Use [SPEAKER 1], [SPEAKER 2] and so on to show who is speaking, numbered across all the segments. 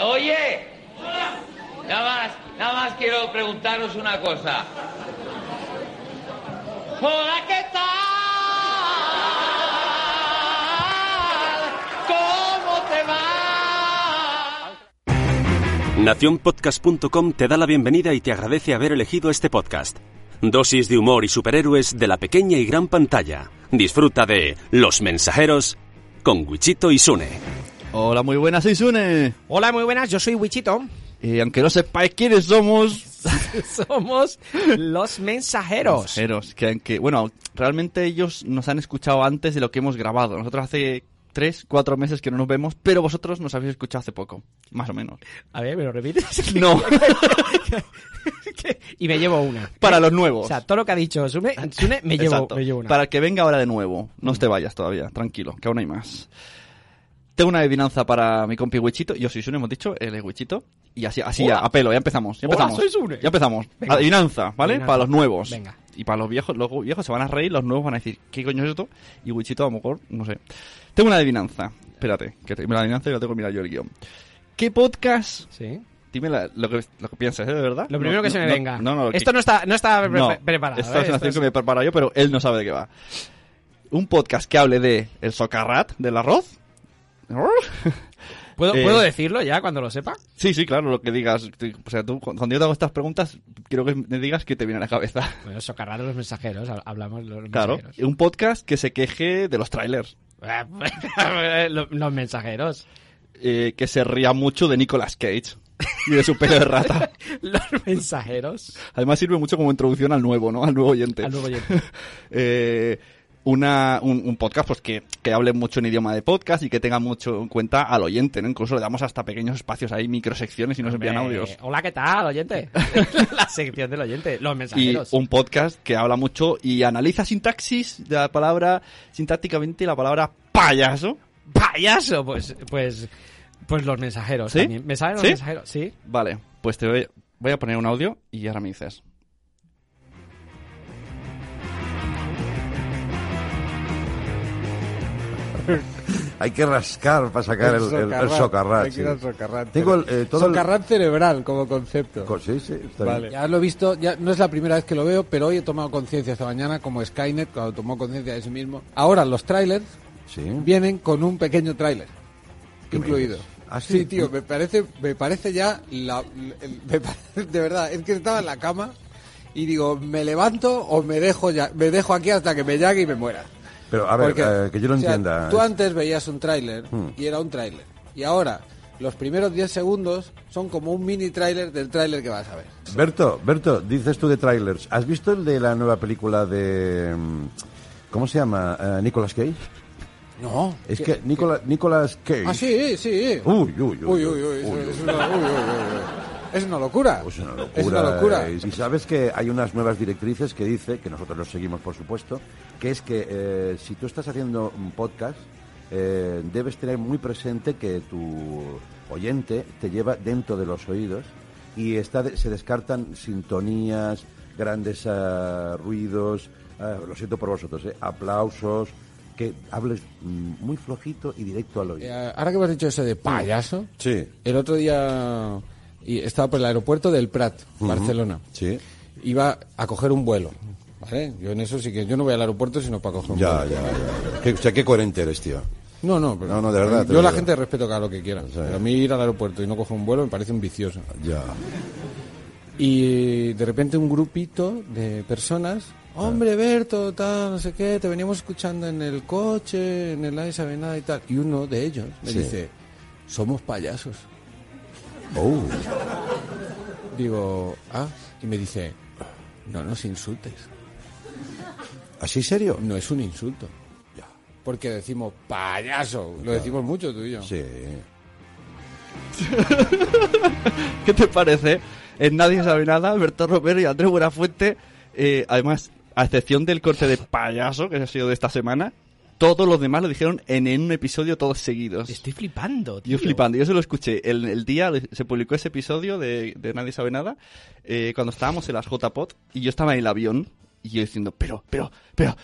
[SPEAKER 1] Oye, nada más, nada más quiero preguntaros una cosa. Hola, ¿qué tal? ¿Cómo te va?
[SPEAKER 2] Nacionpodcast.com te da la bienvenida y te agradece haber elegido este podcast. Dosis de humor y superhéroes de la pequeña y gran pantalla. Disfruta de Los Mensajeros con Wichito y Sune.
[SPEAKER 3] Hola, muy buenas, soy Sune.
[SPEAKER 4] Hola, muy buenas, yo soy Wichito.
[SPEAKER 3] Y aunque no sepáis quiénes somos,
[SPEAKER 4] Somos los mensajeros.
[SPEAKER 3] mensajeros, que aunque, bueno, realmente ellos nos han escuchado antes de lo que hemos grabado. Nosotros hace tres, cuatro meses que no nos vemos, pero vosotros nos habéis escuchado hace poco, más o menos.
[SPEAKER 4] A ver, ¿me lo repites?
[SPEAKER 3] No,
[SPEAKER 4] y me llevo una.
[SPEAKER 3] para los nuevos.
[SPEAKER 4] O sea, todo lo que ha dicho Sune, Sune, me, llevo,
[SPEAKER 3] Exacto.
[SPEAKER 4] me llevo una.
[SPEAKER 3] Para el que venga ahora de nuevo, no te vayas todavía, tranquilo, que aún hay más. Tengo una adivinanza para mi compi Wichito. Yo soy Sune, hemos dicho, él es Wichito. Y así, así
[SPEAKER 4] Hola.
[SPEAKER 3] a pelo, ya empezamos. Ya
[SPEAKER 4] Hola,
[SPEAKER 3] empezamos.
[SPEAKER 4] soy Sune.
[SPEAKER 3] Ya empezamos.
[SPEAKER 4] Venga.
[SPEAKER 3] Adivinanza, ¿vale?
[SPEAKER 4] Adivinanza.
[SPEAKER 3] Para los nuevos.
[SPEAKER 4] Venga.
[SPEAKER 3] Y para los viejos, los viejos se van a reír, los nuevos van a decir, ¿qué coño es esto? Y Wichito a lo mejor, no sé. Tengo una adivinanza. Espérate, que tengo la adivinanza y la tengo que mirar yo el guión. ¿Qué podcast?
[SPEAKER 4] Sí.
[SPEAKER 3] Dime la- lo, que, lo que piensas, ¿eh? ¿De verdad?
[SPEAKER 4] Lo primero
[SPEAKER 3] No,
[SPEAKER 4] que se
[SPEAKER 3] no,
[SPEAKER 4] me
[SPEAKER 3] no,
[SPEAKER 4] venga.
[SPEAKER 3] No, no, lo que-
[SPEAKER 4] Esto no está, no está pre-
[SPEAKER 3] no,
[SPEAKER 4] preparado.
[SPEAKER 3] Esta
[SPEAKER 4] ¿eh?
[SPEAKER 3] es una
[SPEAKER 4] Esto
[SPEAKER 3] sección que me he preparado yo, pero él no sabe de qué va. Un podcast que hable de el socarrat del arroz.
[SPEAKER 4] es- ¿Puedo,
[SPEAKER 3] eh,
[SPEAKER 4] ¿Puedo decirlo ya cuando lo sepa?
[SPEAKER 3] Sí, sí, claro, lo que digas. O sea, tú, cuando yo te hago estas preguntas, quiero que me digas qué te viene a la cabeza.
[SPEAKER 4] Bueno, socarrar a los mensajeros, hab- hablamos de los
[SPEAKER 3] Claro.
[SPEAKER 4] mensajeros.
[SPEAKER 3] Un podcast que se queje de los trailers.
[SPEAKER 4] los, los mensajeros.
[SPEAKER 3] Eh, que se ría mucho de Nicolas Cage y de su pelo de rata.
[SPEAKER 4] Los mensajeros.
[SPEAKER 3] Además sirve mucho como introducción al nuevo, ¿no? Al nuevo oyente.
[SPEAKER 4] Al nuevo oyente.
[SPEAKER 3] Eh, una, un, un podcast pues que, que hable mucho en idioma de podcast y que tenga mucho en cuenta al oyente, ¿no? Incluso le damos hasta pequeños espacios ahí, microsecciones y nos envían
[SPEAKER 4] Hombre,
[SPEAKER 3] audios.
[SPEAKER 4] Hola, ¿qué tal, oyente? la sección del oyente. Los
[SPEAKER 3] Y
[SPEAKER 4] mensajeros.
[SPEAKER 3] un podcast que habla mucho y analiza sintaxis de la palabra, sintácticamente la palabra payaso.
[SPEAKER 4] payaso, pues, pues, pues los mensajeros
[SPEAKER 3] ¿Sí?
[SPEAKER 4] también. ¿Me saben los
[SPEAKER 3] ¿Sí?
[SPEAKER 4] mensajeros? Sí.
[SPEAKER 3] Vale, pues te voy, voy a poner un audio y ahora me dices.
[SPEAKER 5] Hay que rascar para sacar el, el- el socarrat.
[SPEAKER 6] Hay que
[SPEAKER 5] sí.
[SPEAKER 6] ir al socarrat.
[SPEAKER 5] Tengo el,
[SPEAKER 6] Pero-
[SPEAKER 5] eh, todo el-
[SPEAKER 6] socarrat cerebral como concepto.
[SPEAKER 5] Co- sí, sí, está bien.
[SPEAKER 6] Vale. Ya lo he visto, ya no es la primera vez que lo veo, pero hoy he tomado conciencia esta mañana, como Skynet, cuando tomó conciencia de sí mismo. Ahora los trailers
[SPEAKER 5] Sí.
[SPEAKER 6] vienen con un pequeño trailer.
[SPEAKER 5] ¿Qué me
[SPEAKER 6] Incluido.
[SPEAKER 5] dices? ¿Ah,
[SPEAKER 6] sí?
[SPEAKER 5] sí?
[SPEAKER 6] tío, me parece, me parece ya la- el- me parece- de verdad, es que estaba en la cama y digo, me levanto o me dejo ya, me dejo aquí hasta que me llague y me muera.
[SPEAKER 5] Pero a ver,
[SPEAKER 6] Porque,
[SPEAKER 5] eh, que yo lo
[SPEAKER 6] o sea,
[SPEAKER 5] entienda.
[SPEAKER 6] Tú antes veías un tráiler
[SPEAKER 5] Hmm.
[SPEAKER 6] y era un tráiler. Y ahora, los primeros 10 segundos son como un mini tráiler del tráiler que vas a ver.
[SPEAKER 5] Berto, Berto, dices tú de trailers. ¿Has visto el de la nueva película de. mm, ¿Cómo se llama? Eh, ¿Nicolas Cage?
[SPEAKER 6] No.
[SPEAKER 5] Es que Nicola- Nicolas Cage.
[SPEAKER 6] Ah, sí, sí.
[SPEAKER 5] Uy, uy, uy.
[SPEAKER 6] Uy, uy, uy, eso-
[SPEAKER 5] uy,
[SPEAKER 6] Es,
[SPEAKER 5] uy.
[SPEAKER 6] una, uy, uy, uy, uy. Es una locura.
[SPEAKER 5] Es Pues una locura.
[SPEAKER 6] Es una locura.
[SPEAKER 5] eh, Y sabes que hay unas nuevas directrices que dice, que nosotros los seguimos por supuesto, que es que eh, si tú estás haciendo un podcast, eh, debes tener muy presente que tu oyente te lleva dentro de los oídos y está de- se descartan sintonías, grandes ah, ruidos, ah, lo siento por vosotros, eh, aplausos, que hables mm, muy flojito y directo al oído.
[SPEAKER 6] Eh, Ahora que me has dicho eso de payaso,
[SPEAKER 5] Sí.
[SPEAKER 6] el otro día y estaba por el aeropuerto del Prat, Barcelona.
[SPEAKER 5] Sí.
[SPEAKER 6] Iba a coger un vuelo. ¿Vale? Yo en eso sí que yo no voy al aeropuerto sino para coger un vuelo.
[SPEAKER 5] ya, o sea, qué coherente eres, tío.
[SPEAKER 6] No, no, pero
[SPEAKER 5] No, no, de verdad, te
[SPEAKER 6] Yo
[SPEAKER 5] lo
[SPEAKER 6] la
[SPEAKER 5] digo. eh.
[SPEAKER 6] gente respeto cada lo que quiera. Pero a mí ir al aeropuerto y no coger un vuelo me parece un vicioso.
[SPEAKER 5] Ya.
[SPEAKER 6] Y de repente un grupito de personas,
[SPEAKER 5] Ah.
[SPEAKER 6] hombre, Berto, tal, no sé qué, te veníamos escuchando en el coche, en el aire, sabe nada y tal. Y uno de ellos me
[SPEAKER 5] Sí.
[SPEAKER 6] dice, somos payasos.
[SPEAKER 5] Oh.
[SPEAKER 6] Digo, ah, y me dice, no nos insultes.
[SPEAKER 5] ¿Así serio?
[SPEAKER 6] No es un insulto. Porque decimos payaso, lo decimos mucho tú y yo.
[SPEAKER 5] Sí.
[SPEAKER 3] ¿Qué te parece? En Nadie sabe nada, Alberto Romero y Andrés Buenafuente. eh, además, a excepción del corte de payaso que ha sido de esta semana, todos los demás lo dijeron en un episodio todos seguidos.
[SPEAKER 4] Estoy flipando, tío.
[SPEAKER 3] Yo flipando, yo se lo escuché. El, el día se publicó ese episodio de, de Nadie sabe nada, eh, cuando estábamos en las JPOT, y yo estaba en el avión, y yo diciendo, pero, pero, pero,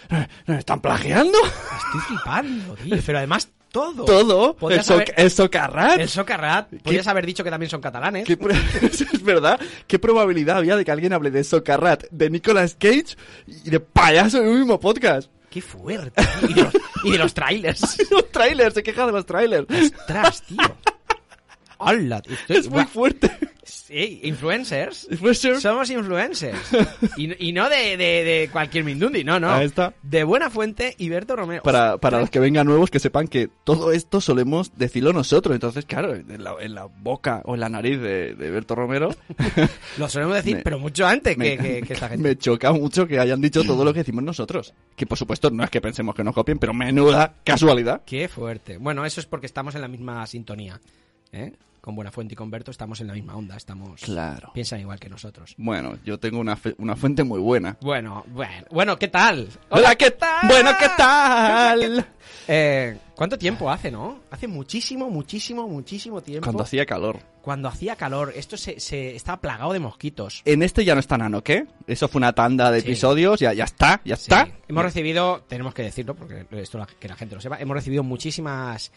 [SPEAKER 3] ¿nos eh, están plagiando?
[SPEAKER 4] Estoy flipando, tío. Pero además, Todo.
[SPEAKER 3] Todo. El,
[SPEAKER 4] Podías
[SPEAKER 3] so- ¿Eh?
[SPEAKER 4] haber-
[SPEAKER 3] el socarrat.
[SPEAKER 4] El socarrat. Podías haber dicho que también son catalanes.
[SPEAKER 3] ¿Qué pro- es verdad. ¿Qué probabilidad había de que alguien hable de Socarrat, de Nicolas Cage y de payaso en un mismo podcast?
[SPEAKER 4] Qué fuerte. tío. Y de los, y de los trailers.
[SPEAKER 3] los trailers, se queja de los trailers.
[SPEAKER 4] Ostras, tío. Hola, estoy-
[SPEAKER 3] Es muy
[SPEAKER 4] Buah.
[SPEAKER 3] fuerte.
[SPEAKER 4] Sí, influencers.
[SPEAKER 3] Influencers.
[SPEAKER 4] Somos influencers. Y, y no de, de- de cualquier Mindundi, no, no.
[SPEAKER 3] Ahí está.
[SPEAKER 4] De Buena Fuente y Berto Romero.
[SPEAKER 3] Para, para los que vengan nuevos, que sepan que todo esto solemos decirlo nosotros. Entonces, claro, en la, en la boca o en la nariz de, de Berto Romero,
[SPEAKER 4] Lo solemos decir,
[SPEAKER 3] Me-
[SPEAKER 4] pero mucho antes
[SPEAKER 3] me,
[SPEAKER 4] que, que- que esta gente.
[SPEAKER 3] me choca mucho que hayan dicho todo lo que decimos nosotros. Que por supuesto no es que pensemos que nos copien, pero menuda casualidad.
[SPEAKER 4] Qué fuerte. Bueno, eso es porque estamos en la misma sintonía. ¿eh? Con Buena Fuente y con Berto estamos en la misma onda. Estamos.
[SPEAKER 3] Claro.
[SPEAKER 4] Piensan igual que nosotros.
[SPEAKER 3] Bueno, yo tengo una, fe- una fuente muy buena.
[SPEAKER 4] Bueno, bueno, bueno, ¿qué tal?
[SPEAKER 3] Hola, ¿qué tal? Bueno, ¿qué tal?
[SPEAKER 4] Eh, ¿Cuánto tiempo hace, no? Hace muchísimo, muchísimo, muchísimo tiempo.
[SPEAKER 3] Cuando hacía calor.
[SPEAKER 4] Cuando hacía calor, esto se, se estaba plagado de mosquitos.
[SPEAKER 3] En este ya no está nano, ¿qué? Eso fue una tanda de
[SPEAKER 4] Sí.
[SPEAKER 3] episodios, ya, ya está, ya
[SPEAKER 4] Sí.
[SPEAKER 3] está.
[SPEAKER 4] Hemos recibido, tenemos que decirlo, porque esto la- que la gente lo sepa, hemos recibido muchísimas.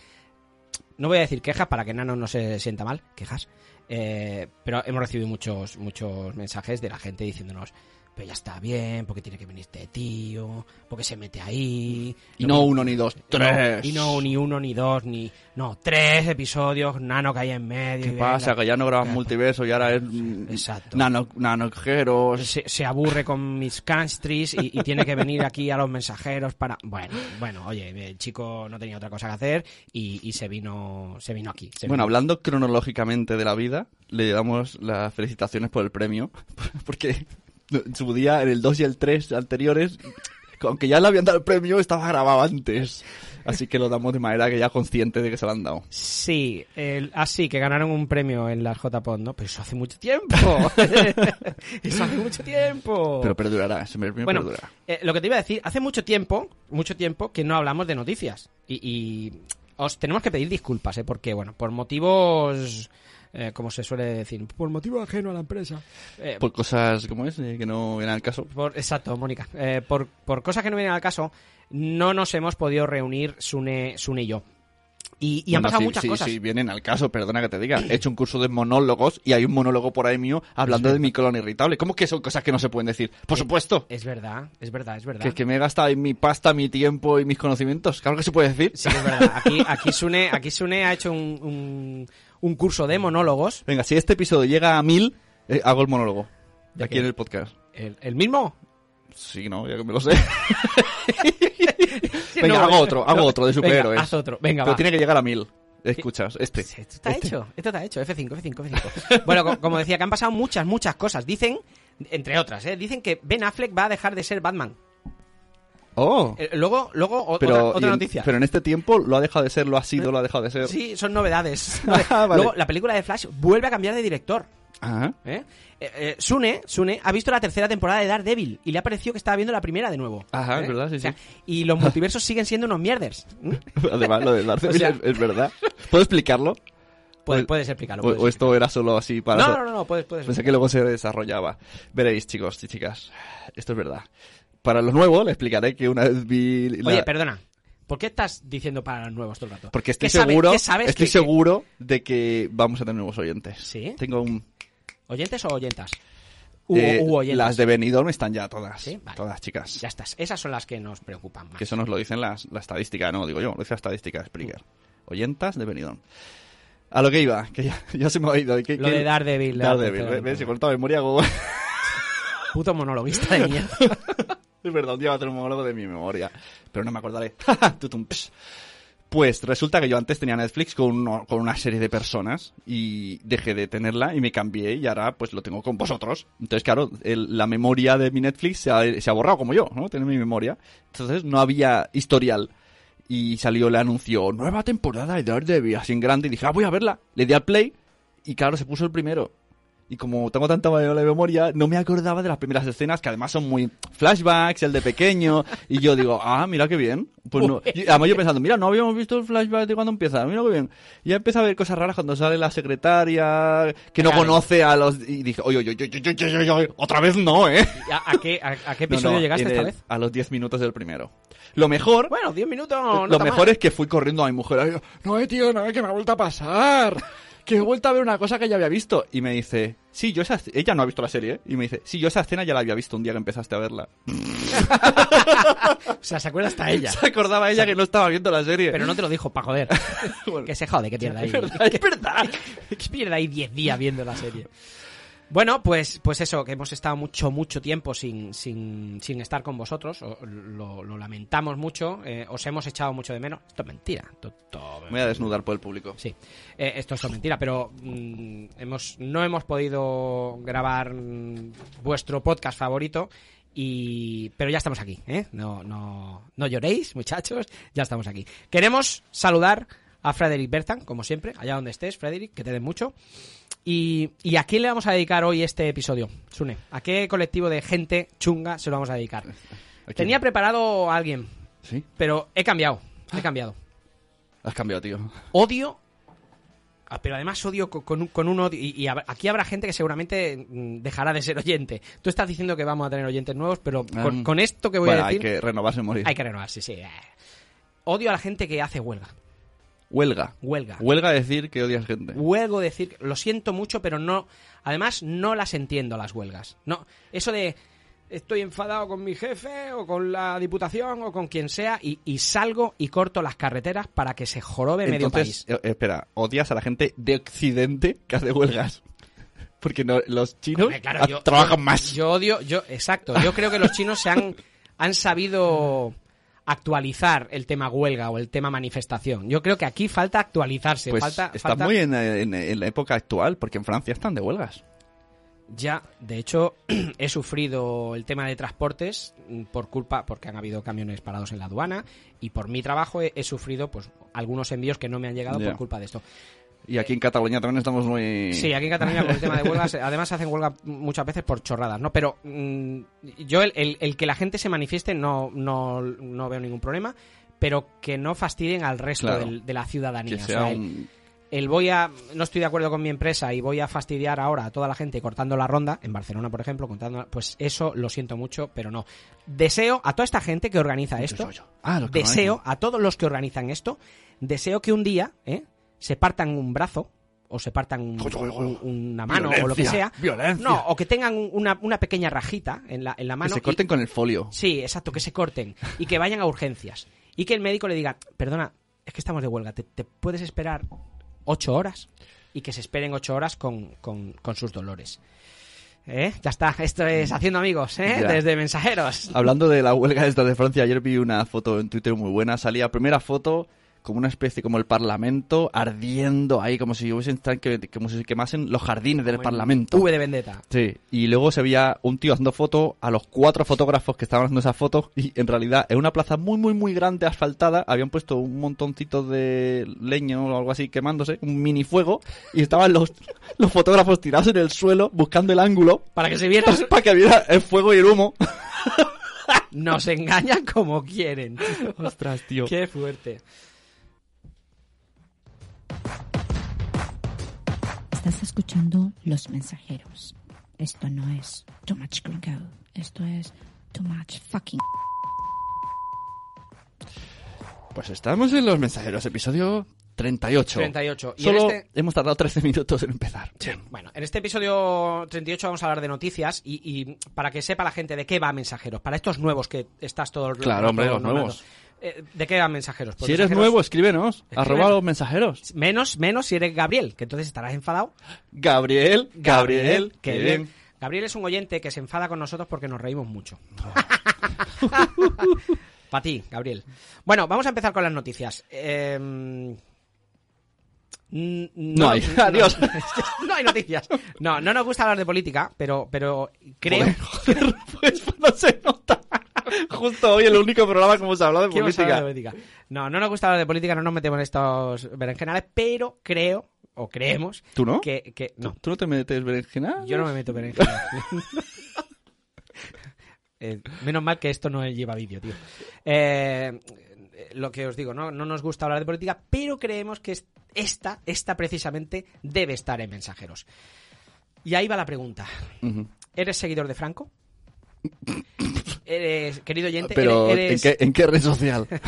[SPEAKER 4] No voy a decir quejas para que Nano no se sienta mal, quejas. eh, pero hemos recibido muchos, muchos mensajes de la gente diciéndonos. Pero ya está bien, porque tiene que venir este tío, porque se mete ahí.
[SPEAKER 3] Y no
[SPEAKER 4] Lo que-
[SPEAKER 3] uno ni dos, tres.
[SPEAKER 4] No, y no ni uno, ni dos, ni. No, tres episodios, Nano que hay en medio.
[SPEAKER 3] ¿Qué
[SPEAKER 4] y
[SPEAKER 3] pasa?
[SPEAKER 4] venga.
[SPEAKER 3] Que ya no graban
[SPEAKER 4] Venga,
[SPEAKER 3] multiverso y ahora es mm,
[SPEAKER 4] Exacto.
[SPEAKER 3] nano, nanojeros.
[SPEAKER 4] pues se, se aburre con mis countries y, y tiene que venir aquí a los mensajeros para bueno bueno oye el chico no tenía otra cosa que hacer y, y se vino se vino aquí se
[SPEAKER 3] Bueno,
[SPEAKER 4] vino.
[SPEAKER 3] hablando cronológicamente de la vida, le damos las felicitaciones por el premio, porque en su día, en el 2 y el 3 anteriores, aunque ya le habían dado el premio, estaba grabado antes. Así que lo damos de manera que ya consciente de que se lo han dado.
[SPEAKER 4] sí el- así que ganaron un premio en la JPod no pero eso hace mucho tiempo eso hace mucho tiempo
[SPEAKER 3] Pero perdurará, ese premio
[SPEAKER 4] Oh. bueno,
[SPEAKER 3] perdurará.
[SPEAKER 4] eh, lo que te iba a decir, hace mucho tiempo, mucho tiempo que no hablamos de noticias. Y, y os tenemos que pedir disculpas, ¿eh? Porque, bueno, por motivos, eh, como se suele decir, por motivo ajeno a la empresa. Eh,
[SPEAKER 3] Por cosas, como es? Eh, Que no vienen al caso.
[SPEAKER 4] por- exacto, Mónica. Eh, por, por cosas que no vienen al caso, no nos hemos podido reunir Sune, Sune y yo. Y, y han
[SPEAKER 3] Bueno,
[SPEAKER 4] pasado
[SPEAKER 3] sí,
[SPEAKER 4] muchas
[SPEAKER 3] sí,
[SPEAKER 4] cosas.
[SPEAKER 3] Sí, vienen al caso, perdona que te diga. He hecho un curso de monólogos y hay un monólogo por ahí mío hablando de mi colon irritable. ¿Cómo que son cosas que no se pueden decir? Por supuesto.
[SPEAKER 4] Es verdad, es verdad, es verdad.
[SPEAKER 3] Que, que me he gastado en mi pasta, mi tiempo y mis conocimientos. Claro que se puede decir.
[SPEAKER 4] Sí, es verdad. Aquí, aquí, Sune, aquí Sune ha hecho un- un- un curso de monólogos.
[SPEAKER 3] Venga, si este episodio llega a mil, eh, hago el monólogo.
[SPEAKER 4] ¿De
[SPEAKER 3] aquí
[SPEAKER 4] qué?
[SPEAKER 3] en el podcast.
[SPEAKER 4] ¿El, el mismo?
[SPEAKER 3] Sí, no, ya que me lo sé.
[SPEAKER 4] Sí,
[SPEAKER 3] venga,
[SPEAKER 4] no, eh.
[SPEAKER 3] hago
[SPEAKER 4] venga.
[SPEAKER 3] otro, hago
[SPEAKER 4] No,
[SPEAKER 3] otro de
[SPEAKER 4] venga,
[SPEAKER 3] superhéroes.
[SPEAKER 4] haz otro. Venga,
[SPEAKER 3] Pero
[SPEAKER 4] va.
[SPEAKER 3] tiene que llegar a mil. Escuchas, este.
[SPEAKER 4] Sí, Esto está hecho, esto está hecho. F5, F5, F5. bueno, co- como decía, que han pasado muchas, muchas cosas. Dicen, entre otras, ¿eh? dicen que Ben Affleck va a dejar de ser Batman.
[SPEAKER 3] Oh.
[SPEAKER 4] Eh, luego, luego o-
[SPEAKER 3] Pero,
[SPEAKER 4] otra,
[SPEAKER 3] y
[SPEAKER 4] otra
[SPEAKER 3] en-
[SPEAKER 4] noticia.
[SPEAKER 3] pero en este tiempo lo ha dejado de ser, lo ha sido, lo ha dejado de ser.
[SPEAKER 4] Sí, son novedades.
[SPEAKER 3] Ah, vale.
[SPEAKER 4] Luego, la película de Flash vuelve a cambiar de director.
[SPEAKER 3] Ajá.
[SPEAKER 4] ¿eh? Eh, eh, Sune, Sune ha visto la tercera temporada de Daredevil y le ha parecido que estaba viendo la primera de nuevo. ¿Eh?
[SPEAKER 3] Ajá, Ah, es verdad, sí,
[SPEAKER 4] O sea,
[SPEAKER 3] sí.
[SPEAKER 4] Y los multiversos siguen siendo unos mierders. ¿Mm?
[SPEAKER 3] Además, lo de Daredevil
[SPEAKER 4] O sea-
[SPEAKER 3] es, es verdad. ¿Puedo explicarlo?
[SPEAKER 4] Puedes,
[SPEAKER 3] O-
[SPEAKER 4] puedes
[SPEAKER 3] ¿O,
[SPEAKER 4] explicarlo. puedes
[SPEAKER 3] o esto era solo así para.?
[SPEAKER 4] No, no, no, no, puedes, puedes.
[SPEAKER 3] Pensé que luego se desarrollaba. Veréis, chicos y chicas. Esto es verdad. Para los nuevos, le explicaré que una vez vi. la-
[SPEAKER 4] Oye, perdona. ¿Por qué estás diciendo para los nuevos todo el rato?
[SPEAKER 3] Porque estoy
[SPEAKER 4] ¿Qué sabe-
[SPEAKER 3] seguro.
[SPEAKER 4] qué sabes
[SPEAKER 3] estoy
[SPEAKER 4] que-
[SPEAKER 3] seguro de que vamos a tener nuevos oyentes.
[SPEAKER 4] ¿Sí?
[SPEAKER 3] Tengo un.
[SPEAKER 4] que- ¿Oyentes o oyentas? U,
[SPEAKER 3] eh,
[SPEAKER 4] u oyentas.
[SPEAKER 3] Las de Benidorm están ya todas.
[SPEAKER 4] Sí, vale.
[SPEAKER 3] Todas, chicas.
[SPEAKER 4] Ya estás. Esas son las que nos preocupan más.
[SPEAKER 3] Que eso nos lo dicen las, la estadística, no, digo yo, lo dice la estadística de Spreaker. Oyentas de Benidorm. A lo que iba, que ya, ya se me ha oído. ¿Qué-
[SPEAKER 4] Lo
[SPEAKER 3] qué-
[SPEAKER 4] de Daredevil, la
[SPEAKER 3] Daredevil,
[SPEAKER 4] tercera
[SPEAKER 3] ¿ves? ¿ves?
[SPEAKER 4] temporada.
[SPEAKER 3] He cortado memoria. como-
[SPEAKER 4] Puto monologuista de mierda.
[SPEAKER 3] es verdad, un día va a tener un monólogo de mi memoria. Pero no me acordaré. Tutum, ps. pues resulta que yo antes tenía Netflix con, uno- con una serie de personas y dejé de tenerla y me cambié y ahora pues lo tengo con vosotros. Entonces, claro, el- la memoria de mi Netflix se ha, se ha borrado como yo, ¿no? Tiene mi memoria. Entonces no había historial. Y salió el anuncio, nueva temporada de Daredevil, así en grande. Y dije, ah, voy a verla. Le di al play y claro, se puso el primero. Y como tengo tanta mala memoria, no me acordaba de las primeras escenas, que además son muy flashbacks, el de pequeño. Y yo digo, ah, mira qué bien. Pues no. Y además yo pensando, mira, no habíamos visto el flashback de cuando empieza, mira qué bien. Y ya empieza a ver cosas raras cuando sale la secretaria, que no
[SPEAKER 4] Claro.
[SPEAKER 3] conoce a los. Y dije, oye, oye, oye, oye, oye, oye, oye, oye, otra vez no, ¿eh?
[SPEAKER 4] ¿Y ¿A, a qué, a, a qué
[SPEAKER 3] No,
[SPEAKER 4] episodio
[SPEAKER 3] no,
[SPEAKER 4] llegaste
[SPEAKER 3] en
[SPEAKER 4] esta
[SPEAKER 3] el-
[SPEAKER 4] vez?
[SPEAKER 3] A los 10 minutos del primero. Lo mejor.
[SPEAKER 4] Bueno, 10 minutos. No
[SPEAKER 3] lo
[SPEAKER 4] está mal.
[SPEAKER 3] mejor es que fui corriendo a mi mujer. y yo, no, eh, tío, no, eh, que me ha vuelto a pasar. Que he vuelto a ver una cosa que ya había visto. Y me dice, sí, yo esa. esc- Ella no ha visto la serie, ¿eh? Y me dice, sí, yo esa escena ya la había visto un día que empezaste a verla.
[SPEAKER 4] O sea, se acuerda hasta ella.
[SPEAKER 3] Se acordaba ella que no estaba viendo la serie.
[SPEAKER 4] Pero no te lo dijo, para joder.
[SPEAKER 3] Bueno.
[SPEAKER 4] que se jode, que pierda ahí.
[SPEAKER 3] Es verdad, es
[SPEAKER 4] que-
[SPEAKER 3] verdad.
[SPEAKER 4] que pierda ahí 10 días viendo la serie. Bueno, pues, pues eso, que hemos estado mucho, mucho tiempo sin, sin, sin estar con vosotros. O- Lo, lo lamentamos mucho. eh, os hemos echado mucho de menos. Esto es mentira. Esto- esto-
[SPEAKER 3] Me voy a desnudar por el público.
[SPEAKER 4] Sí, Eh, esto es todo mentira, pero mm, hemos, no hemos podido grabar mm, vuestro podcast favorito. Y, pero ya estamos aquí, ¿eh? No, no, no lloréis, muchachos, ya estamos aquí. Queremos saludar a Frederick Bertan, como siempre, allá donde estés, Frederick, que te den mucho. Y, ¿Y a quién le vamos a dedicar hoy este episodio, Sune? ¿A qué colectivo de gente chunga se lo vamos a dedicar?
[SPEAKER 3] quién?
[SPEAKER 4] Tenía preparado a alguien,
[SPEAKER 3] Sí,
[SPEAKER 4] pero he cambiado, he cambiado
[SPEAKER 3] has cambiado, tío.
[SPEAKER 4] odio, ah, pero además odio co- con, un- con un odio. Y, y habrá- aquí habrá gente que seguramente mm, dejará de ser oyente. Tú estás diciendo que vamos a tener oyentes nuevos, pero con,
[SPEAKER 3] Um,
[SPEAKER 4] con esto que voy
[SPEAKER 3] bueno,
[SPEAKER 4] a decir,
[SPEAKER 3] hay que renovarse y morir.
[SPEAKER 4] renovar, sí, sí. eh. Odio a la gente que hace huelga.
[SPEAKER 3] Huelga.
[SPEAKER 4] Huelga.
[SPEAKER 3] Huelga decir que odias gente.
[SPEAKER 4] Huelgo decir, lo siento mucho, pero no. Además, no las entiendo las huelgas. No, eso de estoy enfadado con mi jefe o con la diputación o con quien sea y, y salgo y corto las carreteras para que se jorobe medio país.
[SPEAKER 3] Entonces, eh, espera, odias a la gente de Occidente que hace huelgas. Porque no- los chinos
[SPEAKER 4] Hombre, claro,
[SPEAKER 3] ah,
[SPEAKER 4] yo-
[SPEAKER 3] trabajan
[SPEAKER 4] yo-
[SPEAKER 3] más.
[SPEAKER 4] Yo odio, yo, exacto. Yo creo que los chinos se han, han sabido actualizar el tema huelga o el tema manifestación. Yo creo que aquí falta actualizarse.
[SPEAKER 3] pues
[SPEAKER 4] falta,
[SPEAKER 3] está
[SPEAKER 4] falta-
[SPEAKER 3] muy en, en- en la época actual, porque en Francia están de huelgas.
[SPEAKER 4] Ya, de hecho, he sufrido el tema de transportes mm, por culpa, porque han habido camiones parados en la aduana y por mi trabajo he, he sufrido pues algunos envíos que no me han llegado
[SPEAKER 3] Ya.
[SPEAKER 4] por culpa de esto.
[SPEAKER 3] Y aquí en Cataluña también estamos muy...
[SPEAKER 4] Sí, aquí en Cataluña con el tema de huelgas, además hacen huelga muchas veces por chorradas, ¿no? Pero mm, yo el, el- el que la gente se manifieste no, no, no veo ningún problema, pero que no fastidien al resto
[SPEAKER 3] Claro.
[SPEAKER 4] del- de la ciudadanía.
[SPEAKER 3] que
[SPEAKER 4] O
[SPEAKER 3] sea
[SPEAKER 4] sea, el-
[SPEAKER 3] un-
[SPEAKER 4] el voy a no estoy de acuerdo con mi empresa y voy a fastidiar ahora a toda la gente cortando la ronda en Barcelona por ejemplo contando pues eso lo siento mucho pero no deseo a toda esta gente que organiza esto
[SPEAKER 3] Ah, los que
[SPEAKER 4] deseo a todos los que organizan esto deseo que un día ¿eh? se partan un brazo o se partan un- un- una mano o lo que sea no o que tengan un- una, una pequeña rajita en la, en la
[SPEAKER 3] Que
[SPEAKER 4] mano
[SPEAKER 3] se
[SPEAKER 4] y-
[SPEAKER 3] corten con el folio.
[SPEAKER 4] Sí, exacto, que se corten y que vayan a urgencias. Y que el médico le diga, perdona, es que estamos de huelga, te, te puedes esperar ocho horas y que se esperen ocho horas con, con- con sus dolores. ¿Eh? Ya está, esto es Haciendo Amigos, ¿eh?
[SPEAKER 3] Mm. Ya.
[SPEAKER 4] Desde Mensajeros.
[SPEAKER 3] Hablando de la huelga esta de Francia, ayer vi una foto en Twitter muy buena. Salía primera foto como una especie como el Parlamento ardiendo ahí, como si hubiesen tan- que, como si quemasen los jardines del Parlamento.
[SPEAKER 4] V de Vendetta.
[SPEAKER 3] Sí, y luego se veía un tío haciendo fotos a los cuatro fotógrafos que estaban haciendo esas fotos y en realidad en una plaza muy muy muy grande asfaltada habían puesto un montoncito de leño o algo así quemándose, un mini fuego y estaban los, los fotógrafos tirados en el suelo buscando el ángulo
[SPEAKER 4] Para que se vieran,
[SPEAKER 3] pues, para que viera el fuego y el humo.
[SPEAKER 4] nos engañan como quieren.
[SPEAKER 3] Ostras, tío.
[SPEAKER 4] Qué fuerte.
[SPEAKER 7] Estás escuchando Los Mensajeros. Esto no es Too Much Gringo. Esto es Too Much Fucking.
[SPEAKER 3] Pues estamos en los mensajeros, episodio 38.
[SPEAKER 4] 38. Y en
[SPEAKER 3] Solo
[SPEAKER 4] este-
[SPEAKER 3] hemos tardado 13 minutos en empezar.
[SPEAKER 4] Bueno, en este episodio 38 vamos a hablar de noticias y, y para que sepa la gente de qué va Mensajeros, para estos nuevos que estás todo el
[SPEAKER 3] Claro,
[SPEAKER 4] rato
[SPEAKER 3] hombre, los
[SPEAKER 4] nombrando.
[SPEAKER 3] nuevos.
[SPEAKER 4] Eh, ¿De qué va Mensajeros? Pues
[SPEAKER 3] Si eres
[SPEAKER 4] Mensajeros-
[SPEAKER 3] nuevo, escríbenos.
[SPEAKER 4] Escríbenos.
[SPEAKER 3] Arroba los mensajeros.
[SPEAKER 4] Menos, menos si eres Gabriel, que entonces estarás enfadado.
[SPEAKER 3] Gabriel, Gabriel,
[SPEAKER 4] qué
[SPEAKER 3] qué
[SPEAKER 4] bien.
[SPEAKER 3] bien.
[SPEAKER 4] Gabriel es un oyente que se enfada con nosotros porque nos reímos mucho. Para ti, Gabriel. Bueno, vamos a empezar con las noticias. Eh, mm, n- no,
[SPEAKER 3] hay. Adiós.
[SPEAKER 4] No hay noticias. No, no nos gusta hablar de política, pero, pero creo
[SPEAKER 3] Joder, pues no se nota. Justo hoy el único programa que hemos hablado de
[SPEAKER 4] que hemos
[SPEAKER 3] política.
[SPEAKER 4] hablado de política. No, no nos gusta hablar de política, no nos metemos en estos berenjenales, pero creo, o creemos.
[SPEAKER 3] ¿Tú no?
[SPEAKER 4] Que, que- no,
[SPEAKER 3] ¿Tú no te metes berenjena?
[SPEAKER 4] yo no me meto berenjena. Eh, menos mal que esto no lleva vídeo, tío. Eh, eh, lo que os digo, ¿no? no nos gusta hablar de política, pero creemos que es- esta, esta precisamente, debe estar en mensajeros. Y ahí va la pregunta.
[SPEAKER 3] Ujú.
[SPEAKER 4] ¿Eres seguidor de Franco? Eres, querido oyente,
[SPEAKER 3] Pero
[SPEAKER 4] eres,
[SPEAKER 3] ¿en, qué, ¿en qué red social?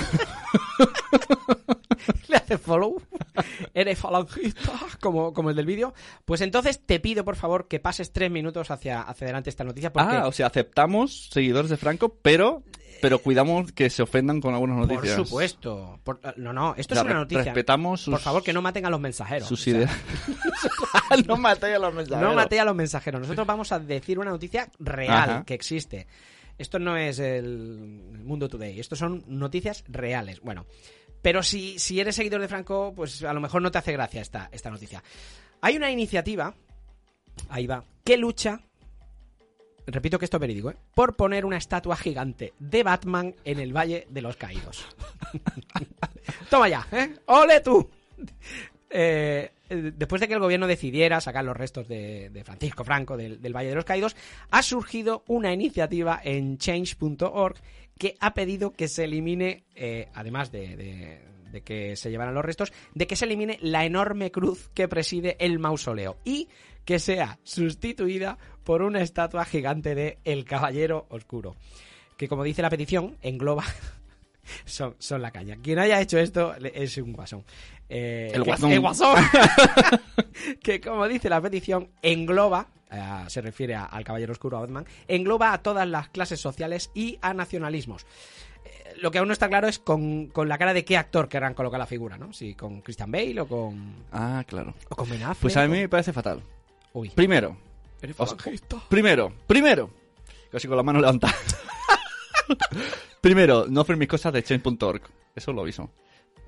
[SPEAKER 4] le haces follow, eres falangista, como, como el del vídeo, pues entonces te pido, por favor, que pases tres minutos hacia, hacia adelante esta noticia, porque,
[SPEAKER 3] Ah, o sea, aceptamos seguidores de Franco, pero, pero cuidamos que se ofendan con algunas
[SPEAKER 4] por
[SPEAKER 3] noticias.
[SPEAKER 4] supuesto, por- ah, no, no, esto
[SPEAKER 3] O sea,
[SPEAKER 4] es una
[SPEAKER 3] re-
[SPEAKER 4] noticia.
[SPEAKER 3] Respetamos sus,
[SPEAKER 4] Por favor, que no maten a los mensajeros.
[SPEAKER 3] sus
[SPEAKER 4] O sea,
[SPEAKER 3] ideas. no maté a los mensajeros.
[SPEAKER 4] No maté a los mensajeros. Nosotros vamos a decir una noticia real
[SPEAKER 3] Ajá.
[SPEAKER 4] que existe. Esto no es el mundo today. Esto son noticias reales. Bueno, pero si, si eres seguidor de Franco, pues a lo mejor no te hace gracia esta, esta noticia. Hay una iniciativa, ahí va, que lucha, repito que esto es verídico, ¿eh? por poner una estatua gigante de Batman en el Valle de los Caídos. Toma ya, ¿eh? ¡Ole tú! Eh, eh, después de que el gobierno decidiera sacar los restos de, de Francisco Franco del, del Valle de los Caídos, ha surgido una iniciativa en change.org que ha pedido que se elimine, eh, además de, de- de que se llevaran los restos, de que se elimine la enorme cruz que preside el mausoleo y que sea sustituida por una estatua gigante de El Caballero Oscuro, que como dice la petición, engloba... Son, son la caña. Quien haya hecho esto le- es un guasón. Eh,
[SPEAKER 3] El
[SPEAKER 4] que-
[SPEAKER 3] guasón.
[SPEAKER 4] El guasón. que como dice la petición, engloba, eh, se refiere a- al Caballero Oscuro, a Batman, engloba a todas las clases sociales y a nacionalismos. Eh, Lo que aún no está claro es con, con la cara de qué actor querrán colocar la figura, ¿no? Si con Christian Bale o con,
[SPEAKER 3] Ah, claro.
[SPEAKER 4] o con Ben Affleck,
[SPEAKER 3] Pues a mí
[SPEAKER 4] o-
[SPEAKER 3] me parece fatal.
[SPEAKER 4] Uy.
[SPEAKER 3] Primero. o sea, primero, primero. Casi con la mano levantada. primero, no ofrecer mis cosas de change.org. Eso lo aviso.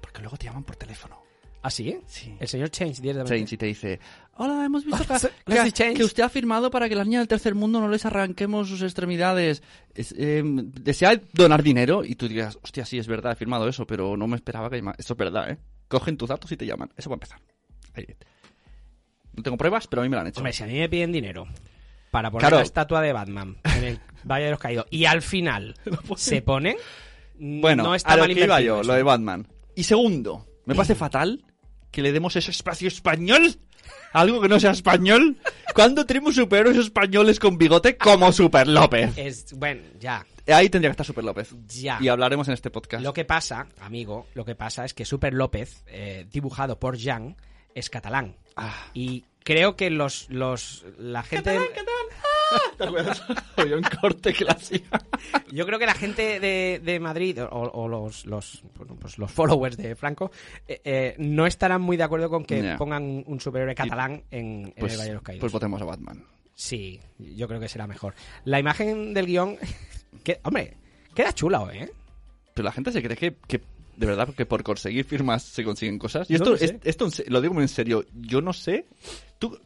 [SPEAKER 3] Porque luego te llaman por teléfono.
[SPEAKER 4] ¿Ah, sí, eh?
[SPEAKER 3] Sí.
[SPEAKER 4] El señor Change directamente.
[SPEAKER 3] Change y te dice, hola, hemos visto
[SPEAKER 4] Hola,
[SPEAKER 3] que,
[SPEAKER 4] soy
[SPEAKER 3] que,
[SPEAKER 4] Leslie Change".
[SPEAKER 3] que usted ha firmado para que las niñas del tercer mundo no les arranquemos sus extremidades. Es, eh, desea donar dinero y tú digas, hostia, sí, es verdad, he firmado eso, pero no me esperaba que llama- Eso es verdad, ¿eh? Cogen tus datos y te llaman. Eso va a empezar. Ahí. No tengo pruebas, pero a mí me lo han hecho.
[SPEAKER 4] Hombre, si a mí me piden dinero para poner
[SPEAKER 3] Claro.
[SPEAKER 4] la estatua de Batman en el Valle de los Caídos y al final se ponen,
[SPEAKER 3] Bueno,
[SPEAKER 4] no está
[SPEAKER 3] a lo
[SPEAKER 4] mal
[SPEAKER 3] que iba
[SPEAKER 4] invertido
[SPEAKER 3] yo,
[SPEAKER 4] eso.
[SPEAKER 3] lo de Batman. Y segundo, me parece fatal que le demos ese espacio español a algo que no sea español. ¿Cuándo tenemos superhéroes españoles con bigote como Super López?
[SPEAKER 4] Es, bueno, ya,
[SPEAKER 3] Ahí tendría que estar Super López.
[SPEAKER 4] ya.
[SPEAKER 3] Y hablaremos en este podcast.
[SPEAKER 4] Lo que pasa, amigo, lo que pasa es que Super López, eh, dibujado por Jan, es catalán.
[SPEAKER 3] Ah.
[SPEAKER 4] Y creo que los, los, la gente...
[SPEAKER 3] ¿Te acuerdas? Había un corte que la hacía.
[SPEAKER 4] Yo creo que la gente de, de Madrid o, o los, los, bueno, pues los followers de Franco eh, eh, no estarán muy de acuerdo con que
[SPEAKER 3] Ya.
[SPEAKER 4] pongan un superhéroe catalán en, en el Valle de los Caídos.
[SPEAKER 3] pues votemos a Batman.
[SPEAKER 4] sí, yo creo que será mejor. La imagen del guión, que, hombre, queda chula, ¿eh?
[SPEAKER 3] Pero la gente se cree que, que de verdad, que por conseguir firmas se consiguen cosas. Y
[SPEAKER 4] Yo
[SPEAKER 3] esto,
[SPEAKER 4] no sé.
[SPEAKER 3] es- esto en se- lo digo muy en serio. Yo no sé. ¿Tú,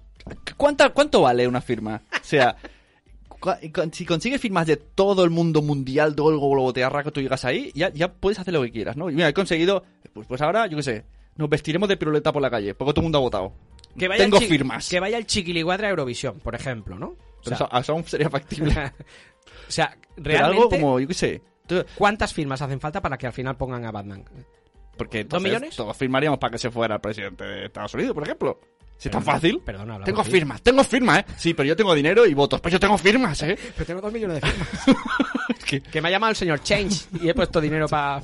[SPEAKER 3] cuánta, ¿Cuánto vale una firma? O sea, cua- con- si consigues firmas de todo el mundo mundial, todo el globo terráqueo, tú llegas ahí, ya, ya puedes hacer lo que quieras, ¿no? Y mira, he conseguido. Pues, pues ahora, yo qué sé. Nos vestiremos de piruleta por la calle, porque todo el mundo ha votado.
[SPEAKER 4] Que vaya
[SPEAKER 3] Tengo
[SPEAKER 4] el chi-
[SPEAKER 3] firmas.
[SPEAKER 4] Que vaya el chiquilicuatra a Eurovisión, por ejemplo, ¿no? O
[SPEAKER 3] Pero
[SPEAKER 4] sea,
[SPEAKER 3] eso- eso aún sería factible.
[SPEAKER 4] o sea,
[SPEAKER 3] Pero
[SPEAKER 4] realmente,
[SPEAKER 3] algo como, yo qué sé. tú-
[SPEAKER 4] ¿cuántas firmas hacen falta para que al final pongan a Batman?
[SPEAKER 3] Porque
[SPEAKER 4] ¿Dos
[SPEAKER 3] entonces
[SPEAKER 4] millones?
[SPEAKER 3] todos firmaríamos para que se fuera el presidente de Estados Unidos, por ejemplo. Si es tan
[SPEAKER 4] Perdona,
[SPEAKER 3] fácil.
[SPEAKER 4] perdona, hablamos
[SPEAKER 3] tengo
[SPEAKER 4] así.
[SPEAKER 3] firmas, tengo firmas, ¿eh? Sí, pero yo tengo dinero y votos. Pero yo tengo firmas, ¿eh?
[SPEAKER 4] Pero tengo dos millones de firmas.
[SPEAKER 3] Es que-
[SPEAKER 4] Que me ha llamado el señor Change y he puesto dinero para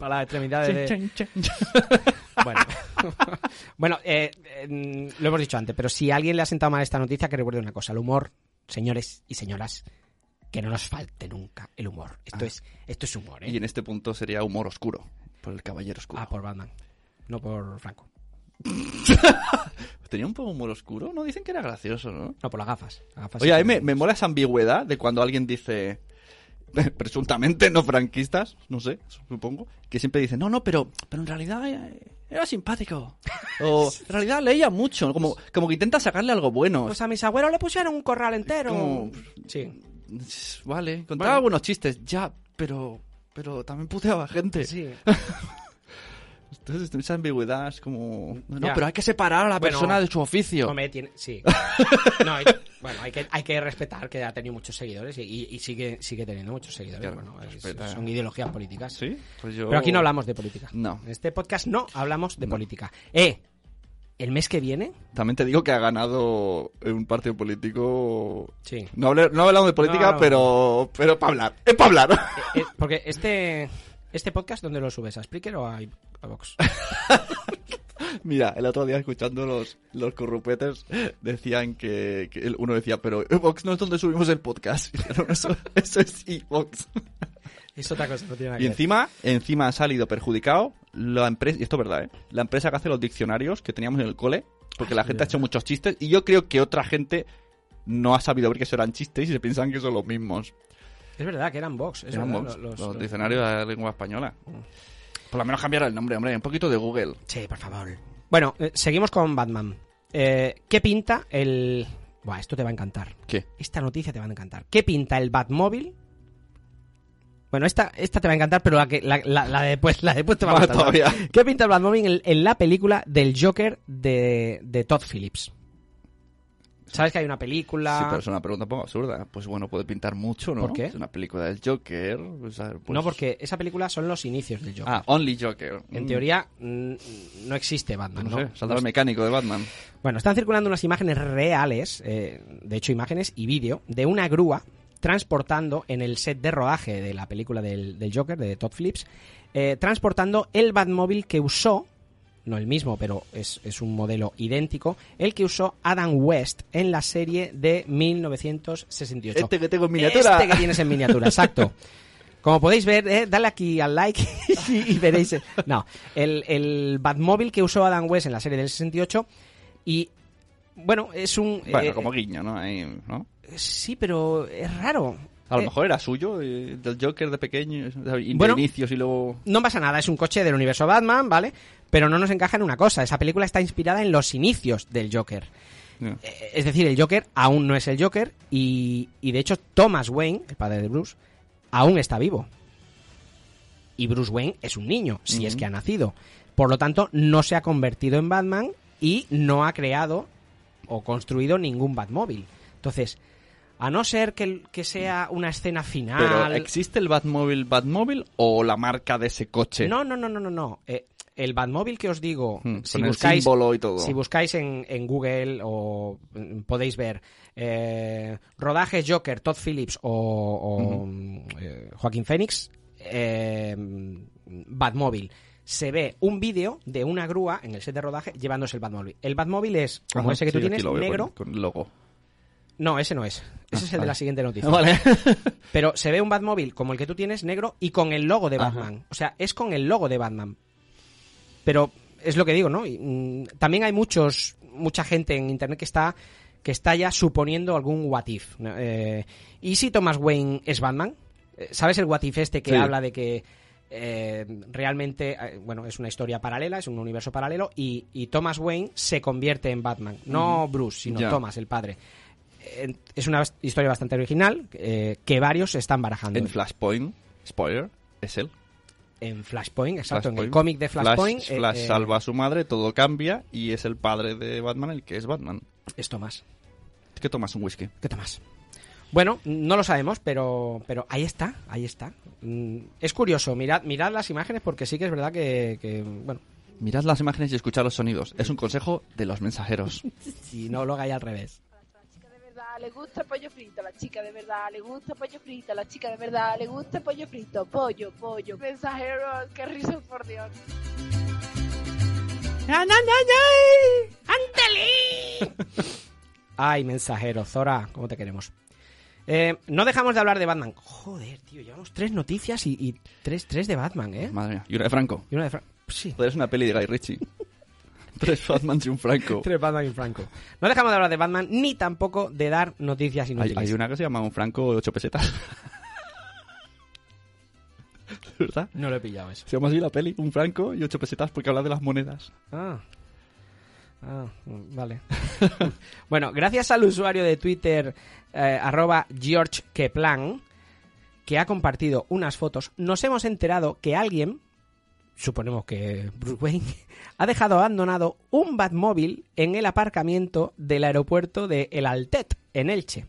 [SPEAKER 4] las extremidades de... Bueno, bueno eh, eh, lo hemos dicho antes, pero si a alguien le ha sentado mal esta noticia, que recuerde una cosa, el humor, señores y señoras, que no nos falte nunca el humor. Esto, es, esto es humor,
[SPEAKER 3] Ah. Y
[SPEAKER 4] ¿eh?
[SPEAKER 3] en este punto sería humor oscuro. Por el caballero oscuro.
[SPEAKER 4] Ah, por Batman, no por Franco,
[SPEAKER 3] ¿Tenía un poco humor oscuro? No, dicen que era gracioso, ¿no?
[SPEAKER 4] no por las gafas. Las gafas
[SPEAKER 3] Oye,
[SPEAKER 4] sí
[SPEAKER 3] a mí me,
[SPEAKER 4] que-
[SPEAKER 3] me mola esa ambigüedad de cuando alguien dice, presuntamente no franquistas, no sé, supongo, que siempre dice, no, no, pero, pero en realidad eh, era simpático. O en realidad leía mucho, como, como que intenta sacarle algo bueno.
[SPEAKER 4] Pues a mis abuelos le pusieron un corral entero.
[SPEAKER 3] Como-
[SPEAKER 4] Sí.
[SPEAKER 3] Vale, contaba
[SPEAKER 4] Bueno.
[SPEAKER 3] buenos chistes, ya, pero, pero también puteaba gente.
[SPEAKER 4] Sí.
[SPEAKER 3] Entonces, esa ambigüedad es como. No,
[SPEAKER 4] Ya.
[SPEAKER 3] pero hay que separar a la
[SPEAKER 4] Bueno,
[SPEAKER 3] persona de su oficio.
[SPEAKER 4] Hombre, tiene- sí. No, hay- bueno, hay que, hay que respetar que ha tenido muchos seguidores y, y- y sigue, sigue teniendo muchos seguidores.
[SPEAKER 3] Claro,
[SPEAKER 4] Bueno, es-
[SPEAKER 3] respeta. eh.
[SPEAKER 4] son ideologías políticas.
[SPEAKER 3] Sí, pues yo.
[SPEAKER 4] Pero aquí no hablamos de política.
[SPEAKER 3] No.
[SPEAKER 4] En este podcast no hablamos de política. Eh, el mes que viene.
[SPEAKER 3] También te digo que ha ganado un partido político.
[SPEAKER 4] Sí.
[SPEAKER 3] No, hablé- no hablamos de política,
[SPEAKER 4] No, no.
[SPEAKER 3] pero. Pero para hablar. Es para hablar.
[SPEAKER 4] Eh, porque este, este podcast, ¿dónde lo subes? ¿A Spreaker o a, i- a Vox?
[SPEAKER 3] Mira, el otro día escuchando los, los corrupetes decían que, que el- uno decía, pero Vox no es donde subimos el podcast. Y dijeron, eso, eso es Vox.
[SPEAKER 4] Es otra cosa, no tiene nada
[SPEAKER 3] Y
[SPEAKER 4] que ver.
[SPEAKER 3] encima, encima ha salido perjudicado la empresa, y esto es verdad, ¿eh? La empresa que hace los diccionarios que teníamos en el cole, porque
[SPEAKER 4] Ah,
[SPEAKER 3] la gente ha hecho muchos chistes y yo creo que otra gente no ha sabido ver que eso eran chistes y se piensan que son los mismos.
[SPEAKER 4] Es verdad que eran Vox. es
[SPEAKER 3] Eran
[SPEAKER 4] verdad,
[SPEAKER 3] Vox,
[SPEAKER 4] lo- los- Mm.
[SPEAKER 3] los
[SPEAKER 4] los-
[SPEAKER 3] diccionarios de la lengua española. Por lo menos cambiar el nombre, hombre, un poquito de Google.
[SPEAKER 4] Sí, por favor. Bueno, eh, seguimos con Batman. Eh, ¿Qué pinta el. Buah, esto te va a encantar.
[SPEAKER 3] ¿Qué?
[SPEAKER 4] Esta noticia te va a encantar. ¿Qué pinta el Batmóvil? Bueno, esta, esta te va a encantar, pero la, que, la, la- la de después, la de después te va a
[SPEAKER 3] Vale,
[SPEAKER 4] gustar. más.
[SPEAKER 3] todavía.
[SPEAKER 4] ¿Qué pinta el Batmóvil en, en la película del Joker de, de Todd Phillips? ¿Sabes que hay una película?
[SPEAKER 3] Sí, pero es una pregunta un poco absurda. Pues bueno, puede pintar mucho, ¿no?
[SPEAKER 4] ¿Por qué?
[SPEAKER 3] Es una película del Joker. o sea, pues-
[SPEAKER 4] No, porque esa película son los inicios del Joker.
[SPEAKER 3] Ah, Only Joker.
[SPEAKER 4] En
[SPEAKER 3] Mm.
[SPEAKER 4] teoría, mm, no existe Batman.
[SPEAKER 3] No
[SPEAKER 4] No,
[SPEAKER 3] sé, saltaba el mecánico de Batman.
[SPEAKER 4] Bueno, están circulando unas imágenes reales, eh, de hecho imágenes y vídeo, de una grúa transportando en el set de rodaje de la película del, del Joker, de Todd Phillips, eh, transportando el Batmóvil que usó, no el mismo, pero es, es un modelo idéntico, el que usó Adam West en la serie de 1968.
[SPEAKER 3] Este que tengo en miniatura.
[SPEAKER 4] Este que tienes en miniatura, exacto. Como podéis ver, eh, dale aquí al like y, y veréis. eh. No, el, el Batmóvil que usó Adam West en la serie del 68 y bueno, es un...
[SPEAKER 3] Bueno,
[SPEAKER 4] eh,
[SPEAKER 3] como guiño, ¿no? Ahí, ¿no?
[SPEAKER 4] Sí, pero es raro.
[SPEAKER 3] A lo
[SPEAKER 4] Eh,
[SPEAKER 3] mejor era suyo, eh, del Joker de pequeño, y de
[SPEAKER 4] Bueno.
[SPEAKER 3] inicios y luego...
[SPEAKER 4] No pasa nada, es un coche del universo Batman, ¿vale? Pero no nos encaja en una cosa, esa película está inspirada en los inicios del Joker.
[SPEAKER 3] No.
[SPEAKER 4] Eh, Es decir, el Joker aún no es el Joker y, y de hecho Thomas Wayne, el padre de Bruce, aún está vivo. Y Bruce Wayne es un niño, si es que ha nacido. Por lo tanto, no se ha convertido en Batman y no ha creado o construido ningún Batmóvil. Entonces, a no ser que, el- que sea una escena
[SPEAKER 3] Pero
[SPEAKER 4] final...
[SPEAKER 3] ¿existe el Batmóvil Batmóvil o la marca de ese coche?
[SPEAKER 4] No, no, no, no, no, no. Eh, el Batmóvil que os digo,
[SPEAKER 3] Mm,
[SPEAKER 4] si
[SPEAKER 3] con el
[SPEAKER 4] buscáis,
[SPEAKER 3] símbolo y todo.
[SPEAKER 4] si buscáis en, en Google o mm, podéis ver eh, rodajes Joker, Todd Phillips o, o, mm, eh, Joaquín Phoenix, eh, Batmóvil. Se ve un vídeo de una grúa en el set de rodaje llevándose el Batmóvil. El Batmóvil es como
[SPEAKER 3] Ajá,
[SPEAKER 4] ese que tú
[SPEAKER 3] sí, aquí
[SPEAKER 4] tienes,
[SPEAKER 3] lo veo con-
[SPEAKER 4] negro.
[SPEAKER 3] Con, el logo.
[SPEAKER 4] No, ese no es. Ese es el de
[SPEAKER 3] vale.
[SPEAKER 4] la siguiente noticia.
[SPEAKER 3] Vale.
[SPEAKER 4] Pero se ve un Batmóvil como el que tú tienes, negro, y con el logo de
[SPEAKER 3] Ajá.
[SPEAKER 4] Batman. O sea, es con el logo de Batman. Pero es lo que digo, ¿no? Y, mm, también hay muchos, mucha gente en internet que está que está ya suponiendo algún what if. ¿no? Eh, ¿Y si Thomas Wayne es Batman? Eh, ¿Sabes el what if este que
[SPEAKER 3] Sí.
[SPEAKER 4] habla de que eh, realmente, eh, bueno, es una historia paralela, es un universo paralelo, y, y Thomas Wayne se convierte en Batman? No Bruce, sino
[SPEAKER 3] Ya.
[SPEAKER 4] Thomas, el padre. Eh, es una historia bastante original eh, que varios están barajando.
[SPEAKER 3] En Flashpoint, spoiler, es él.
[SPEAKER 4] En Flashpoint, exacto, en el
[SPEAKER 3] Flashpoint.
[SPEAKER 4] cómic de
[SPEAKER 3] Flash-
[SPEAKER 4] Flashpoint.
[SPEAKER 3] Flash,
[SPEAKER 4] eh, eh,
[SPEAKER 3] salva a su madre, todo cambia y es el padre de Batman el que es Batman.
[SPEAKER 4] Es Thomas.
[SPEAKER 3] Es que tomas un whisky.
[SPEAKER 4] ¿Qué tomas? Bueno, no lo sabemos, pero, pero ahí está, ahí está. Mm, Es curioso, mirad, mirad las imágenes porque sí que es verdad que, que, bueno,
[SPEAKER 3] Mirad las imágenes y escuchad los sonidos. Es un consejo de los mensajeros.
[SPEAKER 4] si no lo hagáis al revés.
[SPEAKER 8] La chica de verdad le gusta el pollo frito, la chica de verdad le gusta el pollo frito, la chica de verdad le gusta el pollo frito, pollo, pollo. Mensajeros, qué risas, por Dios.
[SPEAKER 4] Ay, mensajero, Zora, ¿cómo te queremos? Eh, no dejamos de hablar de Batman. Joder, tío, llevamos tres noticias y, y tres, tres de Batman, ¿eh?
[SPEAKER 3] Madre mía. Y una de Franco.
[SPEAKER 4] Y una de Fra- Sí.
[SPEAKER 3] Joder, es una peli de Guy Ritchie. Tres Batman y un Franco.
[SPEAKER 4] Tres Batman y Franco. No dejamos de hablar de Batman ni tampoco de dar noticias
[SPEAKER 3] Hay,
[SPEAKER 4] inútiles.
[SPEAKER 3] hay una que se llama un Franco de ocho pesetas. ¿Verdad?
[SPEAKER 4] No lo he pillado eso.
[SPEAKER 3] Se llama así la peli, un Franco y ocho pesetas porque habla de las monedas.
[SPEAKER 4] Ah. Ah, mm, vale. bueno, gracias al usuario de Twitter eh, arroba George Keplan, que ha compartido unas fotos, nos hemos enterado que alguien suponemos que Bruce Wayne, ha dejado abandonado un Batmóvil en el aparcamiento del aeropuerto de El Altet, en Elche.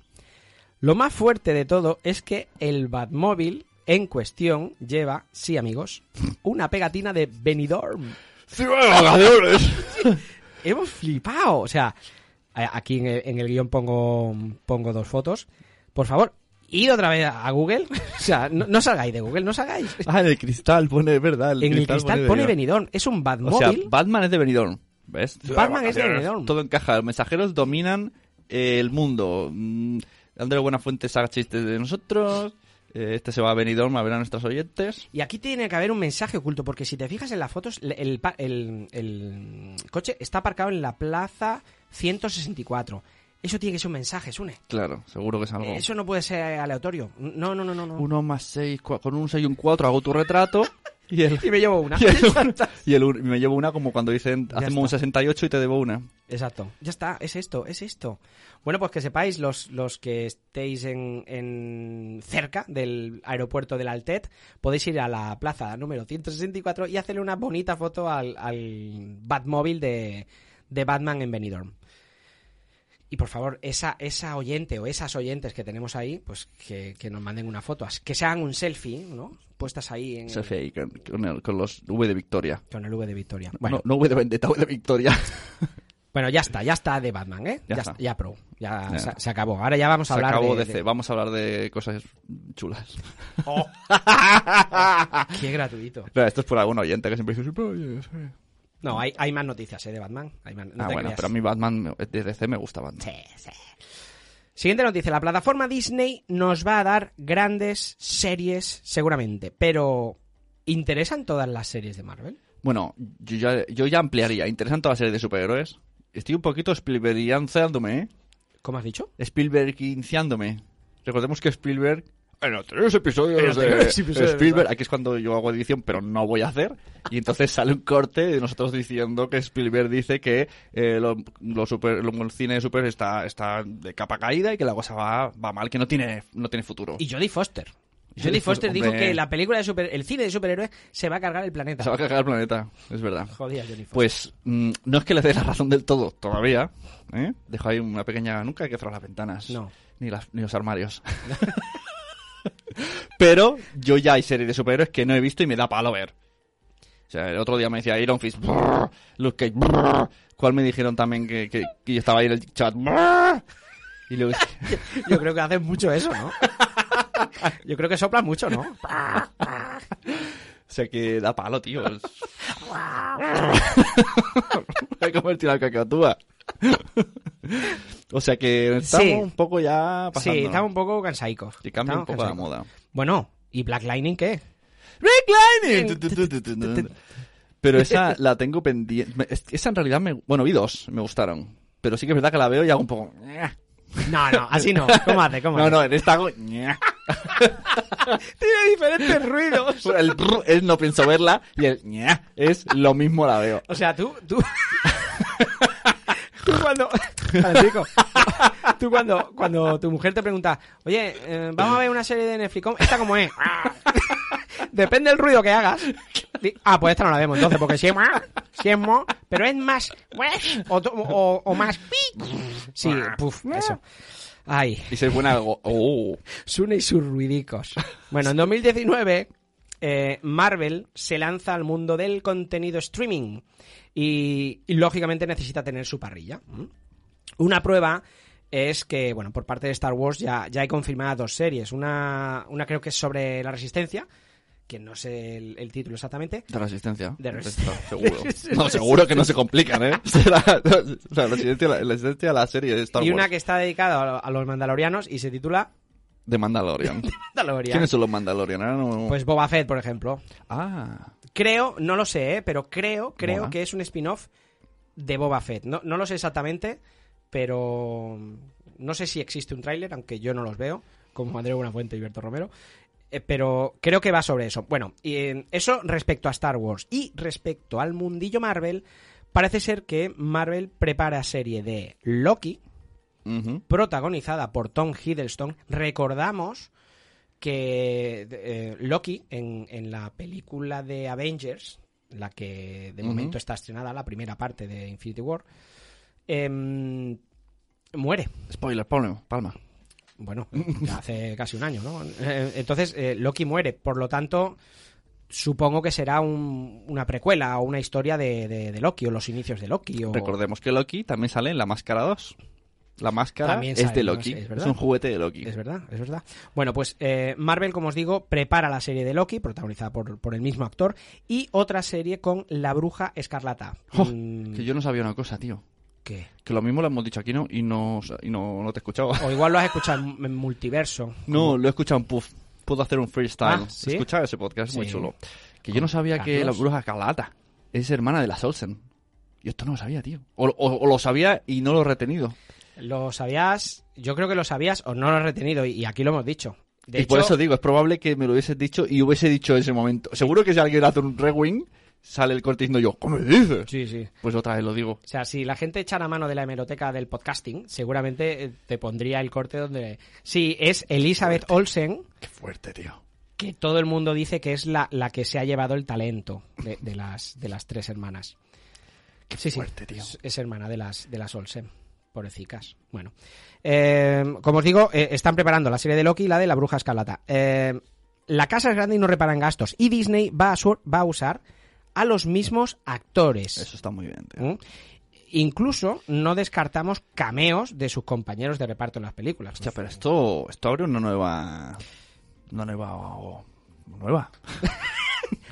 [SPEAKER 4] Lo más fuerte de todo es que el Batmóvil en cuestión lleva, sí amigos, una pegatina de Benidorm.
[SPEAKER 3] ¡Ciudad de vacaciones!
[SPEAKER 4] Hemos flipado. O sea, a- aquí en el, en el guión pongo, pongo dos fotos. Por favor, id otra vez a Google. O sea, no, no salgáis de Google, no salgáis.
[SPEAKER 3] Ah, en el cristal pone, ¿verdad?
[SPEAKER 4] En el cristal pone
[SPEAKER 3] Benidorm.
[SPEAKER 4] Benidorm. Es un
[SPEAKER 3] O sea,
[SPEAKER 4] Batmóvil.
[SPEAKER 3] Batman es de Benidorm, ¿ves?
[SPEAKER 4] Batman es de Benidorm.
[SPEAKER 3] Todo encaja. Los mensajeros dominan eh, el mundo. Mm, Andrés Buenafuente saca chistes de nosotros. Eh, este se va a Benidorm a ver a nuestros oyentes.
[SPEAKER 4] Y aquí tiene que haber un mensaje oculto, porque si te fijas en las fotos, le- el, pa- el- el coche está aparcado en la plaza 164. Eso tiene que ser un mensaje, Sune.
[SPEAKER 3] Claro, seguro que es algo.
[SPEAKER 4] Eso no puede ser aleatorio. No, no, no, no. no.
[SPEAKER 3] Uno más seis, cua- con un seis y un cuatro hago tu retrato. Y el...
[SPEAKER 4] Y me llevo una.
[SPEAKER 3] Y, el- y el un- me llevo una como cuando dicen,
[SPEAKER 4] Ya
[SPEAKER 3] hacemos un 68 y te debo una.
[SPEAKER 4] Exacto. Ya está, es esto, es esto. Bueno, pues que sepáis, los, los que estéis en, en- cerca del aeropuerto del Altet, podéis ir a la plaza número 164 y hacerle una bonita foto al, al Batmóvil de, de Batman en Benidorm. Y por favor, esa, esa oyente o esas oyentes que tenemos ahí, pues que, que nos manden una foto, as- que se hagan un selfie, ¿no? Puestas ahí en,
[SPEAKER 3] Se hace ahí con, con el- con los V de Victoria.
[SPEAKER 4] con el V de Victoria. Bueno,
[SPEAKER 3] No, no V de Vendetta, V de Victoria.
[SPEAKER 4] Bueno, ya está, ya está de Batman, ¿eh?
[SPEAKER 3] Ya
[SPEAKER 4] Ya,
[SPEAKER 3] está.
[SPEAKER 4] está, ya pro, ya,
[SPEAKER 3] Ya.
[SPEAKER 4] se, se acabó. Ahora ya vamos a
[SPEAKER 3] Se
[SPEAKER 4] hablar
[SPEAKER 3] acabó
[SPEAKER 4] de,
[SPEAKER 3] DC. Vamos a hablar de cosas chulas.
[SPEAKER 4] de- Qué gratuito.
[SPEAKER 3] Espera, esto es por algún oyente que siempre dice... "Siempre oye, sí".
[SPEAKER 4] No, hay, hay más noticias, ¿eh? De Batman. Hay más- no
[SPEAKER 3] ah,
[SPEAKER 4] te
[SPEAKER 3] bueno,
[SPEAKER 4] creas.
[SPEAKER 3] pero a mí Batman me- de DC me gusta Batman.
[SPEAKER 4] Sí, sí. Siguiente noticia. La plataforma Disney nos va a dar grandes series, seguramente. Pero, ¿interesan todas las series de Marvel?
[SPEAKER 3] Bueno, yo ya, yo ya ampliaría. Interesante la serie de superhéroes. Estoy un poquito Spielbergianzándome, ¿eh?
[SPEAKER 4] ¿Cómo has dicho?
[SPEAKER 3] Spielberginciándome. Recordemos que Spielberg... En los tres episodios
[SPEAKER 4] En los
[SPEAKER 3] de
[SPEAKER 4] tres episodios,
[SPEAKER 3] Spielberg...
[SPEAKER 4] ¿no?
[SPEAKER 3] Aquí es cuando yo hago edición, pero no voy a hacer. Y entonces sale un corte de nosotros diciendo que Spielberg dice que eh, lo, lo super- lo- el cine de super está, está de capa caída y que la cosa va, va mal, que no tiene, no tiene futuro.
[SPEAKER 4] Y Jodie Foster.
[SPEAKER 3] Jodie
[SPEAKER 4] Jodie Foster dijo
[SPEAKER 3] Hombre.
[SPEAKER 4] que la película de super... el cine de superhéroes se va a cargar el planeta.
[SPEAKER 3] Se va a cagar el planeta, es verdad.
[SPEAKER 4] Jodida Jodie Foster.
[SPEAKER 3] Pues mm, no es que le dé la razón del todo todavía. ¿eh? Dejo ahí una pequeña. Nunca hay que cerrar las ventanas.
[SPEAKER 4] No.
[SPEAKER 3] Ni, las, ni los armarios. Pero yo ya hay series de superhéroes que no he visto y me da palo ver. O sea, el otro día me decía Iron Fist, brrr, Luke Cage, brrr, cual me dijeron también que, que- que yo estaba ahí en el chat. brrr, y luego dije,
[SPEAKER 4] Yo creo que haces mucho eso, ¿no? Yo creo que soplas mucho, ¿no?
[SPEAKER 3] o sea, que da palo, tío. Es- me he convertido en la cacatúa. o sea que estamos
[SPEAKER 4] Sí.
[SPEAKER 3] un poco ya pasando.
[SPEAKER 4] Sí, estamos un poco cansaicos.
[SPEAKER 3] Que cambia un
[SPEAKER 4] Estamos
[SPEAKER 3] poco la
[SPEAKER 4] cansaicos.
[SPEAKER 3] moda.
[SPEAKER 4] Bueno, ¿y Black Lightning qué?
[SPEAKER 3] Reclining. Tu, tu, tu, tu, tu, tu. Pero esa la tengo pendiente. Me- es- Esa en realidad me. Bueno, vi dos, me gustaron. Pero sí que es verdad que la veo y hago un poco.
[SPEAKER 4] No, no, así no. ¿Cómo hace? ¿Cómo
[SPEAKER 3] No,
[SPEAKER 4] hace?
[SPEAKER 3] no, en esta hago.
[SPEAKER 4] Tiene diferentes ruidos.
[SPEAKER 3] El brr es no pienso verla y el es lo mismo la veo.
[SPEAKER 4] O sea, tú, tú... tú cuando... Francisco, tú cuando, cuando tu mujer te pregunta, oye, eh, vamos a ver una serie de Netflix, ¿cómo- ¿esta cómo es? Depende del ruido que hagas. Di- Ah, pues esta no la vemos entonces, porque si es más, si es mo, pero es más, o, to- o, o más, sí, puf, eso. Ay,
[SPEAKER 3] Y se pone algo. Oh.
[SPEAKER 4] Sune y sus ruidicos. Bueno, en 2019 eh, Marvel se lanza al mundo del contenido streaming y, y, lógicamente necesita tener su parrilla. ¿Mm? Una prueba es que, bueno, por parte de Star Wars ya, ya hay confirmadas dos series. Una, una creo que es sobre la resistencia, que no sé el- el título exactamente,
[SPEAKER 3] De resistencia.
[SPEAKER 4] De
[SPEAKER 3] resistencia.
[SPEAKER 4] Resistencia.
[SPEAKER 3] Seguro.
[SPEAKER 4] De
[SPEAKER 3] No, seguro que no se complican, ¿eh? Será- o sea, resistencia, la, resistencia a la serie de Star
[SPEAKER 4] y una
[SPEAKER 3] Wars.
[SPEAKER 4] que está dedicada a lo- a los mandalorianos y se titula
[SPEAKER 3] De Mandalorian.
[SPEAKER 4] Mandalorian.
[SPEAKER 3] ¿Quiénes son los Mandalorian? Ahora no-
[SPEAKER 4] Pues Boba Fett, por ejemplo.
[SPEAKER 3] Ah.
[SPEAKER 4] Creo, no lo sé, ¿eh? pero creo, creo
[SPEAKER 3] Mola.
[SPEAKER 4] que es un spin-off de Boba Fett. No, no lo sé exactamente, pero no sé si existe un tráiler, aunque yo no los veo, como André Buenafuente y Berto Romero. Eh, pero creo que va sobre eso. Bueno, y eh, eso respecto a Star Wars. Y respecto al mundillo Marvel, parece ser que Marvel prepara serie de Loki,
[SPEAKER 3] ujú.
[SPEAKER 4] protagonizada por Tom Hiddleston. Recordamos que eh, Loki en, en la película de Avengers la que de
[SPEAKER 6] Ujú.
[SPEAKER 4] momento está estrenada, la primera parte de Infinity War, em, muere.
[SPEAKER 3] Spoiler, ponlo, palma.
[SPEAKER 4] Bueno, ya hace casi un año, ¿no? Eh, Entonces, eh, Loki muere, por lo tanto, supongo que será un- una precuela o una historia de, de- de Loki o los inicios de Loki. O...
[SPEAKER 3] Recordemos que Loki también sale en La Máscara 2. La máscara
[SPEAKER 4] También
[SPEAKER 3] es
[SPEAKER 4] sale,
[SPEAKER 3] de
[SPEAKER 4] no
[SPEAKER 3] Loki.
[SPEAKER 4] sé, es
[SPEAKER 3] es,
[SPEAKER 4] verdad.
[SPEAKER 3] un juguete de Loki.
[SPEAKER 4] Es verdad, es verdad. Bueno, pues eh, Marvel, como os digo, prepara la serie de Loki, protagonizada por, por el mismo actor, y otra serie con La Bruja Escarlata.
[SPEAKER 3] Jo,
[SPEAKER 4] Mm,
[SPEAKER 3] Que yo no sabía una cosa, tío.
[SPEAKER 4] ¿qué?
[SPEAKER 3] Que lo mismo lo hemos dicho aquí ¿no? y no, y no, no te escuchaba.
[SPEAKER 4] O igual lo has escuchado en en multiverso.
[SPEAKER 3] No, lo he escuchado en Puff. Puedo hacer un freestyle.
[SPEAKER 4] Ah, ¿sí?
[SPEAKER 3] He escuchado ese podcast, es muy
[SPEAKER 4] Sí.
[SPEAKER 3] chulo. Que yo no sabía que la
[SPEAKER 4] Carlos.
[SPEAKER 3] bruja Calata es hermana de la Solsen. Yo esto no lo sabía, tío. O, o- o lo sabía y no lo he retenido.
[SPEAKER 4] Lo sabías, yo creo que lo sabías o no lo has retenido, y- y aquí lo hemos dicho. De
[SPEAKER 3] y por
[SPEAKER 4] hecho,
[SPEAKER 3] eso digo, es probable que me lo hubieses dicho y hubiese dicho en ese momento. Seguro que si alguien hace un rewind, sale el corte diciendo yo, ¿cómo me dices?
[SPEAKER 4] Sí, sí.
[SPEAKER 3] Pues otra vez lo digo.
[SPEAKER 4] O sea, si la gente echara mano de la hemeroteca del podcasting, seguramente eh, te pondría el corte donde... Sí, es Elizabeth Olsen,
[SPEAKER 3] Qué fuerte, tío.
[SPEAKER 4] que todo el mundo dice que es la, la que se ha llevado el talento de, de las, de las tres hermanas. sí,
[SPEAKER 3] fuerte, tío.
[SPEAKER 4] Es, es hermana de las, de las Olsen, pobrecicas. Bueno, Eh, como os digo, eh, están preparando la serie de Loki y la de la Bruja Escarlata. Eh, la casa es grande y no reparan gastos. Y Disney va a, su- va a usar a los mismos actores.
[SPEAKER 3] Eso está muy bien, tío.
[SPEAKER 4] ¿Mm? Incluso no descartamos cameos de sus compañeros de reparto en las películas.
[SPEAKER 3] Hostia, pero esto, esto abre una nueva. Una nueva. Nueva.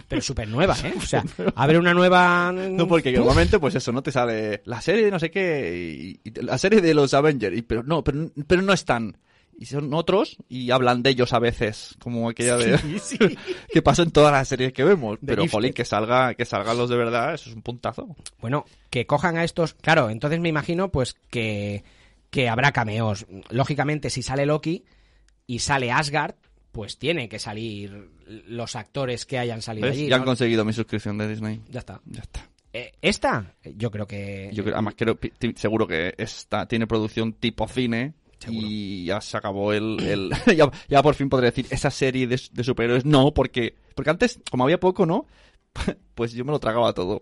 [SPEAKER 4] Pero súper nueva, ¿eh? O sea, abre una nueva...
[SPEAKER 3] No, porque que normalmente, pues eso, no te sale la serie de no sé qué, y, y la serie de los Avengers, y- pero no, pero, pero no están. Y son otros, y hablan de ellos a veces, como aquella de... que pasa en todas las series que vemos.
[SPEAKER 4] De
[SPEAKER 3] Pero,
[SPEAKER 4] Gifted.
[SPEAKER 3] jolín, que, salga, que salgan los de verdad, eso es un puntazo.
[SPEAKER 4] Bueno, que cojan a estos. Claro, entonces me imagino pues que, que habrá cameos. Lógicamente, si sale Loki y sale Asgard, pues tienen que salir los actores que hayan salido
[SPEAKER 3] ¿Ves?
[SPEAKER 4] allí.
[SPEAKER 3] Ya han
[SPEAKER 4] ¿no?
[SPEAKER 3] conseguido mi suscripción de Disney.
[SPEAKER 4] Ya está.
[SPEAKER 3] Ya está.
[SPEAKER 4] Eh, ¿Esta? Yo creo que.
[SPEAKER 3] Yo creo- además, creo, pi- ti- seguro que está, tiene producción tipo cine.
[SPEAKER 4] Seguro.
[SPEAKER 3] Y ya se acabó el... el- ya, ya por fin podré decir, esa serie de, de superhéroes, no, porque... Porque antes, como había poco, ¿no? Pues yo me lo tragaba todo.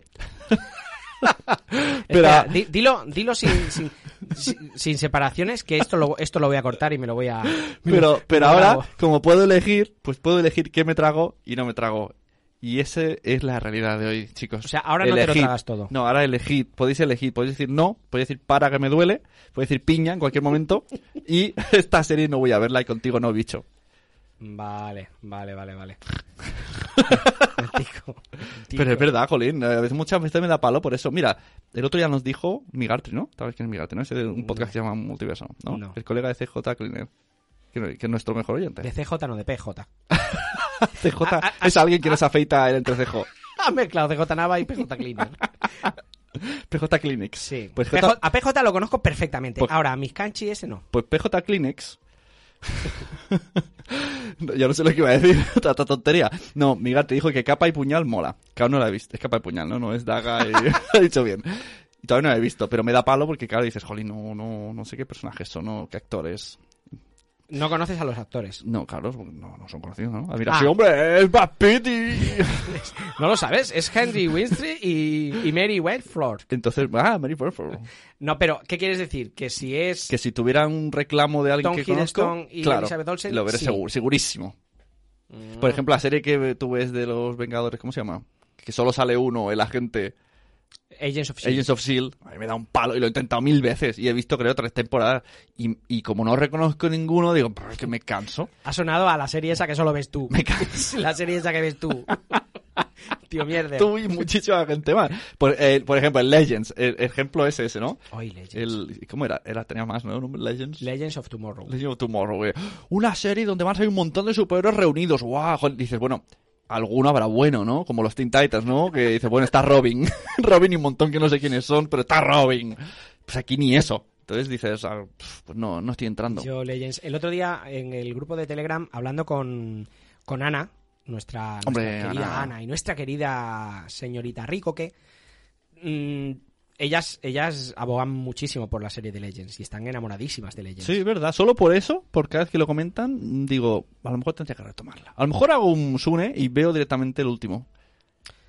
[SPEAKER 4] Espera,
[SPEAKER 3] pero-
[SPEAKER 4] di- dilo dilo sin, sin, sin- sin separaciones, que esto lo, esto lo voy a cortar y me lo voy a.
[SPEAKER 3] Pero, pero
[SPEAKER 4] me lo
[SPEAKER 3] ahora,
[SPEAKER 4] hago.
[SPEAKER 3] como puedo elegir, pues puedo elegir qué me trago y no me trago. Y esa es la realidad de hoy, chicos.
[SPEAKER 4] O sea, ahora no te lo
[SPEAKER 3] Elegid.
[SPEAKER 4] tragas todo.
[SPEAKER 3] No, ahora elegid. Podéis elegir. Podéis decir no, podéis decir para que me duele, podéis decir piña en cualquier momento. y esta serie no voy a verla y contigo no, bicho.
[SPEAKER 4] Vale, vale, vale, vale. Tico, tico.
[SPEAKER 3] Pero es verdad, Jolín. a veces- Muchas veces me da palo por eso. Mira, el otro día nos dijo Migartri, ¿no? Sabes quién es Migartri, ¿no? Ese de un podcast que se llama Multiverso, ¿no?
[SPEAKER 4] No.
[SPEAKER 3] El colega de CJ Cleaner. Que que es nuestro mejor oyente.
[SPEAKER 4] De CJ no, de PJ.
[SPEAKER 3] CJ
[SPEAKER 4] Ah, ah,
[SPEAKER 3] es alguien que nos afeita el entrecejo.
[SPEAKER 4] Ha mezclado CJ Nava y PJ Cleaner.
[SPEAKER 3] PJ Clinics.
[SPEAKER 4] Sí.
[SPEAKER 3] Pues
[SPEAKER 4] PJ
[SPEAKER 3] J-
[SPEAKER 4] a PJ lo conozco perfectamente.
[SPEAKER 3] Pues-
[SPEAKER 4] Ahora, a Miscanchi ese no.
[SPEAKER 3] Pues PJ Clinics. No, ya no sé lo que iba a decir, tanta tontería. No, mi gato dijo que capa y puñal mola. Claro, no la he visto. Es capa y puñal, ¿no? No es daga y... Lo he dicho bien. Y todavía no la he visto, pero me da palo porque, claro, dices, jolín, no, no, no sé qué personajes son, no, qué actores.
[SPEAKER 4] No conoces a los actores.
[SPEAKER 3] No, claro, no, no son conocidos, ¿no? Ah, mira,
[SPEAKER 4] Ah.
[SPEAKER 3] sí, hombre, es Brad Pitt y-
[SPEAKER 4] No lo sabes, es Henry Winstry y, y Mary Whiteford.
[SPEAKER 3] Entonces, ah, Mary Purple.
[SPEAKER 4] No, pero, ¿qué quieres decir? Que si es...
[SPEAKER 3] Que si tuviera un reclamo de alguien
[SPEAKER 4] Tom
[SPEAKER 3] que conozco,
[SPEAKER 4] Hiddleston y
[SPEAKER 3] claro,
[SPEAKER 4] Elizabeth Olsen,
[SPEAKER 3] lo veré
[SPEAKER 4] sí. Mm.
[SPEAKER 3] seguro, segurísimo. Por ejemplo, la serie que tú ves de los Vengadores, ¿cómo se llama? Que solo sale uno, el agente
[SPEAKER 4] Agents of S.H.I.E.L.D.
[SPEAKER 3] Agents of S.H.I.E.L.D. E A mí me da un palo y lo he intentado mil veces y he visto, creo, tres temporadas. Y, y como no reconozco ninguno, digo, "Pero es que me canso.
[SPEAKER 4] Ha sonado a la serie esa que solo ves tú.
[SPEAKER 3] Me canso.
[SPEAKER 4] La serie esa que ves tú. Tío mierda.
[SPEAKER 3] Tú y muchísima gente más. Por, eh, por ejemplo, el Legends, el ejemplo es ese, ¿no?
[SPEAKER 4] Hoy, Oh, Legends.
[SPEAKER 3] El, ¿Cómo era? era? Tenía más, ¿no? Legends.
[SPEAKER 4] Legends of Tomorrow.
[SPEAKER 3] Legend of Tomorrow, güey. Una serie donde van a salir un montón de superhéroes reunidos. ¡Guau! Joder, Dices, bueno, alguno habrá bueno, ¿no? Como los Teen Titans, ¿no? Que dices, bueno, está Robin. Robin y un montón que no sé quiénes son, pero está Robin. Pues aquí ni eso. Entonces dices, ah, pf, pues no, no estoy entrando.
[SPEAKER 4] Yo, Legends. El otro día en el grupo de Telegram, hablando con, con Ana, nuestra, nuestra
[SPEAKER 3] Hombre,
[SPEAKER 4] querida Ana.
[SPEAKER 3] Ana.
[SPEAKER 4] y nuestra querida señorita Rico, que mm, ellas, ellas abogan muchísimo por la serie de Legends y están enamoradísimas de Legends.
[SPEAKER 3] Sí, es verdad. Solo por eso, por cada vez que lo comentan, digo, a lo mejor tendría que retomarla. A lo mejor hago un Sune y veo directamente el último.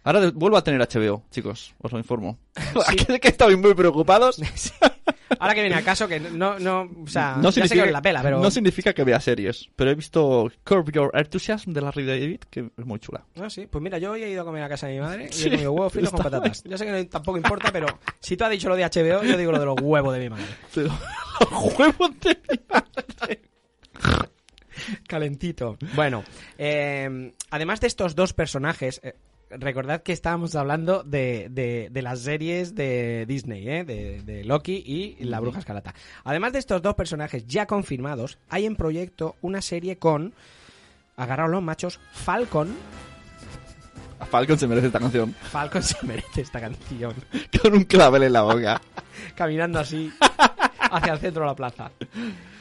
[SPEAKER 3] Ahora de- vuelvo a tener HBO, chicos, os lo informo. que, que estáis muy preocupados.
[SPEAKER 4] Ahora que viene al caso, que no, no, o sea,
[SPEAKER 3] no,
[SPEAKER 4] ya sé que
[SPEAKER 3] significa,
[SPEAKER 4] no es la pela, pero...
[SPEAKER 3] no significa que vea series, pero he visto Curb Your Enthusiasm de Larry David, que es muy chula.
[SPEAKER 4] Ah, sí. Pues mira, yo hoy he ido a comer a casa de mi madre y
[SPEAKER 3] Sí,
[SPEAKER 4] he comido huevos fritos con
[SPEAKER 3] está bien.
[SPEAKER 4] patatas. Yo sé que no- tampoco importa, pero si tú has dicho lo de HBO, yo digo lo de los huevos de mi madre.
[SPEAKER 3] Pero- Juego de mi madre.
[SPEAKER 4] Calentito. Bueno, eh, además de estos dos personajes, eh, recordad que estábamos hablando de, de- de las series de Disney, ¿eh? de, de Loki y La Bruja Escarlata. Además de estos dos personajes ya confirmados, hay en proyecto una serie con, agarraos los machos, Falcon.
[SPEAKER 3] A Falcon se merece esta canción.
[SPEAKER 4] Falcon se merece esta canción.
[SPEAKER 3] Con un clavel en la boca.
[SPEAKER 4] caminando así hacia el centro de la plaza.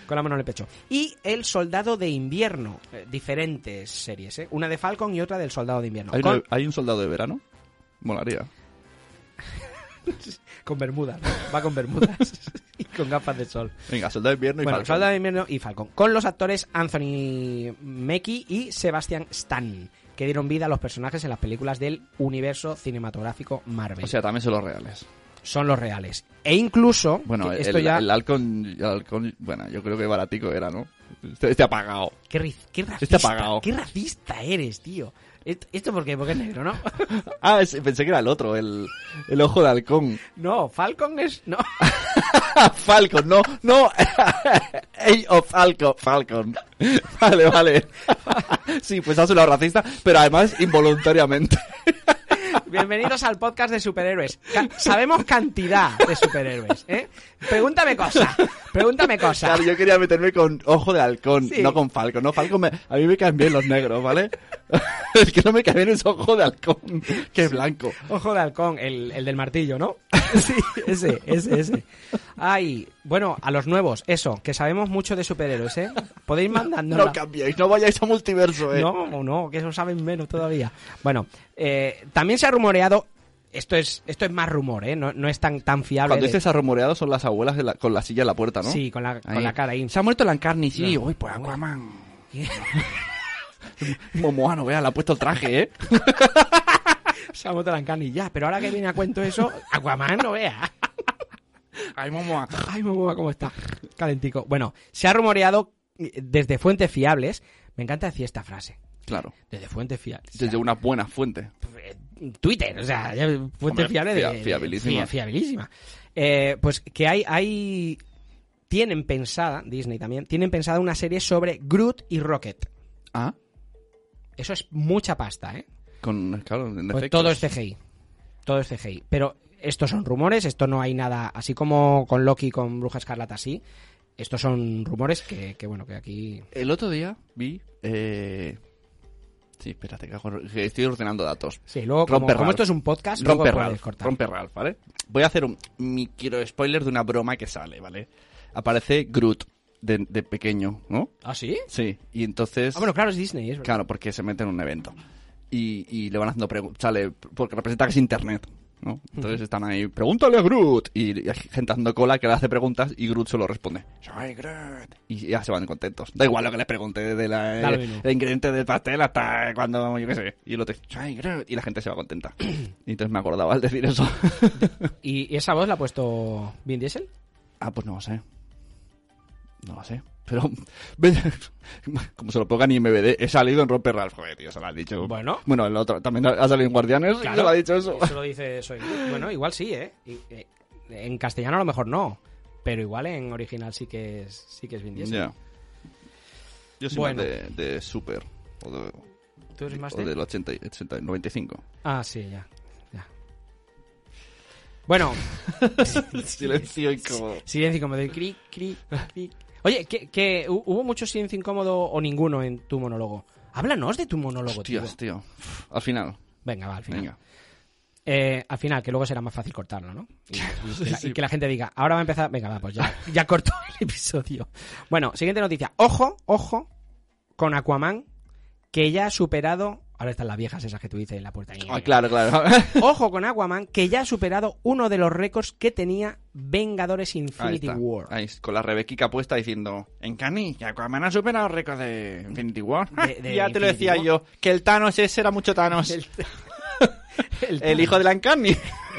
[SPEAKER 4] Con la mano en el pecho. Y El Soldado de Invierno. Eh, diferentes series, ¿eh? Una de Falcon y otra del Soldado de Invierno.
[SPEAKER 3] ¿Hay,
[SPEAKER 4] Con,
[SPEAKER 3] una- hay un soldado de verano? Molaría.
[SPEAKER 4] con bermudas. ¿no? Va con bermudas. y con gafas de sol.
[SPEAKER 3] Venga, soldado de invierno y
[SPEAKER 4] Bueno, El
[SPEAKER 3] Falcon.
[SPEAKER 4] Soldado de Invierno y Falcon. Con los actores Anthony Mackie y Sebastian Stan. Que dieron vida a los personajes en las películas del universo cinematográfico Marvel.
[SPEAKER 3] O sea, también son los reales.
[SPEAKER 4] son los reales. E incluso.
[SPEAKER 3] Bueno,
[SPEAKER 4] que
[SPEAKER 3] el,
[SPEAKER 4] esto
[SPEAKER 3] el-
[SPEAKER 4] ya.
[SPEAKER 3] el halcón, el halcón, bueno, yo creo que baratico era, ¿no? Este, este apagado.
[SPEAKER 4] Qué, riz- qué
[SPEAKER 3] Está
[SPEAKER 4] racista.
[SPEAKER 3] apagado.
[SPEAKER 4] Qué racista eres, tío. Est- Esto porque, porque es negro, ¿no?
[SPEAKER 3] Ah, es- pensé que era el otro, el, el ojo de halcón.
[SPEAKER 4] No, Falcon es. No.
[SPEAKER 3] Falcon, no, no. Ey, o Falcon, Falcon. Vale, vale. Sí, pues ha sido racista, pero además involuntariamente.
[SPEAKER 4] Bienvenidos al podcast de superhéroes. Ca- sabemos cantidad de superhéroes, ¿eh? Pregúntame cosa. Pregúntame cosa.
[SPEAKER 3] Claro, yo quería meterme con ojo de halcón,
[SPEAKER 4] Sí.
[SPEAKER 3] no con Falcon. No, Falcon me- a mí me caen bien los negros, ¿vale? El que no me cae bien es ojo de halcón, que es blanco.
[SPEAKER 4] Ojo de halcón, el, el del martillo, ¿no? Sí, ese, ese, ese. Ay, bueno, a los nuevos, eso, que sabemos mucho de superhéroes, ¿eh? Podéis
[SPEAKER 3] No,
[SPEAKER 4] mandándonos.
[SPEAKER 3] cambiéis, no vayáis a multiverso, eh.
[SPEAKER 4] No, no, que eso saben menos todavía. Bueno, eh, también se ha rumoreado. Esto es, esto es más rumor, ¿eh? No, no es tan, tan fiable.
[SPEAKER 3] Cuando
[SPEAKER 4] de-
[SPEAKER 3] dices arrumoreado son las abuelas de la- con la silla en la puerta, ¿no?
[SPEAKER 4] eh. Sí, con la,
[SPEAKER 3] Ahí.
[SPEAKER 4] con la cara ahí.
[SPEAKER 3] Se ha muerto Lancarni, sí.
[SPEAKER 4] No.
[SPEAKER 3] Uy, pues Aquaman. Momoano, vea, le ha puesto el traje, ¿eh?
[SPEAKER 4] Se ha muerto la encana y ya. Pero ahora que viene a cuento eso, Aquaman no vea.
[SPEAKER 3] Ay, Momoa.
[SPEAKER 4] Ay, mamá, cómo está. Calentico. Bueno, se ha rumoreado eh, desde fuentes fiables. Me encanta decir esta frase.
[SPEAKER 3] Claro,
[SPEAKER 4] Desde fuentes fiables.
[SPEAKER 3] desde una buena fuente.
[SPEAKER 4] Twitter, o sea, ya fuente
[SPEAKER 3] Hombre,
[SPEAKER 4] fiable de,
[SPEAKER 3] fia-
[SPEAKER 4] de-
[SPEAKER 3] fiabilísima.
[SPEAKER 4] fia- fiabilísima. Eh, pues que hay, hay tienen pensada, Disney también, tienen pensada una serie sobre Groot y Rocket.
[SPEAKER 3] Ah,
[SPEAKER 4] Eso es mucha pasta, ¿eh?
[SPEAKER 3] con, claro, en
[SPEAKER 4] Pues
[SPEAKER 3] efectos.
[SPEAKER 4] todo es CGI. Todo es CGI. Pero estos son rumores, esto no hay nada, así como con Loki, con Bruja Escarlata, sí. Estos son rumores que, que, bueno, que aquí...
[SPEAKER 3] El otro día vi... Eh... Sí, espérate, que hago- que estoy ordenando datos.
[SPEAKER 4] Sí, luego, como,
[SPEAKER 3] Romper
[SPEAKER 4] como
[SPEAKER 3] Ralph.
[SPEAKER 4] esto es un podcast, luego
[SPEAKER 3] Romper
[SPEAKER 4] puedes
[SPEAKER 3] Ralph,
[SPEAKER 4] cortar.
[SPEAKER 3] romper Ralph, ¿vale? Voy a hacer un micro spoiler de una broma que sale, ¿vale? Aparece Groot de, de pequeño, ¿no?
[SPEAKER 4] ¿Ah, sí?
[SPEAKER 3] Sí, y entonces...
[SPEAKER 4] Ah, bueno, claro, es Disney, es verdad.
[SPEAKER 3] Claro, porque se mete en un evento. Y, y le van haciendo preguntas. Sale, porque representa que es internet. ¿no? Entonces están ahí, pregúntale a Groot. Y, y hay gente dando cola que le hace preguntas y Groot solo responde, soy Groot. Y ya se van contentos. Da igual lo que le pregunte de la,
[SPEAKER 4] Da lo mismo.
[SPEAKER 3] el ingrediente del pastel hasta cuando, yo qué sé. Y el otro, soy Groot. Y la gente se va contenta. y entonces me acordaba al decir eso.
[SPEAKER 4] ¿Y y esa voz la ha puesto Vin Diesel?
[SPEAKER 3] ah, pues no lo sé. No lo sé. Pero, ve- como se lo pongan en MBD, he salido en Romper Ralph. Joder, tío, se lo has dicho.
[SPEAKER 4] Bueno.
[SPEAKER 3] Bueno, el otro también ha salido en Guardianes y se lo ha dicho eso.
[SPEAKER 4] lo dice soy. Bueno, igual sí, ¿eh? Y- eh, En castellano a lo mejor no, pero igual en original sí que es, sí que es Vin Diesel.
[SPEAKER 3] Ya. Yo soy
[SPEAKER 4] Bueno.
[SPEAKER 3] más de, de Super. O, de,
[SPEAKER 4] ¿Tú eres más
[SPEAKER 3] o
[SPEAKER 4] de-
[SPEAKER 3] del 80, y- 80 y 95.
[SPEAKER 4] Ah, sí, ya. ya. Bueno,
[SPEAKER 3] Silencio y como...
[SPEAKER 4] silencio incómodo. y Cric, cric, cric. Oye, que, que hu- hubo mucho silencio incómodo o ninguno en tu monólogo. Háblanos de tu monólogo, tío.
[SPEAKER 3] Hostias, tío. Uf, Al final.
[SPEAKER 4] Venga, va, al final.
[SPEAKER 3] Venga.
[SPEAKER 4] Eh, al final, que luego será más fácil cortarlo, ¿no? Y, y que la,
[SPEAKER 3] Sí.
[SPEAKER 4] y que la gente diga, ahora va a empezar. Venga, va, pues ya, ya corto el episodio. Bueno, siguiente noticia. Ojo, ojo, con Aquaman, que ya ha superado. Ahora están las viejas esas que tú dices en la puerta.
[SPEAKER 3] Ah, claro, claro.
[SPEAKER 4] Ojo con Aquaman, que ya ha superado uno de los récords que tenía Vengadores
[SPEAKER 3] Ahí
[SPEAKER 4] Infinity
[SPEAKER 3] está.
[SPEAKER 4] War.
[SPEAKER 3] Ahí, con la Rebequica puesta diciendo: En Cani, que Aquaman ha superado el récord de Infinity War.
[SPEAKER 4] De- de
[SPEAKER 3] ya te lo
[SPEAKER 4] Infinity
[SPEAKER 3] decía
[SPEAKER 4] War.
[SPEAKER 3] yo, que el Thanos ese era mucho Thanos.
[SPEAKER 4] El- El,
[SPEAKER 3] El hijo de la Encarni.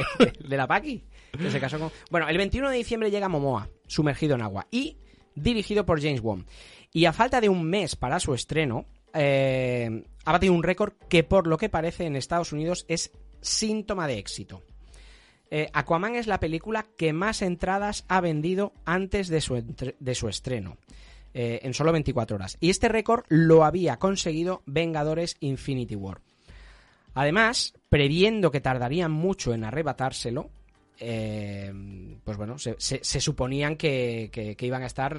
[SPEAKER 4] de la Paki. Que se casó con... Bueno, el 21 de diciembre llega Momoa, sumergido en agua, y dirigido por James Wan. Y a falta de un mes para su estreno, eh, ha batido un récord que por lo que parece en Estados Unidos es síntoma de éxito. Eh, Aquaman es la película que más entradas ha vendido antes de su, entre- de su estreno, eh, en solo 24 horas. Y este récord lo había conseguido Vengadores Infinity War. Además, previendo que tardarían mucho en arrebatárselo, eh, pues bueno, se, se- se suponían que, que- que iban a estar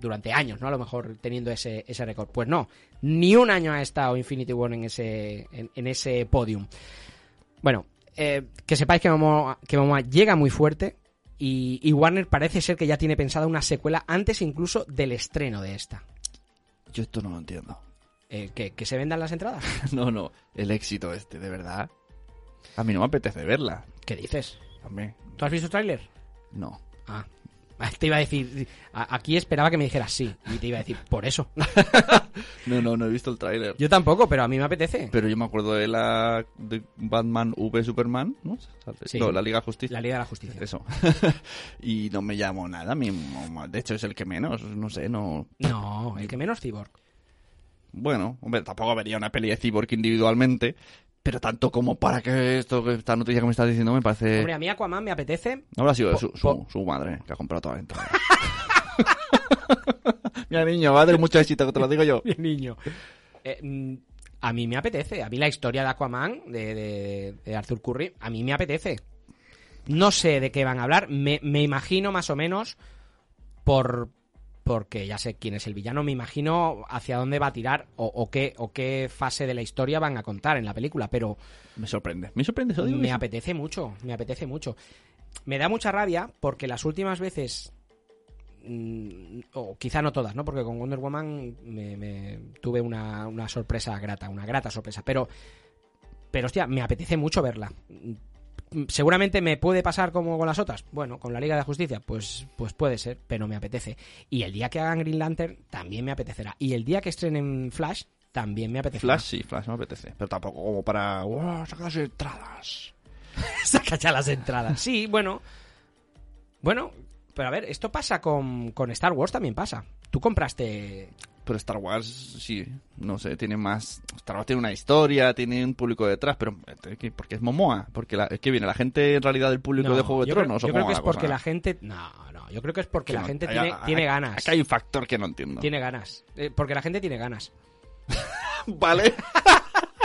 [SPEAKER 4] durante años, ¿no? A lo mejor teniendo ese, ese récord. Pues no, ni un año ha estado Infinity War en ese, en, en ese podium. Bueno, eh, que sepáis que Momoa, que Momoa llega muy fuerte y, y Warner parece ser que ya tiene pensada una secuela antes incluso del estreno de esta.
[SPEAKER 3] Yo esto no lo entiendo.
[SPEAKER 4] Eh, ¿que, que se vendan las entradas?
[SPEAKER 3] No, no, el éxito este, de verdad. A mí no me apetece verla.
[SPEAKER 4] ¿Qué dices?
[SPEAKER 3] Hombre,
[SPEAKER 4] ¿Tú has visto el tráiler?
[SPEAKER 3] no.
[SPEAKER 4] Ah, te iba a decir, a- aquí esperaba que me dijeras sí, y te iba a decir, por eso.
[SPEAKER 3] No, no, no he visto el tráiler.
[SPEAKER 4] Yo tampoco, pero a mí me apetece.
[SPEAKER 3] Pero yo me acuerdo de la de Batman V Superman, ¿no?
[SPEAKER 4] Sí.
[SPEAKER 3] No, la Liga de Justicia.
[SPEAKER 4] La Liga de la Justicia.
[SPEAKER 3] Eso. y no me llamó nada mismo. De hecho, es el que menos. No sé, no.
[SPEAKER 4] No, el que menos Cyborg.
[SPEAKER 3] Bueno, hombre, tampoco vería una peli de Cyborg individualmente. Pero tanto como para que esto, que esta noticia que me estás diciendo me parece.
[SPEAKER 4] Hombre, a mí Aquaman me apetece.
[SPEAKER 3] No habrá sido
[SPEAKER 4] Po-
[SPEAKER 3] su, su-
[SPEAKER 4] po-
[SPEAKER 3] su madre que ha comprado toda la entrada. Mira, niño, va a tener mucho éxito, que te lo digo yo.
[SPEAKER 4] Bien, niño. Eh, mm, a mí me apetece. A mí la historia de Aquaman, de, de- de Arthur Curry, a mí me apetece. No sé de qué van a hablar. Me, me imagino más o menos por porque ya sé quién es el villano. Me imagino hacia dónde va a tirar o, o qué, o qué fase de la historia van a contar en la película. Pero
[SPEAKER 3] Me sorprende. Me sorprende eso. digo que
[SPEAKER 4] me
[SPEAKER 3] sí.
[SPEAKER 4] apetece mucho, me apetece mucho. Me da mucha rabia porque las últimas veces, mm, o quizá no todas, ¿no? Porque con Wonder Woman me, me tuve una, una sorpresa grata, una grata sorpresa. Pero, pero hostia, me apetece mucho verla. Mm, Seguramente me puede pasar como con las otras. Bueno, con la Liga de la Justicia, pues, pues puede ser, pero me apetece. Y el día que hagan Green Lantern, también me apetecerá. Y el día que estrenen Flash, también me apetecerá.
[SPEAKER 3] Flash sí, Flash me apetece. Pero tampoco como para. ¡Wow! ¡Sacas entradas!
[SPEAKER 4] Saca ya las entradas. Sí, bueno. Bueno, pero a ver, esto pasa con, con Star Wars, también pasa. Tú compraste...
[SPEAKER 3] Pero Star Wars, sí, no sé, tiene más. Star Wars tiene una historia, tiene un público detrás, pero. eh, Porque es Momoa. Porque la- es que viene la gente en realidad del público
[SPEAKER 4] No,
[SPEAKER 3] de Juego de
[SPEAKER 4] yo creo-
[SPEAKER 3] Tronos.
[SPEAKER 4] yo
[SPEAKER 3] o
[SPEAKER 4] creo
[SPEAKER 3] cómo
[SPEAKER 4] que
[SPEAKER 3] va
[SPEAKER 4] es
[SPEAKER 3] cosa?
[SPEAKER 4] porque la gente... No, no, yo creo que es porque
[SPEAKER 3] Que
[SPEAKER 4] la
[SPEAKER 3] no,
[SPEAKER 4] gente
[SPEAKER 3] hay-
[SPEAKER 4] tiene,
[SPEAKER 3] hay-
[SPEAKER 4] tiene
[SPEAKER 3] hay-
[SPEAKER 4] ganas.
[SPEAKER 3] Aquí hay un factor que no entiendo.
[SPEAKER 4] Tiene ganas. Eh, porque la gente tiene ganas.
[SPEAKER 3] Vale.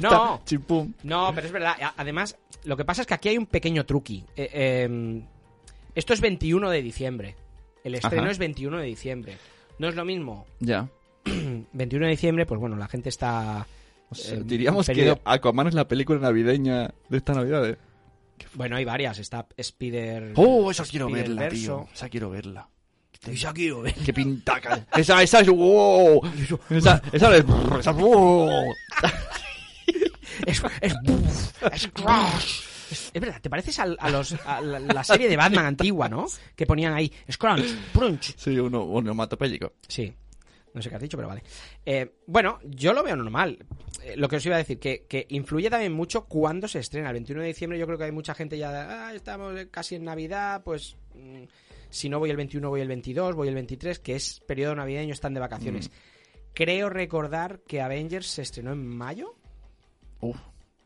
[SPEAKER 4] No,
[SPEAKER 3] Chimpum.
[SPEAKER 4] no, pero es verdad. A- Además, lo que pasa es que aquí hay un pequeño truqui. Eh, eh, esto es 21 de diciembre. El estreno
[SPEAKER 3] Ajá.
[SPEAKER 4] es 21 de diciembre. No es lo mismo.
[SPEAKER 3] Ya.
[SPEAKER 4] 21 de diciembre, pues bueno, la gente está...
[SPEAKER 3] O sea,
[SPEAKER 4] Eh,
[SPEAKER 3] diríamos
[SPEAKER 4] periodo-
[SPEAKER 3] que Aquaman es la película navideña de estas navidades.
[SPEAKER 4] Bueno, hay varias. Está Spider.
[SPEAKER 3] ¡Oh, esa quiero
[SPEAKER 4] Spider
[SPEAKER 3] verla,
[SPEAKER 4] Verso.
[SPEAKER 3] tío! Esa quiero verla.
[SPEAKER 4] Esa quiero ver.
[SPEAKER 3] ¡Qué pintaca! ¡Esa, esa es... ¡Wow! Esa, esa es... ¡Esa wow.
[SPEAKER 4] Es, es, es Crash. Es, es verdad, te pareces al- a, los, a la, la serie de Batman antigua, ¿no? Que ponían ahí Scrunch, Crunch.
[SPEAKER 3] Sí, uno, un onomatopéyico.
[SPEAKER 4] Sí. No sé qué has dicho, pero vale. Eh, bueno, yo lo veo normal. Eh, lo que os iba a decir, que, que influye también mucho cuando se estrena. El 21 de diciembre yo creo que hay mucha gente ya... de, Ah, estamos casi en Navidad, pues... mm, Si no voy el 21, voy el 22, voy el 23, que es periodo navideño, están de vacaciones. Creo recordar que Avengers se estrenó en mayo.
[SPEAKER 3] Uf.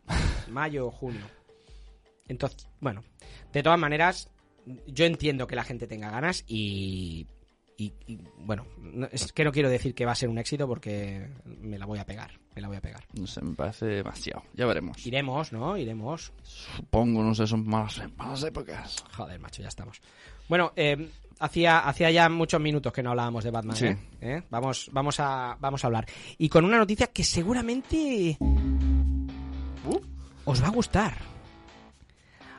[SPEAKER 4] Mayo o junio. Entonces, bueno. De todas maneras, yo entiendo que la gente tenga ganas y y, y, bueno, no- es que no quiero decir que va a ser un éxito porque me la voy a pegar, me la voy a pegar.
[SPEAKER 3] No sé, me parece demasiado. Ya veremos.
[SPEAKER 4] Iremos, ¿no? Iremos.
[SPEAKER 3] Supongo, no sé, son malas, malas épocas.
[SPEAKER 4] Joder, macho, ya estamos. Bueno, eh, hacía, hacía ya muchos minutos que no hablábamos de Batman.
[SPEAKER 3] Sí.
[SPEAKER 4] ¿eh? ¿Eh? Vamos, vamos, a, vamos a hablar. Y con una noticia que seguramente
[SPEAKER 3] Uh.
[SPEAKER 4] os va a gustar.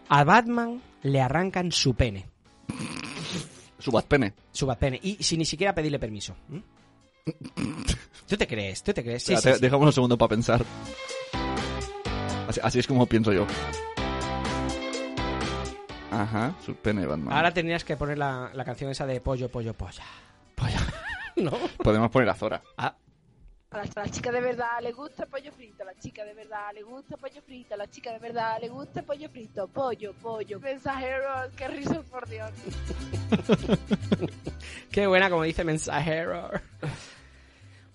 [SPEAKER 4] A Batman le arrancan su pene,
[SPEAKER 3] Subatpene.
[SPEAKER 4] su Batpene, y sin ni siquiera pedirle permiso. ¿Mm? ¿Tú te crees? ¿Tú te crees? Sí,
[SPEAKER 3] Espera, te-
[SPEAKER 4] sí, sí.
[SPEAKER 3] Dejamos un segundo para pensar. Así, así es como pienso yo. Ajá, su pene Batman.
[SPEAKER 4] Ahora tendrías que poner la, la canción esa de pollo, pollo, polla. Polla. ¿No?
[SPEAKER 3] Podemos poner a Zora.
[SPEAKER 4] Ah.
[SPEAKER 8] A la, a la chica de verdad le gusta el pollo frito, a la chica de verdad le gusta el pollo frito, a la chica de verdad le gusta el pollo frito, pollo, pollo. Mensajeros, qué risa, por Dios.
[SPEAKER 4] Qué buena, como dice mensajero.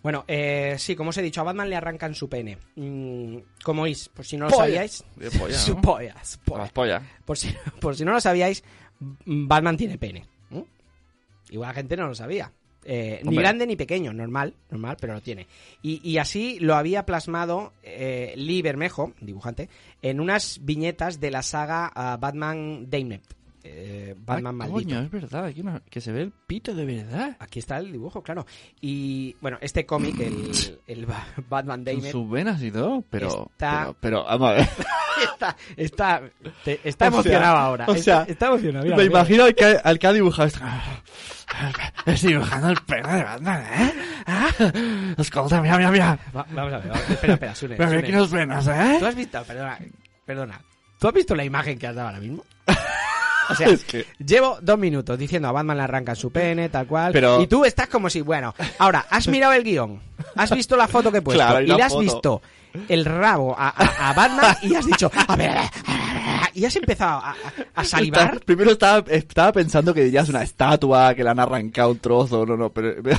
[SPEAKER 4] Bueno, eh, sí, como os he dicho, a Batman le arrancan su pene. Mm, como is, por si no lo
[SPEAKER 3] Polla.
[SPEAKER 4] sabíais.
[SPEAKER 3] De polla,
[SPEAKER 4] Su
[SPEAKER 3] ¿no?
[SPEAKER 4] polla, su polla.
[SPEAKER 3] Las pollas.
[SPEAKER 4] Por si, por si no lo sabíais, Batman tiene pene. ¿Mm? Igual la gente no lo sabía. Eh, ni
[SPEAKER 3] Hombre.
[SPEAKER 4] grande ni pequeño, normal, normal, pero lo tiene. Y, y así lo había plasmado eh, Lee Bermejo, dibujante, en unas viñetas de la saga ah, Batman Damned. Eh, Batman
[SPEAKER 3] Ah,
[SPEAKER 4] maldito.
[SPEAKER 3] coño, es verdad, aquí no- que se ve el pito de verdad.
[SPEAKER 4] Aquí está el dibujo, claro. Y bueno, este cómic, el, el Ba- Batman
[SPEAKER 3] Con
[SPEAKER 4] Damned,
[SPEAKER 3] sus venas y todo, pero...
[SPEAKER 4] Está-
[SPEAKER 3] Pero, pero, vamos a ver.
[SPEAKER 4] está, está, te-
[SPEAKER 3] O
[SPEAKER 4] está
[SPEAKER 3] sea,
[SPEAKER 4] emocionado ahora.
[SPEAKER 3] o
[SPEAKER 4] Está-
[SPEAKER 3] sea,
[SPEAKER 4] está emocionado. mira,
[SPEAKER 3] Me
[SPEAKER 4] mira.
[SPEAKER 3] imagino al que, al que ha dibujado esto. Estoy dibujando el pene de Batman, ¿eh? ¿Ah? Escolta, mira, mira, mira.
[SPEAKER 4] Va- vamos a ver, vamos- espera, espera, Sune,
[SPEAKER 3] Mira, mira
[SPEAKER 4] Sune.
[SPEAKER 3] aquí los venas, ¿eh?
[SPEAKER 4] ¿Tú has visto, perdona, perdona, ¿tú has visto la imagen que has dado ahora mismo? O sea,
[SPEAKER 3] Es que...
[SPEAKER 4] llevo dos minutos diciendo a Batman le arrancan su pene, tal cual.
[SPEAKER 3] Pero-
[SPEAKER 4] Y tú estás como si, bueno, ahora, has mirado el guión, has visto la foto que he puesto
[SPEAKER 3] Claro, y
[SPEAKER 4] y,
[SPEAKER 3] la
[SPEAKER 4] le has
[SPEAKER 3] foto.
[SPEAKER 4] visto el rabo a, a- a Batman y has dicho, a ver, y has empezado a, a- a
[SPEAKER 3] Está-
[SPEAKER 4] salivar.
[SPEAKER 3] primero estaba, estaba pensando que dirías una estatua, que le han arrancado un trozo, no, no, pero...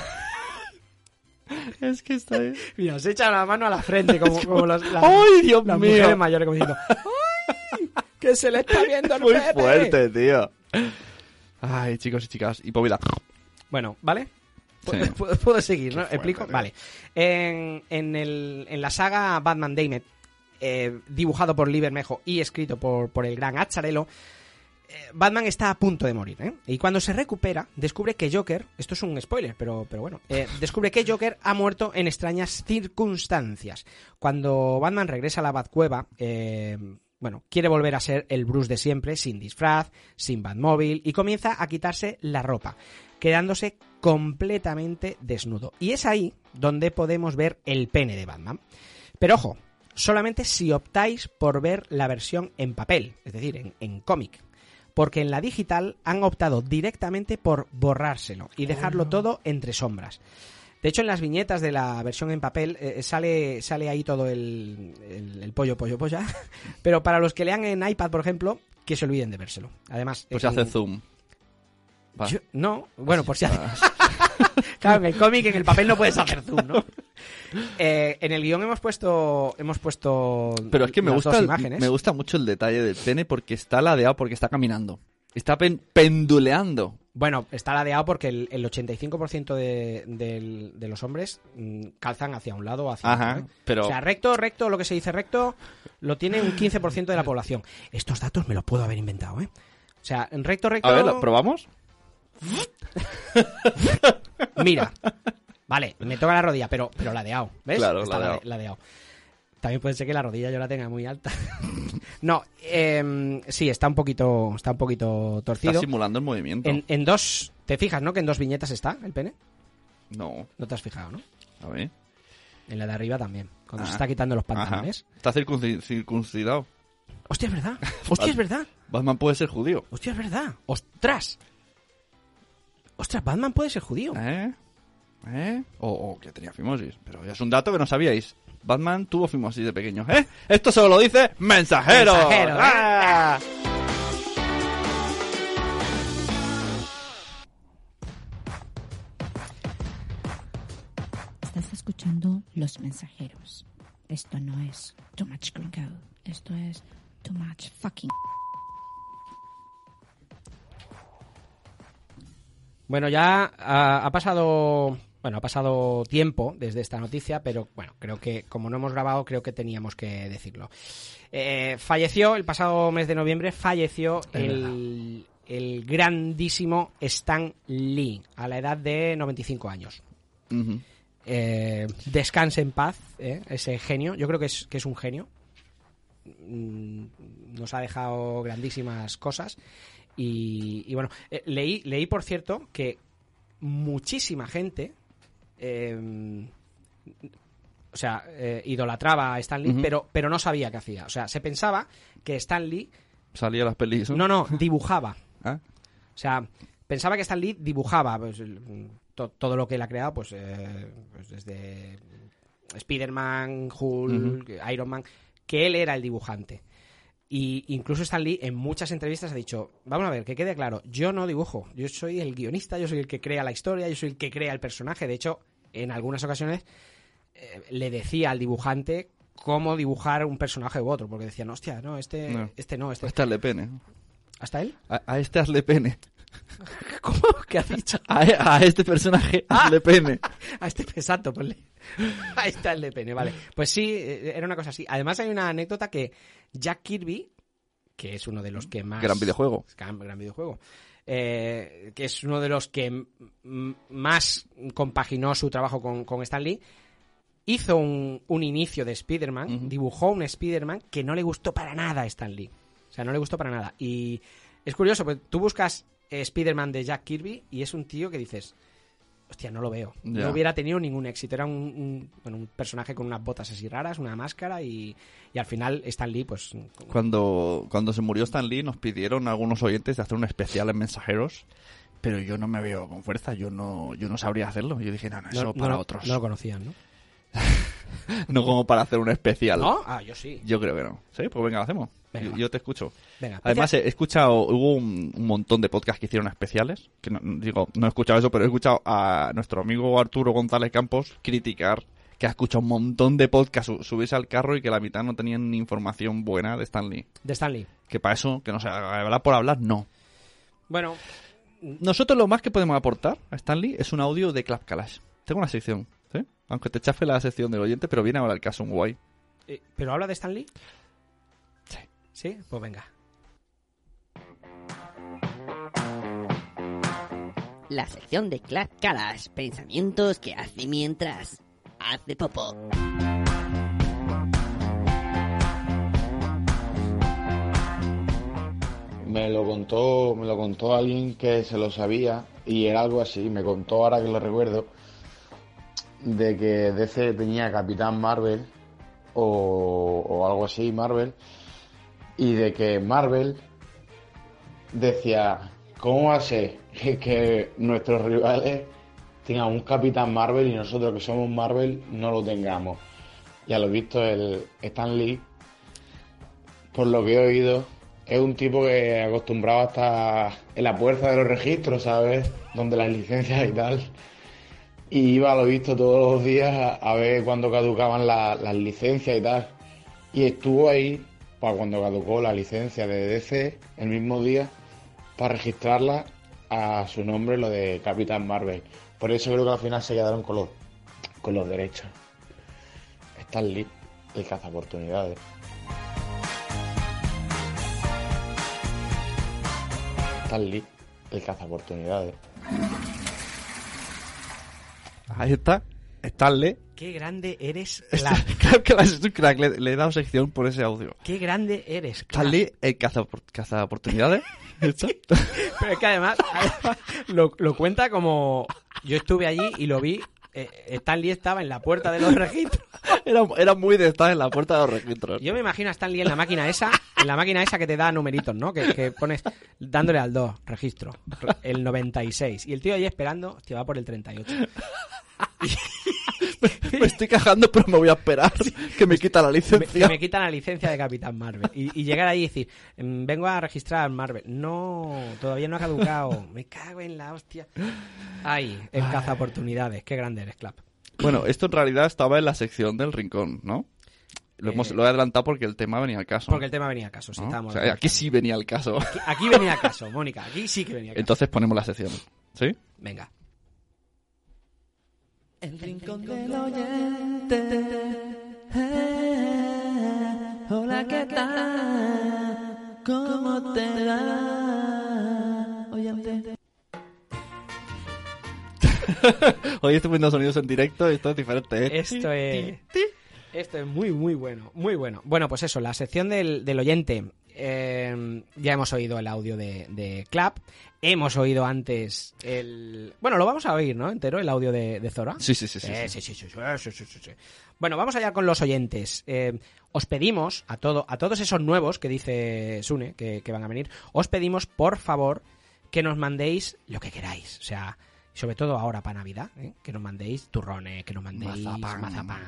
[SPEAKER 3] es que está bien.
[SPEAKER 4] Mira, se echa la mano a la frente, como, como las, las-
[SPEAKER 3] ¡Ay, Dios
[SPEAKER 4] las
[SPEAKER 3] mío!
[SPEAKER 4] mujeres mayores, como diciendo, ¡ay! Que se le está viendo el
[SPEAKER 3] Muy
[SPEAKER 4] pene".
[SPEAKER 3] fuerte, tío. Ay, chicos y chicas, y pues Povida.
[SPEAKER 4] Bueno, ¿vale?
[SPEAKER 3] Sí.
[SPEAKER 4] Pu- ¿Puedo, puedo seguir, ¿no?
[SPEAKER 3] fuerte,
[SPEAKER 4] ¿Explico?
[SPEAKER 3] tío.
[SPEAKER 4] Vale. En, en el- en la saga Batman Damned, eh, dibujado por Lee Bermejo y escrito por, por el gran Azzarello, eh, Batman está a punto de morir, ¿eh? Y cuando se recupera, descubre que Joker, esto es un spoiler, pero, pero bueno, eh, descubre que Joker ha muerto en extrañas circunstancias. Cuando Batman regresa a la Batcueva, eh, bueno, quiere volver a ser el Bruce de siempre, sin disfraz, sin Batmóvil, y comienza a quitarse la ropa quedándose completamente desnudo. Y es ahí donde podemos ver el pene de Batman. Pero ojo, solamente si optáis por ver la versión en papel, es decir, en, en cómic. Porque en la digital han optado directamente por borrárselo y dejarlo todo entre sombras. De hecho, en las viñetas de la versión en papel eh, sale, sale ahí todo el, el- el pollo, pollo, polla. Pero para los que lean en iPad, por ejemplo, que se olviden de vérselo. Además,
[SPEAKER 3] Pues se hace
[SPEAKER 4] en-
[SPEAKER 3] zoom. Va.
[SPEAKER 4] yo- no, bueno,
[SPEAKER 3] Ah.
[SPEAKER 4] por si hace. claro, en el cómic, en el papel no puedes hacer zoom, ¿no? Eh, en el guión hemos puesto. Hemos puesto.
[SPEAKER 3] Pero es que me
[SPEAKER 4] las
[SPEAKER 3] gusta,
[SPEAKER 4] dos
[SPEAKER 3] el-
[SPEAKER 4] imágenes.
[SPEAKER 3] me gusta mucho el detalle del pene porque está ladeado, porque está caminando. Está pen- penduleando.
[SPEAKER 4] Bueno, está ladeado porque el, el 85% de, del- de los hombres mm, calzan hacia un lado o hacia
[SPEAKER 3] Ajá,
[SPEAKER 4] otro. ¿eh?
[SPEAKER 3] pero-
[SPEAKER 4] O sea, recto, recto, lo que se dice recto, lo tiene un 15% de la población. Estos datos me los puedo haber inventado, ¿eh? O sea, en recto, recto.
[SPEAKER 3] A ver, ¿lo probamos?
[SPEAKER 4] Mira. Vale, me toca la rodilla, pero, pero ladeado. ¿Ves?
[SPEAKER 3] Claro,
[SPEAKER 4] Está
[SPEAKER 3] ladeado.
[SPEAKER 4] lade- ladeado. También puede ser que la rodilla yo la tenga muy alta. no, em, sí, está un poquito, está un poquito
[SPEAKER 3] Está
[SPEAKER 4] torcido.
[SPEAKER 3] simulando el movimiento.
[SPEAKER 4] En, en dos, ¿te fijas, no? Que en dos viñetas está el pene.
[SPEAKER 3] No,
[SPEAKER 4] No te has fijado, ¿no?
[SPEAKER 3] a ver.
[SPEAKER 4] En la de arriba también, cuando se
[SPEAKER 3] Ah.
[SPEAKER 4] está quitando los
[SPEAKER 3] Ajá.
[SPEAKER 4] pantalones.
[SPEAKER 3] Está circunci- circuncidado.
[SPEAKER 4] Hostia, es verdad. Hostia, es verdad.
[SPEAKER 3] Batman puede ser judío.
[SPEAKER 4] Hostia, es verdad. Ostras. Ostras, Batman puede ser judío.
[SPEAKER 3] ¿Eh? ¿Eh? O, o que tenía fimosis. Pero es un dato que no sabíais. Batman tuvo fimosis de pequeño. ¿Eh? Esto solo lo dice mensajero.
[SPEAKER 4] Mensajero, ¿eh?
[SPEAKER 3] ¡Ah!
[SPEAKER 7] Estás escuchando Los Mensajeros. Esto no es Too Much Gringo. Esto es Too Much Fucking.
[SPEAKER 4] Bueno, ya ah, ha pasado. Bueno, ha pasado tiempo desde esta noticia, pero bueno, creo que como no hemos grabado, creo que teníamos que decirlo. Eh, falleció el pasado mes de noviembre, falleció el, el grandísimo Stan Lee a la edad de 95 años.
[SPEAKER 3] Ujú.
[SPEAKER 4] Eh, descanse en paz, ¿eh? ese genio. Yo creo que es, que es un genio. Mm, Nos ha dejado grandísimas cosas. Y, y bueno, eh, leí, leí, por cierto, que muchísima gente. eh, o sea, eh, idolatraba a Stan Lee,
[SPEAKER 3] Ujú.
[SPEAKER 4] pero, pero no sabía qué hacía. O sea, se pensaba que Stan Lee.
[SPEAKER 3] Salía las pelis.
[SPEAKER 4] No, no, dibujaba.
[SPEAKER 3] ¿Ah?
[SPEAKER 4] O sea, pensaba que Stan Lee dibujaba pues, el- to- todo lo que él ha creado, pues, eh, pues desde Spider-Man, Hulk, Iron Man, que él era el dibujante. Y incluso Stan Lee en muchas entrevistas ha dicho, vamos a ver, que quede claro, yo no dibujo, yo soy el guionista, yo soy el que crea la historia, yo soy el que crea el personaje. De hecho, en algunas ocasiones eh, le decía al dibujante cómo dibujar un personaje u otro, porque decían, hostia, no, este
[SPEAKER 3] No.
[SPEAKER 4] no, este no, este...
[SPEAKER 3] Hasta le pene.
[SPEAKER 4] ¿Hasta él?
[SPEAKER 3] A, a este hazle pene.
[SPEAKER 4] ¿Cómo? ¿Qué ha dicho?
[SPEAKER 3] A, a este personaje hazle pene.
[SPEAKER 4] A este exacto, ponle. Ahí está el de pene, vale. Pues sí, eh, era una cosa así. Además hay una anécdota que Jack Kirby, que es uno de los que más...
[SPEAKER 3] Gran videojuego.
[SPEAKER 4] Gran, gran videojuego. Eh, que es uno de los que mm, más compaginó su trabajo con, con Stan Lee. Hizo un, un inicio de Spider-Man,
[SPEAKER 3] Ujú.
[SPEAKER 4] dibujó un Spider-Man que no le gustó para nada a Stan Lee. O sea, no le gustó para nada. Y es curioso, porque tú buscas eh, Spider-Man de Jack Kirby y es un tío que dices, hostia, no lo veo.
[SPEAKER 3] Ya.
[SPEAKER 4] No hubiera tenido ningún éxito. Era un, un- bueno, un personaje con unas botas así raras, una máscara y, y al final Stan Lee, pues... con-
[SPEAKER 3] Cuando, cuando se murió Stan Lee nos pidieron a algunos oyentes de hacer un especial en mensajeros. Pero yo no me veo con fuerza, yo no, yo no sabría hacerlo. Yo dije, no, no, eso
[SPEAKER 4] no-
[SPEAKER 3] para
[SPEAKER 4] no-
[SPEAKER 3] otros.
[SPEAKER 4] No lo
[SPEAKER 3] No,
[SPEAKER 4] conocían, ¿no?
[SPEAKER 3] como para hacer un especial.
[SPEAKER 4] ¿No? Ah, yo sí.
[SPEAKER 3] Yo creo que no. Sí, pues venga, pues lo hacemos.
[SPEAKER 4] Venga,
[SPEAKER 3] yo,
[SPEAKER 4] va.
[SPEAKER 3] yo te escucho.
[SPEAKER 4] Venga,
[SPEAKER 3] Además, he he escuchado, hubo un, un montón de podcasts que hicieron especiales. Que no, digo, no he escuchado eso, pero he escuchado a nuestro amigo Arturo González Campos criticar que ha escuchado un montón de podcasts su- subirse al carro y que la mitad no tenían ni información buena de Stanley.
[SPEAKER 4] de Stan Lee.
[SPEAKER 3] Que para eso, que no se hablar por hablar, no.
[SPEAKER 4] Bueno,
[SPEAKER 3] Nosotros lo más que podemos aportar a Stanley es un audio de Clap Calash. Tengo una sección, ¿sí? Aunque te chafe la sección del oyente, pero viene ahora el caso, un guay.
[SPEAKER 4] eh, ¿pero habla de Stan Lee?
[SPEAKER 3] Sí.
[SPEAKER 4] ¿Sí? Pues venga.
[SPEAKER 8] La sección de Clap Calas, pensamientos que hace mientras hace popo.
[SPEAKER 5] Me lo contó, me lo contó alguien que se lo sabía y era algo así. Me contó ahora que lo recuerdo de que DC tenía Capitán Marvel o, o algo así, Marvel, y de que Marvel decía, ¿cómo va a ser que, que nuestros rivales tengan un Capitán Marvel y nosotros que somos Marvel no lo tengamos? Ya lo he visto, el Stan Lee por lo que he oído, es un tipo que acostumbrado hasta en la puerta de los registros, ¿sabes? Donde las licencias y tal. Y iba a lo visto todos los días a- a ver cuándo caducaban la- las licencias y tal. Y estuvo ahí para cuando caducó la licencia de DC el mismo día para registrarla a su nombre, lo de Capitán Marvel. Por eso creo que al final se quedaron con los, con los derechos. Stan Lee, el caza oportunidades. Stan Lee, el caza oportunidades.
[SPEAKER 3] Ahí está, Stanley.
[SPEAKER 4] Qué grande eres,
[SPEAKER 3] Está-
[SPEAKER 4] Clap.
[SPEAKER 3] Clap Calash es un crack, le, le he dado sección por ese audio.
[SPEAKER 4] Qué grande eres, Clap.
[SPEAKER 3] Stanley, el caza, caza oportunidades.
[SPEAKER 4] Pero es que además, además, lo, lo cuenta como yo estuve allí y lo vi. eh, Stan Lee estaba en la puerta de los registros.
[SPEAKER 3] Era, era muy de estar en la puerta de los registros.
[SPEAKER 4] Yo me imagino a Stan Lee en la máquina esa, en la máquina esa que te da numeritos, ¿no? Que, que pones dándole al 2, registro, el 96. Y el tío ahí esperando, hostia, va por el 38.
[SPEAKER 3] Me estoy cajando, pero me voy a esperar que me quita la
[SPEAKER 4] Me, que
[SPEAKER 3] licencia.
[SPEAKER 4] me quitan la licencia de Capitán Marvel. Y, y llegar ahí y decir, "Mm, vengo a registrar Marvel. No, todavía no ha caducado. Me cago en la hostia. Ay, el caza oportunidades. Qué grande eres, Clap.
[SPEAKER 3] Bueno, esto en realidad estaba en la sección del rincón, ¿no? Lo, hemos,
[SPEAKER 4] Eh,
[SPEAKER 3] lo he adelantado porque el tema venía al caso.
[SPEAKER 4] Porque el tema venía al caso, sí,
[SPEAKER 3] ¿no?
[SPEAKER 4] estábamos
[SPEAKER 3] O sea,
[SPEAKER 4] de acuerdo.
[SPEAKER 3] aquí sí venía al caso.
[SPEAKER 4] Aquí venía al caso, Mónica, aquí sí que venía al caso.
[SPEAKER 3] Entonces ponemos la sección. ¿Sí?
[SPEAKER 4] Venga.
[SPEAKER 7] El rincón del oyente. Eh, hola, ¿qué tal? ¿Cómo te va? Oyente.
[SPEAKER 3] Hoy estoy poniendo sonidos en directo y esto es diferente. ¿eh?
[SPEAKER 4] Esto es. Esto es muy, muy bueno. Muy bueno. Bueno, pues eso, la sección del, del oyente. Eh, ya hemos oído el audio de, de Clap. Hemos oído antes el. Bueno, lo vamos a oír, ¿no? Entero, el audio de, de Zora.
[SPEAKER 3] Sí, sí, sí. sí, sí.
[SPEAKER 4] Eh, sí, sí, sí, sí, eh, sí, sí, sí, sí. Bueno, vamos allá con los oyentes. Eh, os pedimos a, todo, a todos esos nuevos que dice Sune, que, que van a venir, os pedimos por favor que nos mandéis lo que queráis. O sea, sobre todo ahora para Navidad, ¿eh? que nos mandéis turrones, que nos mandéis
[SPEAKER 3] Mazapán.
[SPEAKER 4] mazapán.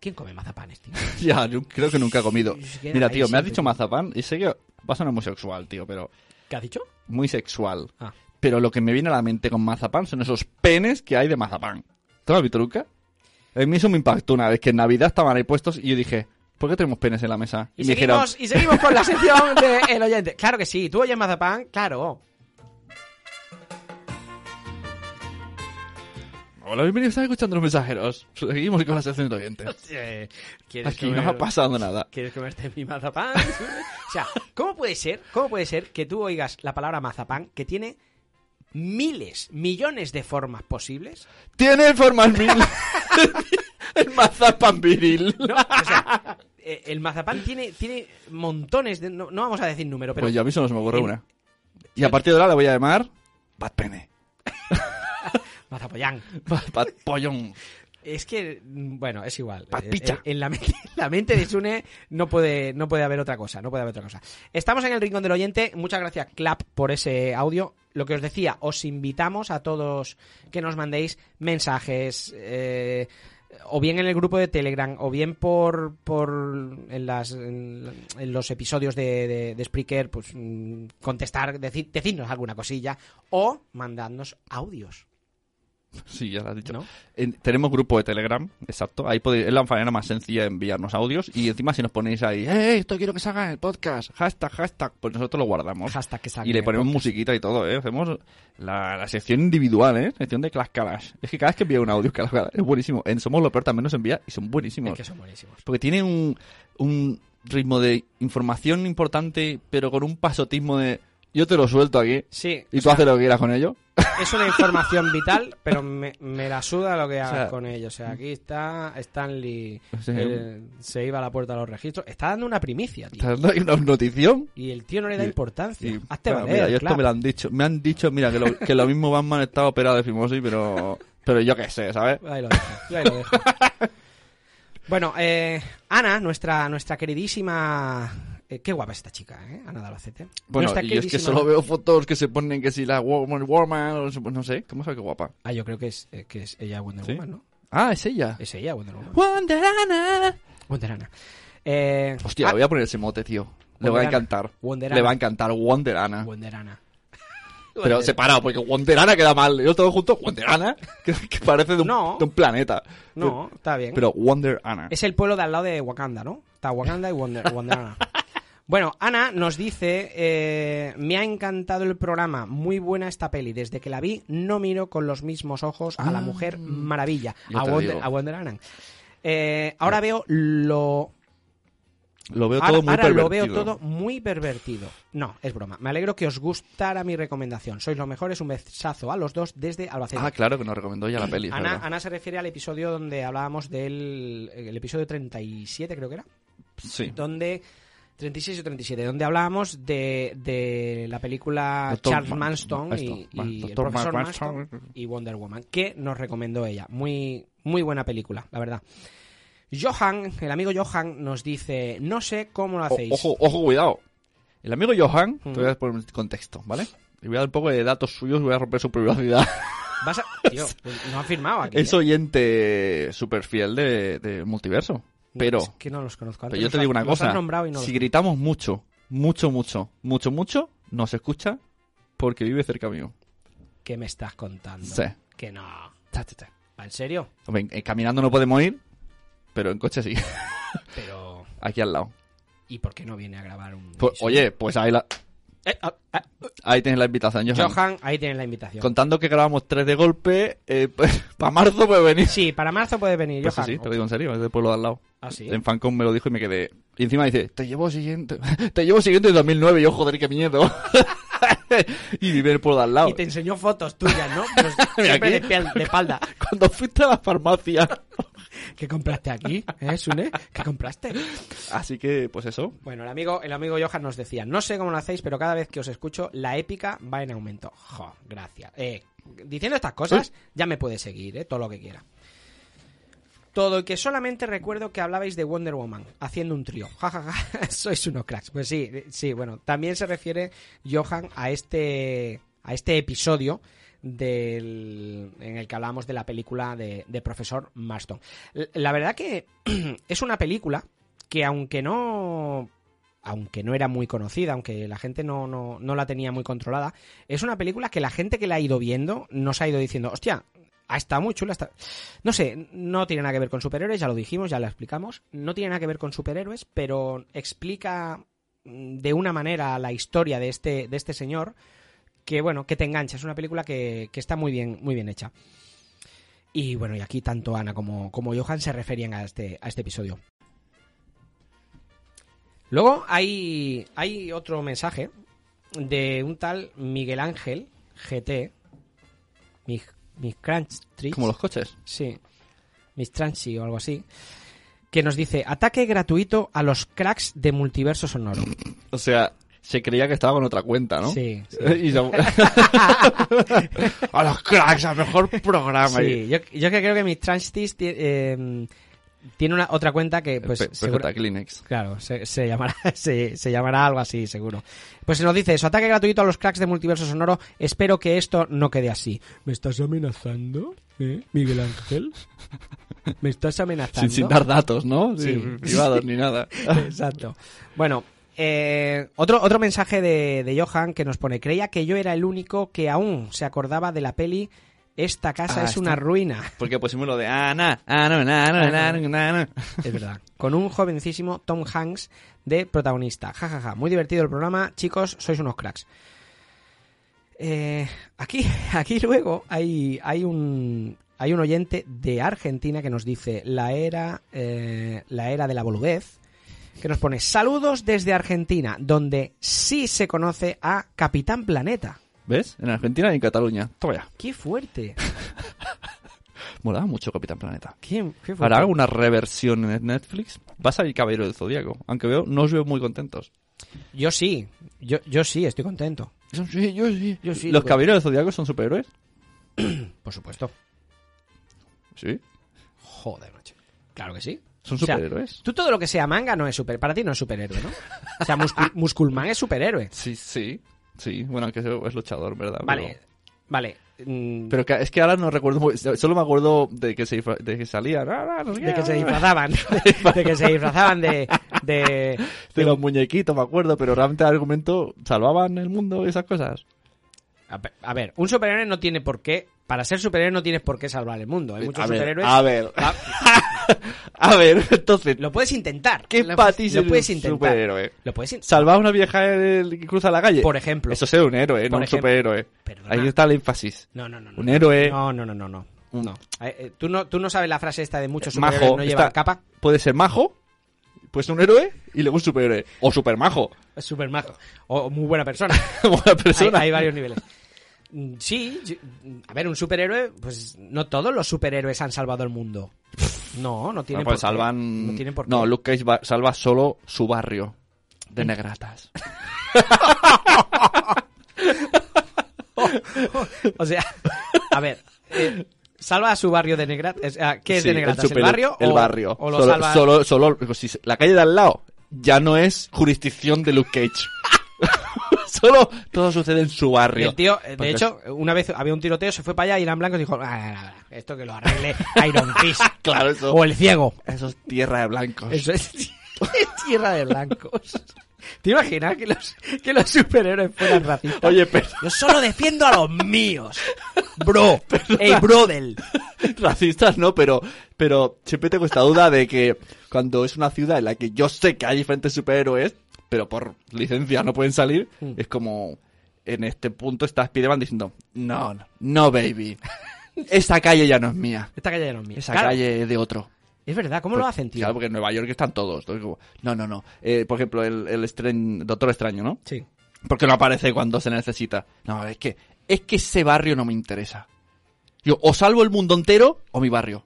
[SPEAKER 4] ¿Quién come mazapanes, tío?
[SPEAKER 3] Ya, yo creo que nunca he comido.
[SPEAKER 4] Se queda
[SPEAKER 3] Mira,
[SPEAKER 4] ahí
[SPEAKER 3] tío, me has
[SPEAKER 4] siempre.
[SPEAKER 3] dicho mazapán y sé que va a sonar muy sexual, tío, pero...
[SPEAKER 4] ¿Qué has dicho?
[SPEAKER 3] Muy sexual.
[SPEAKER 4] Ah.
[SPEAKER 3] Pero lo que me viene a la mente con mazapán son esos penes que hay de mazapán. ¿Te lo has visto, Luca? A mí eso me impactó una vez, que en Navidad estaban ahí puestos y yo dije, ¿por qué tenemos penes en la mesa?
[SPEAKER 4] Y,
[SPEAKER 3] me dijeron,
[SPEAKER 4] seguimos, y seguimos con la sección del oyente. Claro que sí, tú oyes mazapán, claro.
[SPEAKER 3] Hola, bienvenidos, estás escuchando los mensajeros. Seguimos con la sección de oyentes.
[SPEAKER 4] Eh, ¿quieres
[SPEAKER 3] Aquí
[SPEAKER 4] comer-
[SPEAKER 3] no ha pasado nada.
[SPEAKER 4] ¿Quieres comerte mi mazapán? o sea, ¿cómo puede ser? ¿Cómo puede ser que tú oigas la palabra mazapán que tiene miles, millones de formas posibles?
[SPEAKER 3] Tiene formas mil. el mazapán viril.
[SPEAKER 4] Eh, el mazapán tiene, tiene montones de. No, no vamos a decir número, pero.
[SPEAKER 3] Pues yo a mí solo se me ocurre
[SPEAKER 4] en-
[SPEAKER 3] una. Y a partir de ahora la voy a llamar Bad Pene.
[SPEAKER 4] Mazapollán.
[SPEAKER 3] Bad, Bad Pollón.
[SPEAKER 4] Es que, mm, bueno, es igual.
[SPEAKER 3] Pat
[SPEAKER 4] Eh,
[SPEAKER 3] picha.
[SPEAKER 4] eh, En, la, mente, en la mente de Sune no puede, no puede haber otra cosa, no puede haber otra cosa. Estamos en el Rincón del Oyente. Muchas gracias, Clap, por ese audio. Lo que os decía, os invitamos a todos que nos mandéis mensajes, eh, o bien en el grupo de Telegram, o bien por, por en, las, en, en los episodios de, de, de Spreaker, pues mm, contestar, decir, decirnos alguna cosilla, o mandadnos audios.
[SPEAKER 3] Sí, ya lo has dicho.
[SPEAKER 4] ¿No?
[SPEAKER 3] En- tenemos grupo de Telegram, exacto. Ahí podéis, es la manera más sencilla de enviarnos audios. Y encima si nos ponéis ahí, ¡eh, esto quiero que se haga en el podcast! Hashtag, hashtag. Pues nosotros lo guardamos.
[SPEAKER 4] Hashtag que salga
[SPEAKER 3] Y
[SPEAKER 4] en
[SPEAKER 3] le
[SPEAKER 4] el
[SPEAKER 3] ponemos
[SPEAKER 4] podcast.
[SPEAKER 3] musiquita y todo, ¿eh? Hacemos la, la sección individual, ¿eh? Sección de Clash Kalash. Es que cada vez que envía un audio, Clash Kalash, es buenísimo. En Somos lo Peor también nos envía y son buenísimos.
[SPEAKER 4] Es que son buenísimos.
[SPEAKER 3] Porque tiene un, un ritmo de información importante, pero con un pasotismo de yo te lo suelto aquí
[SPEAKER 4] Sí,
[SPEAKER 3] y tú haces lo que quieras con ello.
[SPEAKER 4] es una información vital, pero me, me la suda lo que hagas
[SPEAKER 3] sea,
[SPEAKER 4] con ello. O sea, aquí está Stanley,
[SPEAKER 3] Sí.
[SPEAKER 4] eh, se iba a la puerta de los registros. Está dando una primicia, tío.
[SPEAKER 3] Estás dando ahí una notición.
[SPEAKER 4] Y el tío no le da
[SPEAKER 3] Y-
[SPEAKER 4] importancia.
[SPEAKER 3] y,
[SPEAKER 4] Hazte
[SPEAKER 3] bueno,
[SPEAKER 4] valer,
[SPEAKER 3] mira, yo
[SPEAKER 4] claro.
[SPEAKER 3] esto me lo han dicho. Me han dicho, mira, que lo, que lo mismo Batman estaba operado de fimosis, pero, pero yo qué sé, ¿sabes?
[SPEAKER 4] Ahí lo dejo, ahí lo dejo. bueno, eh, Ana, nuestra, nuestra queridísima... eh, qué guapa es esta chica, ¿eh? Ana de Albacete.
[SPEAKER 3] Bueno,
[SPEAKER 4] Nuestra
[SPEAKER 3] y yo es que
[SPEAKER 4] queridísima-
[SPEAKER 3] solo veo fotos que se ponen que si la Woman, Woman, o se- pues no sé, ¿cómo sabe qué guapa?
[SPEAKER 4] Ah, yo creo que es, eh, que es ella Wonder
[SPEAKER 3] ¿Sí? Uh.
[SPEAKER 4] Woman, ¿no?
[SPEAKER 3] Ah, es ella.
[SPEAKER 4] Es ella Wonder Woman.
[SPEAKER 3] Wonderana.
[SPEAKER 4] Wonder Ana. Eh,
[SPEAKER 3] Hostia,
[SPEAKER 4] ah,
[SPEAKER 3] le voy a poner ese mote, tío. Le va a
[SPEAKER 4] Wonderana.
[SPEAKER 3] encantar.
[SPEAKER 4] Wonderana.
[SPEAKER 3] Le va a encantar Wonderana.
[SPEAKER 4] Wonder Ana.
[SPEAKER 3] Pero separado, porque Wonderana queda mal. Yo todo junto, Wonderana, que, que parece de un,
[SPEAKER 4] No.
[SPEAKER 3] de un planeta.
[SPEAKER 4] No, está bien.
[SPEAKER 3] Pero Wonderana.
[SPEAKER 4] Es el pueblo de al lado de Wakanda, ¿no? Está Wakanda y Wonder, Wonderana. Bueno, Ana nos dice, eh, me ha encantado el programa, muy buena esta peli, desde que la vi no miro con los mismos ojos a la mujer maravilla,
[SPEAKER 3] Mm. Yo
[SPEAKER 4] a
[SPEAKER 3] te
[SPEAKER 4] Wonder,
[SPEAKER 3] digo.
[SPEAKER 4] a Wonder Woman. Eh, ahora veo lo...
[SPEAKER 3] Lo veo
[SPEAKER 4] Ahora,
[SPEAKER 3] todo muy
[SPEAKER 4] ahora lo
[SPEAKER 3] pervertido.
[SPEAKER 4] veo todo muy pervertido. No, es broma. Me alegro que os gustara mi recomendación. Sois los mejores. Un besazo a los dos desde Albacete.
[SPEAKER 3] Ah, claro, que nos recomendó ya la peli. es
[SPEAKER 4] Ana,
[SPEAKER 3] verdad.
[SPEAKER 4] Ana se refiere al episodio donde hablábamos del el episodio 37, creo que era
[SPEAKER 3] Sí.
[SPEAKER 4] donde 36 o 37, donde hablábamos de, de la película
[SPEAKER 3] Doctor
[SPEAKER 4] Charles
[SPEAKER 3] Ma-
[SPEAKER 4] Manston
[SPEAKER 3] Ma-
[SPEAKER 4] y,
[SPEAKER 3] esto,
[SPEAKER 4] y el
[SPEAKER 3] Doctor
[SPEAKER 4] profesor
[SPEAKER 3] Ma-
[SPEAKER 4] Manston
[SPEAKER 3] Manston.
[SPEAKER 4] y Wonder Woman, que nos recomendó ella. Muy, muy buena película, la verdad. Johan, el amigo Johan, nos dice, no sé cómo lo
[SPEAKER 3] O-
[SPEAKER 4] hacéis.
[SPEAKER 3] ojo, ojo, cuidado. El amigo Johan,
[SPEAKER 4] Mm.
[SPEAKER 3] te voy a poner en contexto, ¿vale? Le voy a dar un poco de datos suyos, voy a romper su privacidad.
[SPEAKER 4] Vas a- Tío, pues no ha firmado aquí.
[SPEAKER 3] es
[SPEAKER 4] ¿eh?
[SPEAKER 3] oyente súper fiel de, de Multiverso. Pero,
[SPEAKER 4] Es que no los conozco.
[SPEAKER 3] pero
[SPEAKER 4] Antes
[SPEAKER 3] yo te
[SPEAKER 4] los
[SPEAKER 3] digo
[SPEAKER 4] ha-
[SPEAKER 3] una
[SPEAKER 4] los has
[SPEAKER 3] cosa.
[SPEAKER 4] nombrado y no
[SPEAKER 3] si
[SPEAKER 4] los-
[SPEAKER 3] gritamos mucho, mucho, mucho, mucho, mucho, nos escucha porque vive cerca mío.
[SPEAKER 4] ¿Qué me estás contando?
[SPEAKER 3] Sí.
[SPEAKER 4] Que no.
[SPEAKER 3] Ta, ta, ta.
[SPEAKER 4] ¿En serio?
[SPEAKER 3] Hombre, eh, caminando no podemos ir, pero en coche sí.
[SPEAKER 4] Pero...
[SPEAKER 3] Aquí al lado.
[SPEAKER 4] ¿Y por qué no viene a grabar un...
[SPEAKER 3] Pues,
[SPEAKER 4] episodio?
[SPEAKER 3] oye, pues ahí, la,
[SPEAKER 4] Eh, ah, ah,
[SPEAKER 3] ahí tienes la invitación, Johan.
[SPEAKER 4] Johan, ahí tienes la invitación.
[SPEAKER 3] Contando que grabamos tres de golpe, eh, para marzo puede venir.
[SPEAKER 4] Sí, para marzo puedes venir,
[SPEAKER 3] Pues sí,
[SPEAKER 4] Johan.
[SPEAKER 3] sí, te lo digo en serio, es del pueblo de al lado.
[SPEAKER 4] Ah, sí.
[SPEAKER 3] En Fancon me lo dijo y me quedé. Y encima dice, te llevo siguiente, te llevo siguiente en 2009, y yo, joder, qué miedo. y vive en el pueblo de al lado.
[SPEAKER 4] Y te enseñó fotos tuyas, ¿no? Pues siempre de,
[SPEAKER 3] aquí.
[SPEAKER 4] piel- de espalda.
[SPEAKER 3] Cuando fuiste a la farmacia.
[SPEAKER 4] ¿Qué compraste aquí, eh, Sune? ¿Qué compraste?
[SPEAKER 3] Así que, pues eso.
[SPEAKER 4] Bueno, el amigo, el amigo Johan nos decía, no sé cómo lo hacéis, pero cada vez que os escucho, la épica va en aumento. Jo, gracias. Eh, diciendo estas cosas, ya me puede seguir, eh, todo lo que quiera. Todo y que solamente recuerdo que hablabais de Wonder Woman haciendo un trío. Ja, ja, ja. Sois unos cracks. Pues sí, eh, sí, bueno. También se refiere Johan a este, a este episodio del, en el que hablábamos de la película de, de Profesor Marston. L- La verdad que es una película que aunque no aunque no era muy conocida, aunque la gente no, no, no la tenía muy controlada, es una película que la gente que la ha ido viendo nos ha ido diciendo, hostia, ha estado muy chula. Está... No sé, no tiene nada que ver con superhéroes, ya lo dijimos, ya lo explicamos. No tiene nada que ver con superhéroes, pero explica mm, de una manera la historia de este, de este señor que, bueno, que te engancha. Es una película que, que está muy bien, muy bien hecha. Y bueno, y aquí tanto Ana como, como Johan se referían a este, a este episodio. Luego hay, hay otro mensaje de un tal Miguel Ángel GT. Mig, Mig Crunch-
[SPEAKER 3] Como los coches.
[SPEAKER 4] Sí. Miss Tranchi o algo así. Que nos dice: ataque gratuito a los cracks de multiverso sonoro.
[SPEAKER 3] O sea, se creía que estaba con otra cuenta, ¿no?
[SPEAKER 4] Sí, sí.
[SPEAKER 3] Y se- a los cracks, al mejor programa.
[SPEAKER 4] Sí, yo, yo que creo que Miss Tranchis tie- eh, tiene una otra cuenta que pues
[SPEAKER 3] Pe-
[SPEAKER 4] segura-
[SPEAKER 3] PJ Kleenex.
[SPEAKER 4] Claro, se, se llamará, se, se llamará algo así, seguro. Pues se nos dice eso, ataque gratuito a los cracks de multiverso sonoro, espero que esto no quede así. ¿Me estás amenazando, eh, Miguel Ángel? ¿Me estás amenazando?
[SPEAKER 3] Sin, sin dar datos, ¿no? Sí,
[SPEAKER 4] Sí.
[SPEAKER 3] privados ni nada.
[SPEAKER 4] Exacto. Bueno, eh, otro, otro mensaje de, de Johan que nos pone, creía que yo era el único que aún se acordaba de la peli Esta casa
[SPEAKER 3] Ah,
[SPEAKER 4] es una
[SPEAKER 3] esta-
[SPEAKER 4] ruina.
[SPEAKER 3] Porque pusimos lo de "Ah, Ana, Ana, Ana, Ana, Ana, Ana.
[SPEAKER 4] Es verdad. Con un jovencísimo Tom Hanks de protagonista. Ja, ja, ja. Muy divertido el programa. Chicos, sois unos cracks. Eh, aquí, aquí luego hay, hay un. Hay un oyente de Argentina que nos dice la era, eh, la era de la boludez, que nos pone saludos desde Argentina, donde sí se conoce a Capitán Planeta.
[SPEAKER 3] ¿Ves? En Argentina y en Cataluña. Toma ya.
[SPEAKER 4] ¡Qué fuerte!
[SPEAKER 3] Molaba mucho Capitán Planeta.
[SPEAKER 4] ¿Qué, qué fuerte!
[SPEAKER 3] ¿Hará alguna reversión en Netflix? Va a salir Caballero del Zodíaco. Aunque veo, no os veo muy contentos.
[SPEAKER 4] Yo sí, yo, yo sí, estoy contento.
[SPEAKER 3] Yo sí, yo sí.
[SPEAKER 4] Yo sí,
[SPEAKER 3] ¿Los
[SPEAKER 4] pero-
[SPEAKER 3] Caballeros del Zodíaco son superhéroes?
[SPEAKER 4] Por supuesto.
[SPEAKER 3] Sí.
[SPEAKER 4] Joder, macho. Claro que sí.
[SPEAKER 3] Son
[SPEAKER 4] O sea,
[SPEAKER 3] superhéroes.
[SPEAKER 4] tú todo lo que sea manga no es super, para ti no es superhéroe, ¿no? O sea, Muscu- Musculman es superhéroe.
[SPEAKER 3] Sí, sí. Sí, bueno, aunque es luchador, ¿verdad?
[SPEAKER 4] Vale,
[SPEAKER 3] Pero-
[SPEAKER 4] vale. mm,
[SPEAKER 3] Pero que- es que ahora no recuerdo muy- Solo me acuerdo de que, se, disfra- de que salía.
[SPEAKER 4] de que se disfrazaban, de que se disfrazaban de, de-
[SPEAKER 3] De los muñequitos, me acuerdo. Pero realmente el argumento salvaban el mundo y esas cosas.
[SPEAKER 4] A ver, a ver, un superhéroe no tiene por qué, para ser superhéroe no tienes por qué salvar el mundo. Hay muchos
[SPEAKER 3] a ver,
[SPEAKER 4] superhéroes.
[SPEAKER 3] a ver. a ver, entonces.
[SPEAKER 4] Lo puedes intentar.
[SPEAKER 3] ¿Qué
[SPEAKER 4] lo,
[SPEAKER 3] patis
[SPEAKER 4] lo
[SPEAKER 3] es
[SPEAKER 4] puedes
[SPEAKER 3] un
[SPEAKER 4] intentar.
[SPEAKER 3] superhéroe?
[SPEAKER 4] Lo puedes in-
[SPEAKER 3] Salvar a una vieja eh, que cruza la calle.
[SPEAKER 4] Por ejemplo.
[SPEAKER 3] Eso es ser un héroe, no
[SPEAKER 4] Por
[SPEAKER 3] un
[SPEAKER 4] ejemplo.
[SPEAKER 3] superhéroe.
[SPEAKER 4] Perdona.
[SPEAKER 3] Ahí está el énfasis.
[SPEAKER 4] No, no, no, no.
[SPEAKER 3] Un héroe.
[SPEAKER 4] No, no, no, no, no.
[SPEAKER 3] Un-
[SPEAKER 4] No. Eh, eh, ¿Tú no, tú no sabes la frase esta de muchos superhéroes
[SPEAKER 3] majo.
[SPEAKER 4] no llevan
[SPEAKER 3] está-
[SPEAKER 4] capa.
[SPEAKER 3] Puede ser majo. Puede ser un héroe y luego un superhéroe. O supermajo.
[SPEAKER 4] Es súper majo. O o muy buena persona.
[SPEAKER 3] Buena persona.
[SPEAKER 4] Hay, hay varios niveles. Mm, Sí, sí, mm, a ver, un superhéroe, pues no todos los superhéroes han salvado el mundo. No, no tienen
[SPEAKER 3] Bueno, pues
[SPEAKER 4] por qué.
[SPEAKER 3] salvan.
[SPEAKER 4] No tienen por
[SPEAKER 3] No,
[SPEAKER 4] qué. ¿Eh?
[SPEAKER 3] Luke Cage va- salva solo su barrio de negratas.
[SPEAKER 4] O sea, a ver, eh, salva a su barrio de Negratas. o sea, ¿Qué es
[SPEAKER 3] Sí,
[SPEAKER 4] de Negratas? ¿El,
[SPEAKER 3] super-
[SPEAKER 4] barrio?
[SPEAKER 3] El
[SPEAKER 4] o,
[SPEAKER 3] barrio.
[SPEAKER 4] o lo
[SPEAKER 3] solo,
[SPEAKER 4] salva-
[SPEAKER 3] solo, solo- pues, si se- la calle de al lado ya no es jurisdicción de Luke Cage. solo todo sucede en su
[SPEAKER 4] Y
[SPEAKER 3] barrio.
[SPEAKER 4] el tío, eh, de
[SPEAKER 3] Porque
[SPEAKER 4] hecho, una vez había un tiroteo, se fue para allá y Irán Blanco dijo, "Ah, ah, ah, ah, esto que lo arregle Iron Fist.
[SPEAKER 3] Claro, eso.
[SPEAKER 4] O el ciego.
[SPEAKER 3] Eso es tierra de blancos.
[SPEAKER 4] Eso es tierra de blancos. ¿Te imaginas que los, que los superhéroes fueran racistas?
[SPEAKER 3] Oye, pero
[SPEAKER 4] Yo solo defiendo a los míos. Bro. Ey, brother.
[SPEAKER 3] racistas no, pero, pero siempre tengo esta duda de que cuando es una ciudad en la que yo sé que hay diferentes superhéroes, pero por licencia no pueden salir,
[SPEAKER 4] Hmm.
[SPEAKER 3] es como en este punto está Spider-Man diciendo, no, no, no, baby. Esta calle ya no es mía.
[SPEAKER 4] Esta calle ya no es mía.
[SPEAKER 3] Esa
[SPEAKER 4] Claro,
[SPEAKER 3] calle es de otro.
[SPEAKER 4] Es verdad, ¿cómo lo
[SPEAKER 3] Pues,
[SPEAKER 4] hacen, tío?
[SPEAKER 3] Claro, porque en Nueva York están todos. Entonces, como, no, no, no. Eh, por ejemplo, el, el Estren- Doctor Extraño, ¿no?
[SPEAKER 4] Sí.
[SPEAKER 3] Porque no aparece cuando se necesita. No, es que, es que ese barrio no me interesa. Yo, o salvo el mundo entero o mi barrio.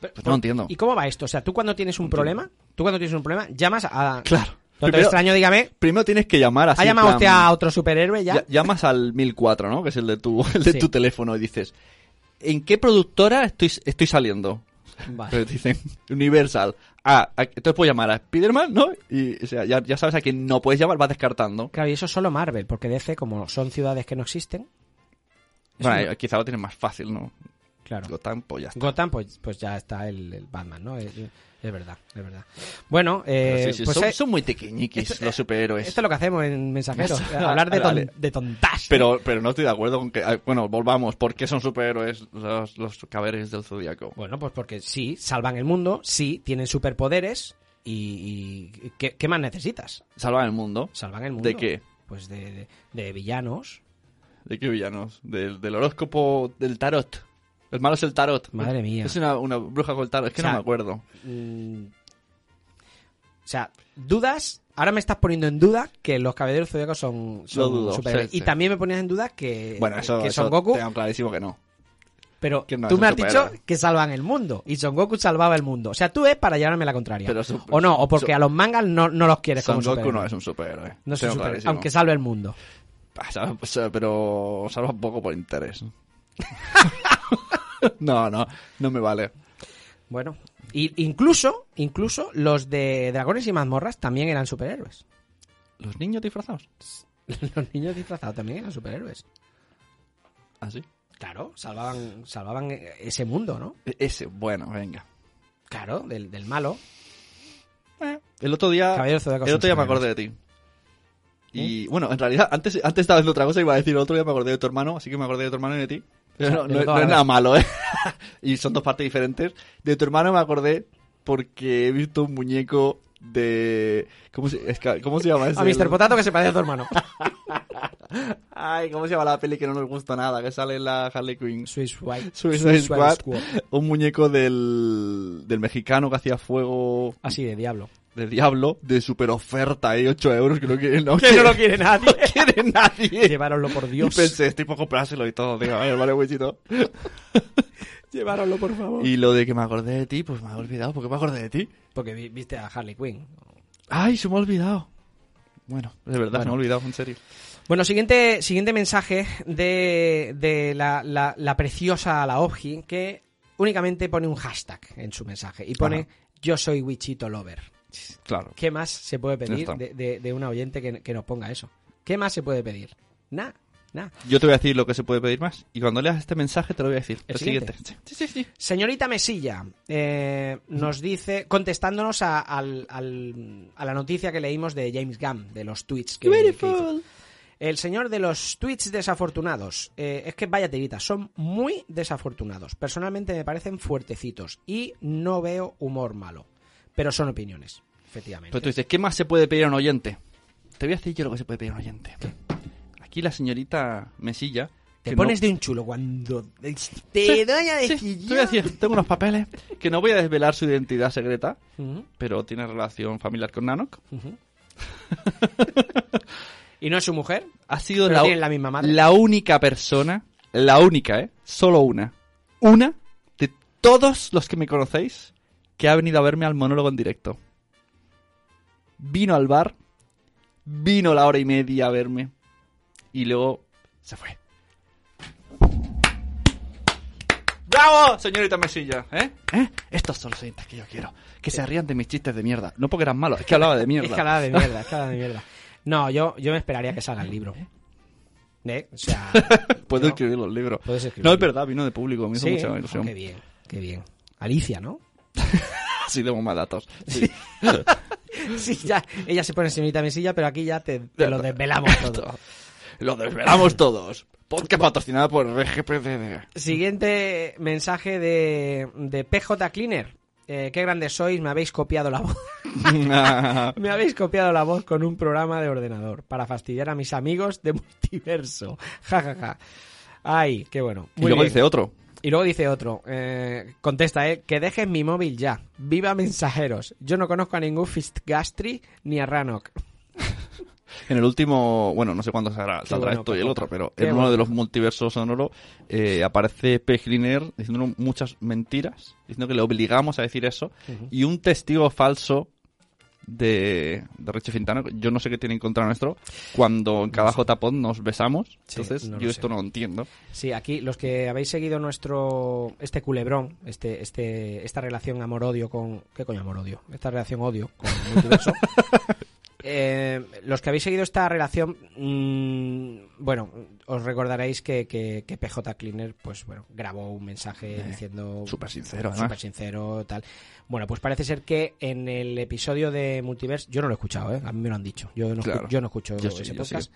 [SPEAKER 4] Pero-
[SPEAKER 3] Pues no lo entiendo.
[SPEAKER 4] ¿Y cómo va esto? O sea, tú cuando tienes un problema, tú cuando tienes un problema, llamas a...
[SPEAKER 3] Claro.
[SPEAKER 4] Doctor
[SPEAKER 3] Primero-
[SPEAKER 4] extraño, dígame,
[SPEAKER 3] Primero tienes que llamar así.
[SPEAKER 4] ¿ha llamado
[SPEAKER 3] en
[SPEAKER 4] usted
[SPEAKER 3] plan-
[SPEAKER 4] a otro superhéroe ya?
[SPEAKER 3] Ya- Llamas al 1004, ¿no? Que es el de tu, el de
[SPEAKER 4] Sí.
[SPEAKER 3] tu teléfono y dices, ¿en qué productora estoy, estoy saliendo?
[SPEAKER 4] Vale.
[SPEAKER 3] Pero te dicen Universal. Ah, a- entonces puedo llamar a Spider-Man, ¿no? Y o sea, ya, ya sabes a quién no puedes llamar, vas descartando.
[SPEAKER 4] Claro, y eso es solo Marvel, porque DC, como son ciudades que no existen,
[SPEAKER 3] Bueno, eh, quizá lo tienen más fácil, ¿no?
[SPEAKER 4] Claro.
[SPEAKER 3] Gotham, pues ya está.
[SPEAKER 4] Gotham, pues, pues ya está el, el Batman, ¿no? Es, es verdad, es verdad. Bueno, eh,
[SPEAKER 3] Pero sí, sí,
[SPEAKER 4] pues
[SPEAKER 3] son,
[SPEAKER 4] eh,
[SPEAKER 3] son muy tequiñiquis
[SPEAKER 4] esto-
[SPEAKER 3] los superhéroes.
[SPEAKER 4] Esto es lo que hacemos en Mensajeros, hablar de, ton-
[SPEAKER 3] Vale.
[SPEAKER 4] de tontas.
[SPEAKER 3] Pero, pero no estoy de acuerdo con que. ah, Bueno, volvamos. ¿Por qué son superhéroes los, los caballeros del zodiaco?
[SPEAKER 4] Bueno, pues porque sí, salvan el mundo, sí, tienen superpoderes y, y ¿qué, qué más necesitas?
[SPEAKER 3] ¿Salvan el mundo?
[SPEAKER 4] ¿Salvan el mundo?
[SPEAKER 3] ¿De qué?
[SPEAKER 4] Pues de, de- de villanos.
[SPEAKER 3] ¿De qué villanos? Del, del horóscopo del tarot. El malo es el tarot.
[SPEAKER 4] Madre mía.
[SPEAKER 3] Es una, una bruja con el tarot. Es que
[SPEAKER 4] O sea,
[SPEAKER 3] no me acuerdo.
[SPEAKER 4] Mm, o sea, dudas. Ahora me estás poniendo en duda que los caballeros zodiacos son, son
[SPEAKER 3] Lo dudo,
[SPEAKER 4] superhéroes.
[SPEAKER 3] sí,
[SPEAKER 4] y
[SPEAKER 3] sí.
[SPEAKER 4] también me ponías en duda que,
[SPEAKER 3] Bueno, eso,
[SPEAKER 4] eh, que
[SPEAKER 3] eso
[SPEAKER 4] Son Goku.
[SPEAKER 3] tengo clarísimo que no.
[SPEAKER 4] Pero
[SPEAKER 3] que no
[SPEAKER 4] tú
[SPEAKER 3] es
[SPEAKER 4] me has
[SPEAKER 3] un
[SPEAKER 4] dicho
[SPEAKER 3] superhéroe.
[SPEAKER 4] que salvan el mundo. Y Son Goku salvaba el mundo. O sea, tú es para llevarme la contraria.
[SPEAKER 3] Pero su-
[SPEAKER 4] o no, o porque
[SPEAKER 3] su-
[SPEAKER 4] a los mangas no, no los quieres
[SPEAKER 3] Son
[SPEAKER 4] como
[SPEAKER 3] Goku no
[SPEAKER 4] superhéroes.
[SPEAKER 3] es un superhéroe.
[SPEAKER 4] No es un
[SPEAKER 3] Tengo
[SPEAKER 4] superhéroe,
[SPEAKER 3] clarísimo.
[SPEAKER 4] aunque salve el mundo.
[SPEAKER 3] Ah, salva- o sea, pero salva un poco por interés. no, no, no me vale.
[SPEAKER 4] Bueno, y incluso, incluso los de Dragones y Mazmorras también eran superhéroes.
[SPEAKER 3] ¿Los niños disfrazados?
[SPEAKER 4] Los niños disfrazados también eran superhéroes.
[SPEAKER 3] ¿Ah, sí?
[SPEAKER 4] Claro, salvaban, salvaban ese mundo, ¿no?
[SPEAKER 3] E- Ese, bueno, venga.
[SPEAKER 4] Claro, del, del malo.
[SPEAKER 3] El otro día,
[SPEAKER 4] Caballeros Zodíacos
[SPEAKER 3] Ah, el otro día
[SPEAKER 4] son
[SPEAKER 3] me acordé de ti.
[SPEAKER 4] ¿Eh?
[SPEAKER 3] Y bueno, en realidad, antes, antes estaba haciendo otra cosa y iba a decir, el otro día me acordé de tu hermano, así que me acordé de tu hermano y de ti. Pero
[SPEAKER 4] O sea,
[SPEAKER 3] no,
[SPEAKER 4] de
[SPEAKER 3] no-
[SPEAKER 4] toda
[SPEAKER 3] no
[SPEAKER 4] la
[SPEAKER 3] es
[SPEAKER 4] vez.
[SPEAKER 3] nada malo, ¿eh? y son dos partes diferentes. De tu hermano me acordé porque he visto un muñeco de... ¿Cómo se, es que- ¿cómo se llama ese?
[SPEAKER 4] A Mr. Potato que se parece a tu hermano.
[SPEAKER 3] Ay, ¿cómo se llama la peli que no nos gusta nada? Que sale la Harley Quinn.
[SPEAKER 4] Swiss White.
[SPEAKER 3] Suicide Squad, un muñeco del, del mexicano que hacía fuego
[SPEAKER 4] Así de diablo.
[SPEAKER 3] de diablo, de super oferta, ¿eh? 8 euros, creo que no,
[SPEAKER 4] Que no lo quiere nadie.
[SPEAKER 3] quiere nadie.
[SPEAKER 4] Llevároslo por
[SPEAKER 3] Y
[SPEAKER 4] Dios.
[SPEAKER 3] pensé, estoy por comprárselo y todo, digo, a ver, vale, buenito.
[SPEAKER 4] Llevároslo por favor.
[SPEAKER 3] Y lo de que me acordé de ti, pues me había olvidado, porque me acordé de ti.
[SPEAKER 4] Porque vi- viste a Harley Quinn.
[SPEAKER 3] Ay, se me ha olvidado. Bueno, de verdad, se me ha olvidado, en serio.
[SPEAKER 4] Bueno, siguiente, siguiente mensaje de, de la, la- la preciosa La Obji, que únicamente pone un hashtag en su mensaje y pone
[SPEAKER 3] Ajá.
[SPEAKER 4] yo soy Wichito Lover.
[SPEAKER 3] Claro.
[SPEAKER 4] ¿Qué más se puede pedir
[SPEAKER 3] está.
[SPEAKER 4] de, de- de una oyente que, que nos ponga eso? ¿Qué más se puede pedir? Nada, nada.
[SPEAKER 3] Yo te voy a decir lo que se puede pedir más. Y cuando leas este mensaje, te lo voy a decir.
[SPEAKER 4] ¿El
[SPEAKER 3] Lo siguiente.
[SPEAKER 4] Señorita Mesilla eh, nos dice, contestándonos a, al- al- a la noticia que leímos de James Gunn, de los tweets que, que hizo. El señor de los tweets desafortunados. Eh, es que vaya tirita, son muy desafortunados. Personalmente me parecen fuertecitos y no veo humor malo. Pero son opiniones, efectivamente.
[SPEAKER 3] Pero tú dices, ¿qué más se puede pedir a un oyente? Te voy a decir yo lo que se puede pedir a un oyente. Aquí la señorita Mesilla.
[SPEAKER 4] Te
[SPEAKER 3] que
[SPEAKER 4] pones
[SPEAKER 3] no-
[SPEAKER 4] de un chulo cuando...
[SPEAKER 3] Sí,
[SPEAKER 4] Te doy a
[SPEAKER 3] sí,
[SPEAKER 4] decir
[SPEAKER 3] te
[SPEAKER 4] yo.
[SPEAKER 3] voy a decir, tengo unos papeles que no voy a desvelar su identidad secreta,
[SPEAKER 4] Ujú,
[SPEAKER 3] pero tiene relación familiar con Nanok.
[SPEAKER 4] ujú. ¿Y no es su mujer?
[SPEAKER 3] Ha sido
[SPEAKER 4] Pero
[SPEAKER 3] la,
[SPEAKER 4] tienen la misma madre.
[SPEAKER 3] la única persona, la única, ¿eh? Solo una. Una de todos los que me conocéis que ha venido a verme al monólogo en directo. Vino al bar, vino la hora y media a verme y luego se fue. ¡Bravo, señorita Mesilla! ¿Eh? ¿Eh? Estos son los oyentes que yo quiero. Que se rían de mis chistes de mierda. No porque eran malos, es que hablaba de mierda.
[SPEAKER 4] Escalada de mierda, escalada de mierda. No, yo, yo me esperaría que salga el libro. ¿Eh? O sea,
[SPEAKER 3] Puedo
[SPEAKER 4] No.
[SPEAKER 3] escribir los libros.
[SPEAKER 4] Puedes escribir.
[SPEAKER 3] No, es verdad, vino de público, me hizo
[SPEAKER 4] sí,
[SPEAKER 3] mucha
[SPEAKER 4] ¿eh?
[SPEAKER 3] ilusión.
[SPEAKER 4] qué bien, qué bien. Alicia, ¿no?
[SPEAKER 3] Sí, tengo más datos. Sí.
[SPEAKER 4] Sí, ya, ella se pone señorita mesilla, pero aquí ya te, te lo desvelamos todo.
[SPEAKER 3] Lo desvelamos todos. Podcast patrocinado por RGPD.
[SPEAKER 4] Siguiente mensaje de, de PJ Cleaner. Eh, qué grandes sois, me habéis copiado la voz. Me habéis copiado la voz con un programa de ordenador para fastidiar a mis amigos de multiverso. Ja, ja, ja. Ay, qué bueno.
[SPEAKER 3] y
[SPEAKER 4] Muy
[SPEAKER 3] luego
[SPEAKER 4] bien.
[SPEAKER 3] dice otro.
[SPEAKER 4] Y luego dice otro, eh, contesta, eh, que dejes mi móvil ya. Viva mensajeros. Yo no conozco a ningún Fistgastri ni a Ranok.
[SPEAKER 3] En el último, bueno, no sé cuándo saldrá, saldrá
[SPEAKER 4] bueno,
[SPEAKER 3] esto y
[SPEAKER 4] qué
[SPEAKER 3] el
[SPEAKER 4] bueno.
[SPEAKER 3] otro, pero
[SPEAKER 4] Qué
[SPEAKER 3] en uno
[SPEAKER 4] bueno.
[SPEAKER 3] de los multiversos sonoros eh, aparece P. Griner diciéndonos muchas mentiras, diciendo que le obligamos a decir eso, y un testigo falso de, de Richie Fintano, que yo no sé qué tiene en contra nuestro, cuando en cada JPod nos besamos,
[SPEAKER 4] Sí,
[SPEAKER 3] entonces
[SPEAKER 4] no lo
[SPEAKER 3] yo
[SPEAKER 4] sé.
[SPEAKER 3] esto no lo entiendo.
[SPEAKER 4] Sí, aquí los que habéis seguido nuestro este culebrón, este este esta relación amor odio con qué coño amor odio, esta relación odio con el multiverso. eh, los que habéis seguido esta relación mm, bueno, os recordaréis que, que- que PJ Cleaner, pues bueno, grabó un mensaje
[SPEAKER 3] Eh,
[SPEAKER 4] diciendo.
[SPEAKER 3] súper sincero, además.
[SPEAKER 4] Súper sincero, tal. Bueno, pues parece ser que en el episodio de Multiverse, yo no lo he escuchado, ¿eh? A mí me lo han dicho. Yo no, escu-
[SPEAKER 3] Claro.
[SPEAKER 4] yo no escucho
[SPEAKER 3] Yo sí,
[SPEAKER 4] ese
[SPEAKER 3] yo sí.
[SPEAKER 4] podcast.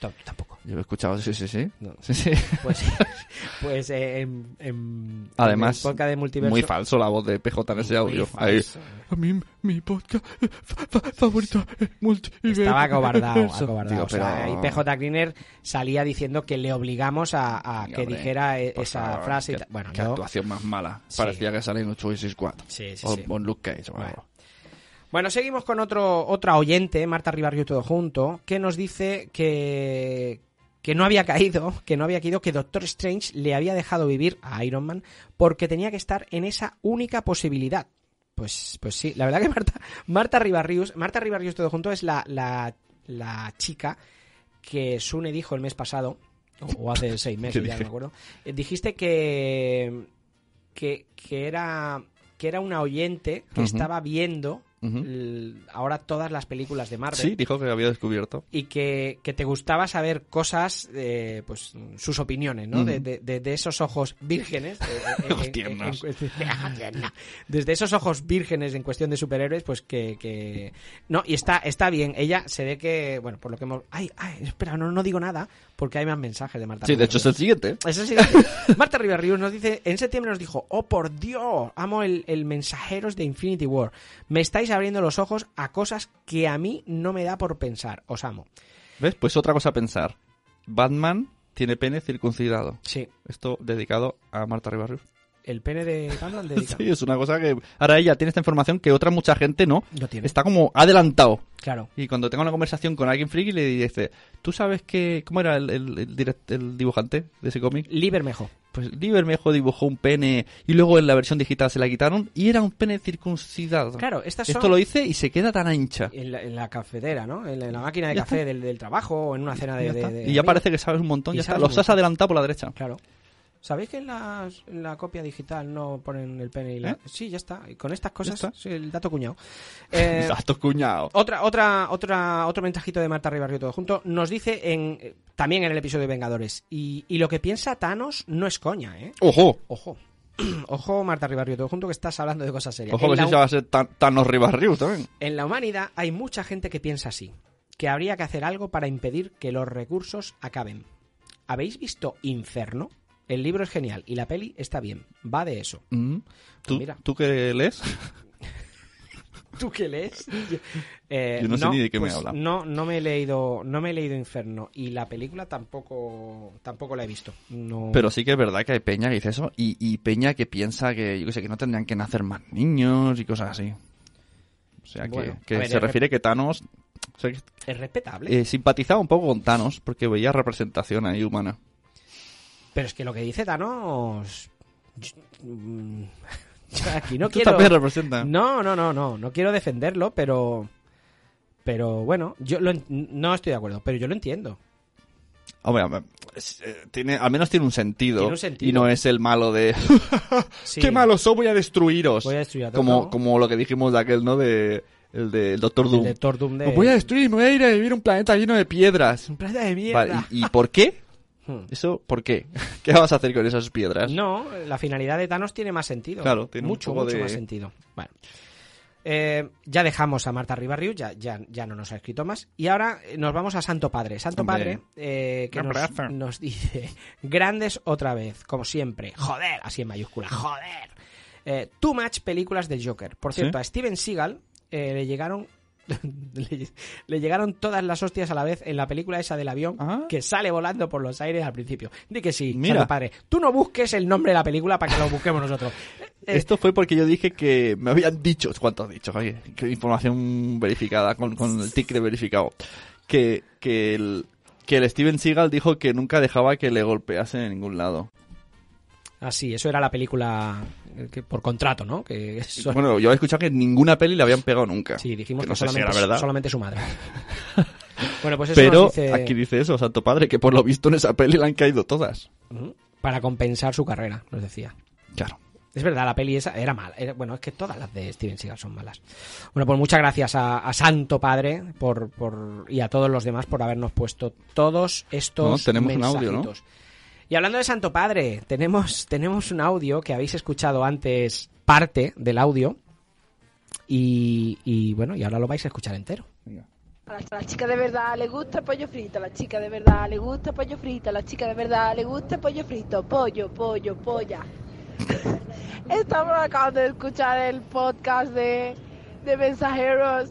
[SPEAKER 4] Tam- Tampoco.
[SPEAKER 3] Yo lo he escuchado, sí, sí, sí.
[SPEAKER 4] No.
[SPEAKER 3] Sí, sí.
[SPEAKER 4] Pues, pues eh, en, en-
[SPEAKER 3] Además,
[SPEAKER 4] en el podcast de Multiverse.
[SPEAKER 3] muy falso la voz de PJ en ese audio. Ahí.
[SPEAKER 4] falso.
[SPEAKER 9] A mí, mi podcast eh, fa- fa- favorito es multi.
[SPEAKER 4] Estaba acobardado,
[SPEAKER 9] Eso.
[SPEAKER 4] acobardado.
[SPEAKER 3] Tío,
[SPEAKER 4] O sea,
[SPEAKER 3] pero-
[SPEAKER 4] y PJ Cleaner salía diciendo que le obligamos a, a que
[SPEAKER 3] Hombre,
[SPEAKER 4] dijera e-
[SPEAKER 3] por
[SPEAKER 4] esa
[SPEAKER 3] favor,
[SPEAKER 4] frase. Y
[SPEAKER 3] qué-
[SPEAKER 4] tal. Bueno,
[SPEAKER 3] qué
[SPEAKER 4] yo-
[SPEAKER 3] actuación más mala.
[SPEAKER 4] Sí.
[SPEAKER 3] Parecía que salía en los Suicide Squad.
[SPEAKER 4] Sí, sí,
[SPEAKER 3] o
[SPEAKER 4] sí.
[SPEAKER 3] o en Luke Cage. o algo.
[SPEAKER 4] Bueno, seguimos con otro, otra oyente, Marta Ribarrio todo junto, que nos dice que, que no había caído, que no había caído, que Doctor Strange le había dejado vivir a Iron Man porque tenía que estar en esa única posibilidad. Pues, pues sí, la verdad que Marta, Marta Ribarrius, Marta Ribarrius todo junto es la, la, la chica que Sune dijo el mes pasado, o- o hace seis meses,
[SPEAKER 3] ¿Qué
[SPEAKER 4] ya no
[SPEAKER 3] dije?
[SPEAKER 4] me acuerdo, eh, dijiste que, que, que era que era una oyente que
[SPEAKER 3] Ujú.
[SPEAKER 4] estaba viendo
[SPEAKER 3] Ujú.
[SPEAKER 4] l- ahora todas las películas de Marvel
[SPEAKER 3] Sí, dijo que había descubierto.
[SPEAKER 4] y que, que te gustaba saber cosas, eh, pues sus opiniones, ¿no?
[SPEAKER 3] Ujú.
[SPEAKER 4] De, de- de- de esos ojos vírgenes. de-
[SPEAKER 3] Ojos
[SPEAKER 4] de- en- en-
[SPEAKER 3] Mm. tiernos.
[SPEAKER 4] en cuestión- Ojos tiernos. Desde esos ojos vírgenes en cuestión de superhéroes, pues que... que- No, y está, está bien. Ella se ve que, bueno, por lo que hemos... Ay, ay, espera, no, no digo nada porque hay más mensajes de Marta.
[SPEAKER 3] Sí, de hecho es
[SPEAKER 4] Rivas.
[SPEAKER 3] el siguiente.
[SPEAKER 4] Eso sí. Marta Ribarrius nos dice, en septiembre nos dijo, oh por Dios, amo el, el mensajeros de Infinity War. Me estáis abriendo los ojos a cosas que a mí no me da por pensar. Os amo.
[SPEAKER 3] ¿Ves? Pues otra cosa a pensar. Batman tiene pene circuncidado.
[SPEAKER 4] Sí,
[SPEAKER 3] Esto dedicado a Marta Ribarrius.
[SPEAKER 4] el pene de Batman dedicado.
[SPEAKER 3] Sí, es una cosa que ahora ella tiene esta información que otra mucha gente no.
[SPEAKER 4] Lo tiene.
[SPEAKER 3] Está como adelantado.
[SPEAKER 4] Claro.
[SPEAKER 3] Y cuando tenga una conversación con alguien friki le dice, ¿tú sabes que cómo era el, el- el direct- el dibujante de ese cómic?
[SPEAKER 4] Libermejo.
[SPEAKER 3] Pues Libermejo dibujó un pene y luego en la versión digital se la quitaron y era un pene circuncidado.
[SPEAKER 4] Claro, estas son
[SPEAKER 3] Ah. Esto lo hice y se queda tan ancha.
[SPEAKER 4] en, la, en la cafetera, ¿no? En la, en la máquina de
[SPEAKER 3] Ya
[SPEAKER 4] café del, del trabajo o en una cena de...
[SPEAKER 3] ya está.
[SPEAKER 4] de- de
[SPEAKER 3] y ya
[SPEAKER 4] amigos.
[SPEAKER 3] parece que sabes un montón,
[SPEAKER 4] Y
[SPEAKER 3] ya está.
[SPEAKER 4] sabes
[SPEAKER 3] Los
[SPEAKER 4] un
[SPEAKER 3] has
[SPEAKER 4] montón.
[SPEAKER 3] adelantado por la derecha.
[SPEAKER 4] Claro. ¿Sabéis que en, las- en la copia digital no ponen el pene y la...
[SPEAKER 3] ¿Eh?
[SPEAKER 4] Sí, ya está. Y con estas cosas,
[SPEAKER 3] está.
[SPEAKER 4] sí, el dato cuñado. Eh,
[SPEAKER 3] Exacto, cuñado.
[SPEAKER 4] Otra, otra, otra, otro ventajito de Marta Ribarrio todo junto. Nos dice en, eh, también en el episodio de Vengadores. Y, y lo que piensa Thanos no es coña, ¿eh?
[SPEAKER 3] Ojo,
[SPEAKER 4] Ojo. Ojo, Marta Ribarrio todo junto, que estás hablando de cosas serias.
[SPEAKER 3] ojo
[SPEAKER 4] en,
[SPEAKER 3] que
[SPEAKER 4] la,
[SPEAKER 3] sí se va a ser tan, Thanos Ribarrius también.
[SPEAKER 4] en la humanidad hay mucha gente que piensa así. Que habría que hacer algo para impedir que los recursos acaben. ¿Habéis visto Inferno? El libro es genial y la peli está bien. Va de eso.
[SPEAKER 3] Mm. ¿Tú,
[SPEAKER 4] mira.
[SPEAKER 3] ¿Tú qué lees?
[SPEAKER 4] ¿Tú qué lees? Eh,
[SPEAKER 3] Yo no sé ni de qué me habla.
[SPEAKER 4] No, no me he leído, no me he leído Inferno y la película tampoco, tampoco la he visto. No.
[SPEAKER 3] Pero sí que es verdad que hay peña que dice eso y, y peña que piensa que, yo qué sé, que no tendrían que nacer más niños y cosas así. O sea, que,
[SPEAKER 4] Bueno,
[SPEAKER 3] que
[SPEAKER 4] a ver, eh,
[SPEAKER 3] se
[SPEAKER 4] es re-
[SPEAKER 3] refiere que Thanos... o sea, que,
[SPEAKER 4] es respetable.
[SPEAKER 3] eh, simpatizaba un poco con Thanos porque veía representación ahí humana.
[SPEAKER 4] Pero es que lo que dice Thanos, yo, mm, yo aquí no
[SPEAKER 3] Tú
[SPEAKER 4] quiero.
[SPEAKER 3] también representas.
[SPEAKER 4] No, no, no, no, no quiero defenderlo, pero, pero bueno, yo lo en- no estoy de acuerdo, pero yo lo entiendo.
[SPEAKER 3] Hombre, hombre, es, eh, tiene, al menos tiene un, sentido,
[SPEAKER 4] Tiene un sentido.
[SPEAKER 3] Y no es el malo de...
[SPEAKER 4] Sí.
[SPEAKER 3] ¡Qué malos soy! Voy a destruiros.
[SPEAKER 4] Voy a destruir a todos,
[SPEAKER 3] como,
[SPEAKER 4] ¿no?
[SPEAKER 3] como lo que dijimos de aquel, ¿no? De, el del Doctor
[SPEAKER 4] El
[SPEAKER 3] Doom.
[SPEAKER 4] de Thor Doom de-
[SPEAKER 3] Os voy a destruir, me voy a ir a vivir a un planeta lleno de piedras.
[SPEAKER 4] Un planeta de mierda.
[SPEAKER 3] Vale, ¿y, y por qué?
[SPEAKER 4] Hmm.
[SPEAKER 3] ¿Eso por qué? ¿Qué vas a hacer con esas piedras?
[SPEAKER 4] No, la finalidad de Thanos tiene más sentido.
[SPEAKER 3] Claro, tiene un
[SPEAKER 4] mucho,
[SPEAKER 3] poco
[SPEAKER 4] mucho
[SPEAKER 3] de-
[SPEAKER 4] más sentido. Bueno. Eh, ya dejamos a Marta Ribarriu, ya, ya, ya no nos ha escrito más. Y ahora eh, nos vamos a Santo Padre. Santo
[SPEAKER 3] Hombre.
[SPEAKER 4] Padre, eh, que
[SPEAKER 3] Un abrazo.
[SPEAKER 4] nos, nos dice, grandes otra vez, como siempre. Joder, así en mayúscula, joder. Eh, too much películas del Joker. Por cierto,
[SPEAKER 3] ¿Sí?
[SPEAKER 4] a Steven Seagal eh, le llegaron... le, le llegaron todas las hostias a la vez en la película esa del avión
[SPEAKER 3] Ah.
[SPEAKER 4] que sale volando por los aires al principio. Di que sí,
[SPEAKER 3] Mira.
[SPEAKER 4] Santo Padre. Tú no busques el nombre de la película para que lo busquemos nosotros. Eh,
[SPEAKER 3] Esto fue porque yo dije que me habían dicho, ¿cuánto has dicho? Oye, que información verificada, con, con el tic de verificado. Que, que, el, que el Steven Seagal dijo que nunca dejaba que le golpease en ningún lado.
[SPEAKER 4] Ah, sí, eso era la película eh, que por contrato, ¿no? Que eso-
[SPEAKER 3] Bueno, yo he escuchado que en ninguna peli le habían pegado nunca.
[SPEAKER 4] sí, dijimos que,
[SPEAKER 3] no sé si era
[SPEAKER 4] solamente,
[SPEAKER 3] verdad.
[SPEAKER 4] solamente su madre. bueno, pues eso
[SPEAKER 3] Pero
[SPEAKER 4] nos dice-
[SPEAKER 3] aquí dice eso, Santo Padre, que por lo visto en esa peli le han caído todas.
[SPEAKER 4] Ujú. para compensar su carrera, nos decía.
[SPEAKER 3] Claro.
[SPEAKER 4] Es verdad, la peli esa era mala. Era- bueno, es que todas las de Steven Seagal son malas. Bueno, pues muchas gracias a, a Santo Padre por, por, y a todos los demás por habernos puesto todos estos
[SPEAKER 3] No, tenemos un audio, ¿no?
[SPEAKER 4] mensajitos. Y hablando de Santo Padre, tenemos, tenemos un audio que habéis escuchado antes, parte del audio. Y, y bueno, y ahora lo vais a escuchar entero.
[SPEAKER 8] A la, a la chica de verdad le gusta el pollo frito, a la chica de verdad le gusta el pollo frito, a la chica de verdad le gusta el pollo frito, pollo, pollo, polla. Estamos acabando de escuchar el podcast de, de mensajeros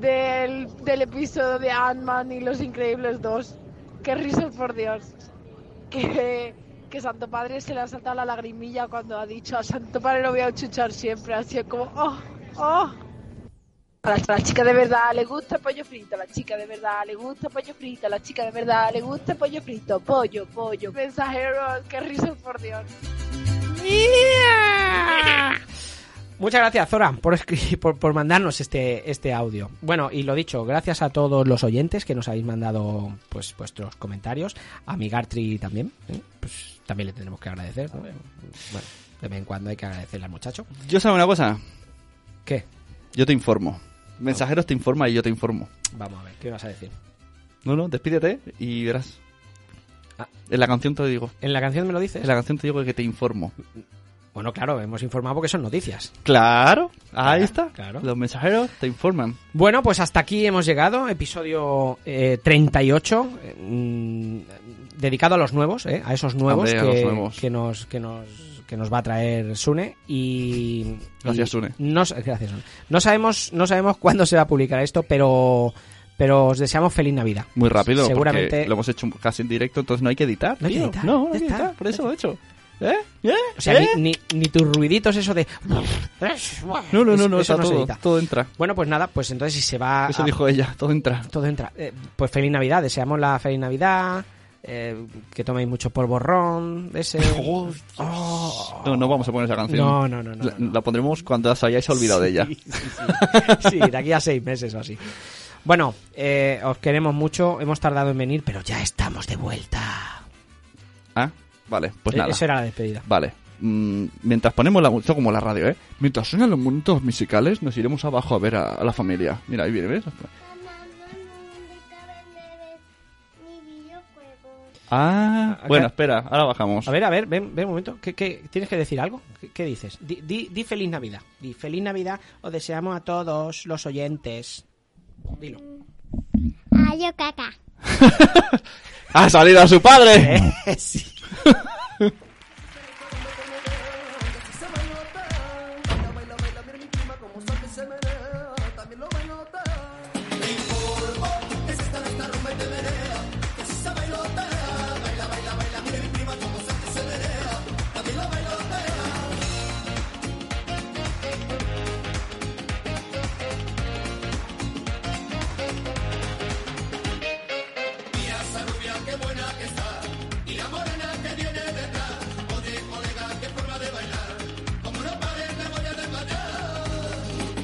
[SPEAKER 8] del, del episodio de Ant-Man y Los Increíbles 2. Qué risas, por Dios. Que, que Santo Padre se le ha saltado la lagrimilla cuando ha dicho a Santo Padre lo voy a chuchar siempre, así es como, oh, oh. A la, a la chica de verdad le gusta el pollo frito, a la chica de verdad le gusta el pollo frito, a la chica de verdad le gusta el pollo frito, pollo, pollo. Mensajeros, qué risas, por Dios.
[SPEAKER 4] Muchas gracias, Zora, por, escri- por, por mandarnos este, este audio. Bueno, y lo dicho, gracias a todos los oyentes que nos habéis mandado pues vuestros comentarios. A mi Gartry también. ¿eh? Pues también le tenemos que agradecer. ¿no? Bueno, de vez en cuando hay que agradecerle al muchacho.
[SPEAKER 3] Yo sabe una cosa.
[SPEAKER 4] ¿Qué?
[SPEAKER 3] Yo te informo. Mensajeros te informa y yo te informo.
[SPEAKER 4] Vamos a ver, ¿qué vas a decir?
[SPEAKER 3] No, no, despídete y verás.
[SPEAKER 4] Ah.
[SPEAKER 3] En la canción te lo digo.
[SPEAKER 4] ¿En la canción me lo dices?
[SPEAKER 3] En la canción te digo que te informo.
[SPEAKER 4] Bueno, claro, hemos informado porque son noticias.
[SPEAKER 3] Claro, Ah, ahí está.
[SPEAKER 4] claro.
[SPEAKER 3] Los mensajeros te informan.
[SPEAKER 4] Bueno, pues hasta aquí hemos llegado, episodio eh, 38, eh, mm, dedicado a los nuevos, eh, a esos nuevos,
[SPEAKER 3] Hombre, a
[SPEAKER 4] que,
[SPEAKER 3] los nuevos.
[SPEAKER 4] que nos, que, nos, que nos va a traer Sune. Y,
[SPEAKER 3] Gracias,
[SPEAKER 4] y
[SPEAKER 3] Sune.
[SPEAKER 4] No, sa- gracias, Sune. No sabemos, no sabemos cuándo se va a publicar esto, pero, pero os deseamos feliz Navidad.
[SPEAKER 3] Muy rápido,
[SPEAKER 4] Seguramente.
[SPEAKER 3] porque Eh, lo hemos hecho casi en directo, entonces no hay que editar.
[SPEAKER 4] No hay que
[SPEAKER 3] tío.
[SPEAKER 4] editar,
[SPEAKER 3] No, no hay
[SPEAKER 4] ya
[SPEAKER 3] que
[SPEAKER 4] está,
[SPEAKER 3] editar, por eso lo he hecho. ¿Eh? ¿Eh?
[SPEAKER 4] O sea,
[SPEAKER 3] ¿Eh?
[SPEAKER 4] ni, ni, ni tus ruiditos, eso de.
[SPEAKER 3] No, no, no, no,
[SPEAKER 4] eso
[SPEAKER 3] está
[SPEAKER 4] se
[SPEAKER 3] todo,
[SPEAKER 4] edita.
[SPEAKER 3] todo entra.
[SPEAKER 4] Bueno, pues nada, pues entonces si se va.
[SPEAKER 3] Eso
[SPEAKER 4] a-
[SPEAKER 3] dijo ella, todo entra.
[SPEAKER 4] todo entra. Eh, pues feliz Navidad, deseamos la feliz Navidad, eh, que toméis mucho polvorrón, ese... Oh.
[SPEAKER 3] No, no vamos a poner esa canción.
[SPEAKER 4] No, no, no, no,
[SPEAKER 3] La, la pondremos cuando os hayáis olvidado de ella.
[SPEAKER 4] Sí, sí, de aquí a seis meses o así. Bueno, eh, os queremos mucho, hemos tardado en venir, pero ya estamos de vuelta.
[SPEAKER 3] Ah, vale, pues
[SPEAKER 4] Eh,
[SPEAKER 3] nada.
[SPEAKER 4] Esa era la despedida.
[SPEAKER 3] Vale. Mm, mientras ponemos la música como la radio, ¿eh? Mientras suenan los momentos musicales, nos iremos abajo a ver a, a la familia. Mira, ahí viene, ¿ves? Ah,
[SPEAKER 4] Acá-
[SPEAKER 3] bueno, espera, ahora bajamos.
[SPEAKER 4] A ver, a ver, ven, ven un momento. ¿Qué, qué- tienes que decir algo? ¿Qué, qué dices? Di, di- di feliz Navidad. Di feliz Navidad, os deseamos a todos los oyentes. Dilo.
[SPEAKER 10] Ayo caca.
[SPEAKER 3] ¡Ha salido a su padre!
[SPEAKER 9] Mira esa rubia qué buena que está y la morena que viene detrás. Oye, colega, qué forma de bailar. Como no pares la voy a desmayar.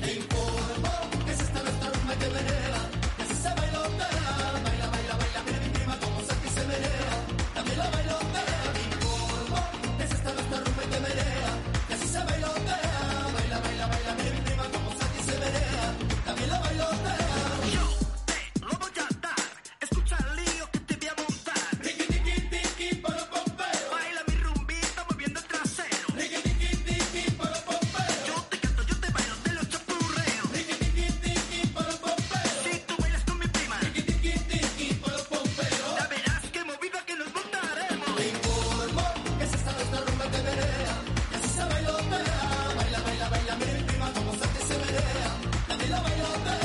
[SPEAKER 9] Te informo que es esta nuestra rumba y te menea. Que es esa bailotera. Baila, baila, baila, mira mi prima como saca y se menea. Dame la bailotera. Te informo que es esta nuestra rumba y te menea. Que es esa bailotera. Baila, baila, baila, mira mi prima como saca y se menea. Dame la bailotera. Yo te lo voy a dar. Escucha el lío que te voy a montar. Riqui, tiqui, tiqui, por los bomberos. Baila mi rumbita moviendo el trasero. Riqui, tiqui, tiqui, por los bomberos. Yo te canto, yo te bailo, te lo chapurreo. Riqui, tiqui, tiqui, por los bomberos. Si tú bailas con mi prima. Riqui, tiqui, tiqui, por los bomberos. Ya verás que movida que nos montaremos. Te informo que se sabe esta rumba que menea. Que se sabe bailotea. Baila, baila, baila, mira mi prima como salte y se menea. Dame la bailotea.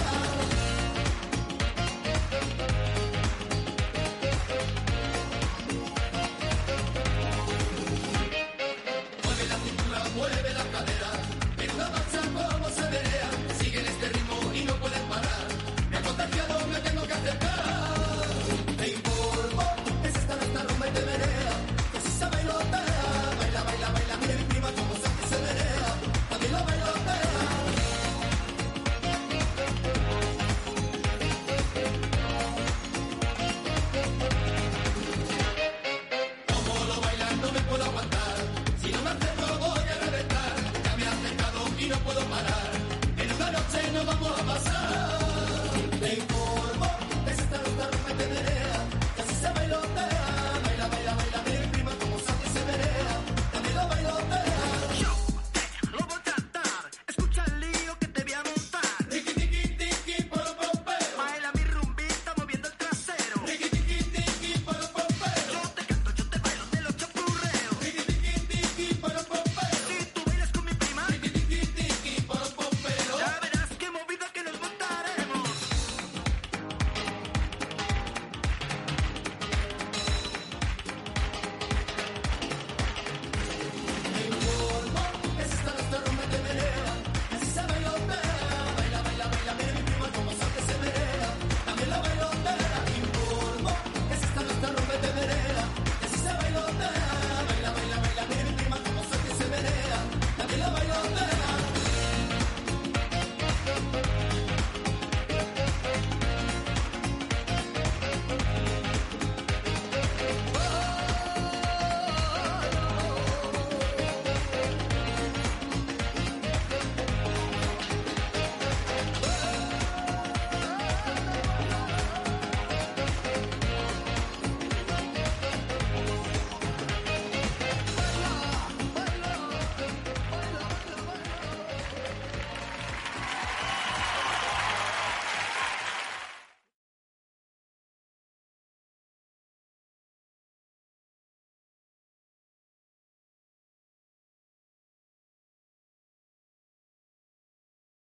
[SPEAKER 9] Si no me acerco voy a reventar. no puedo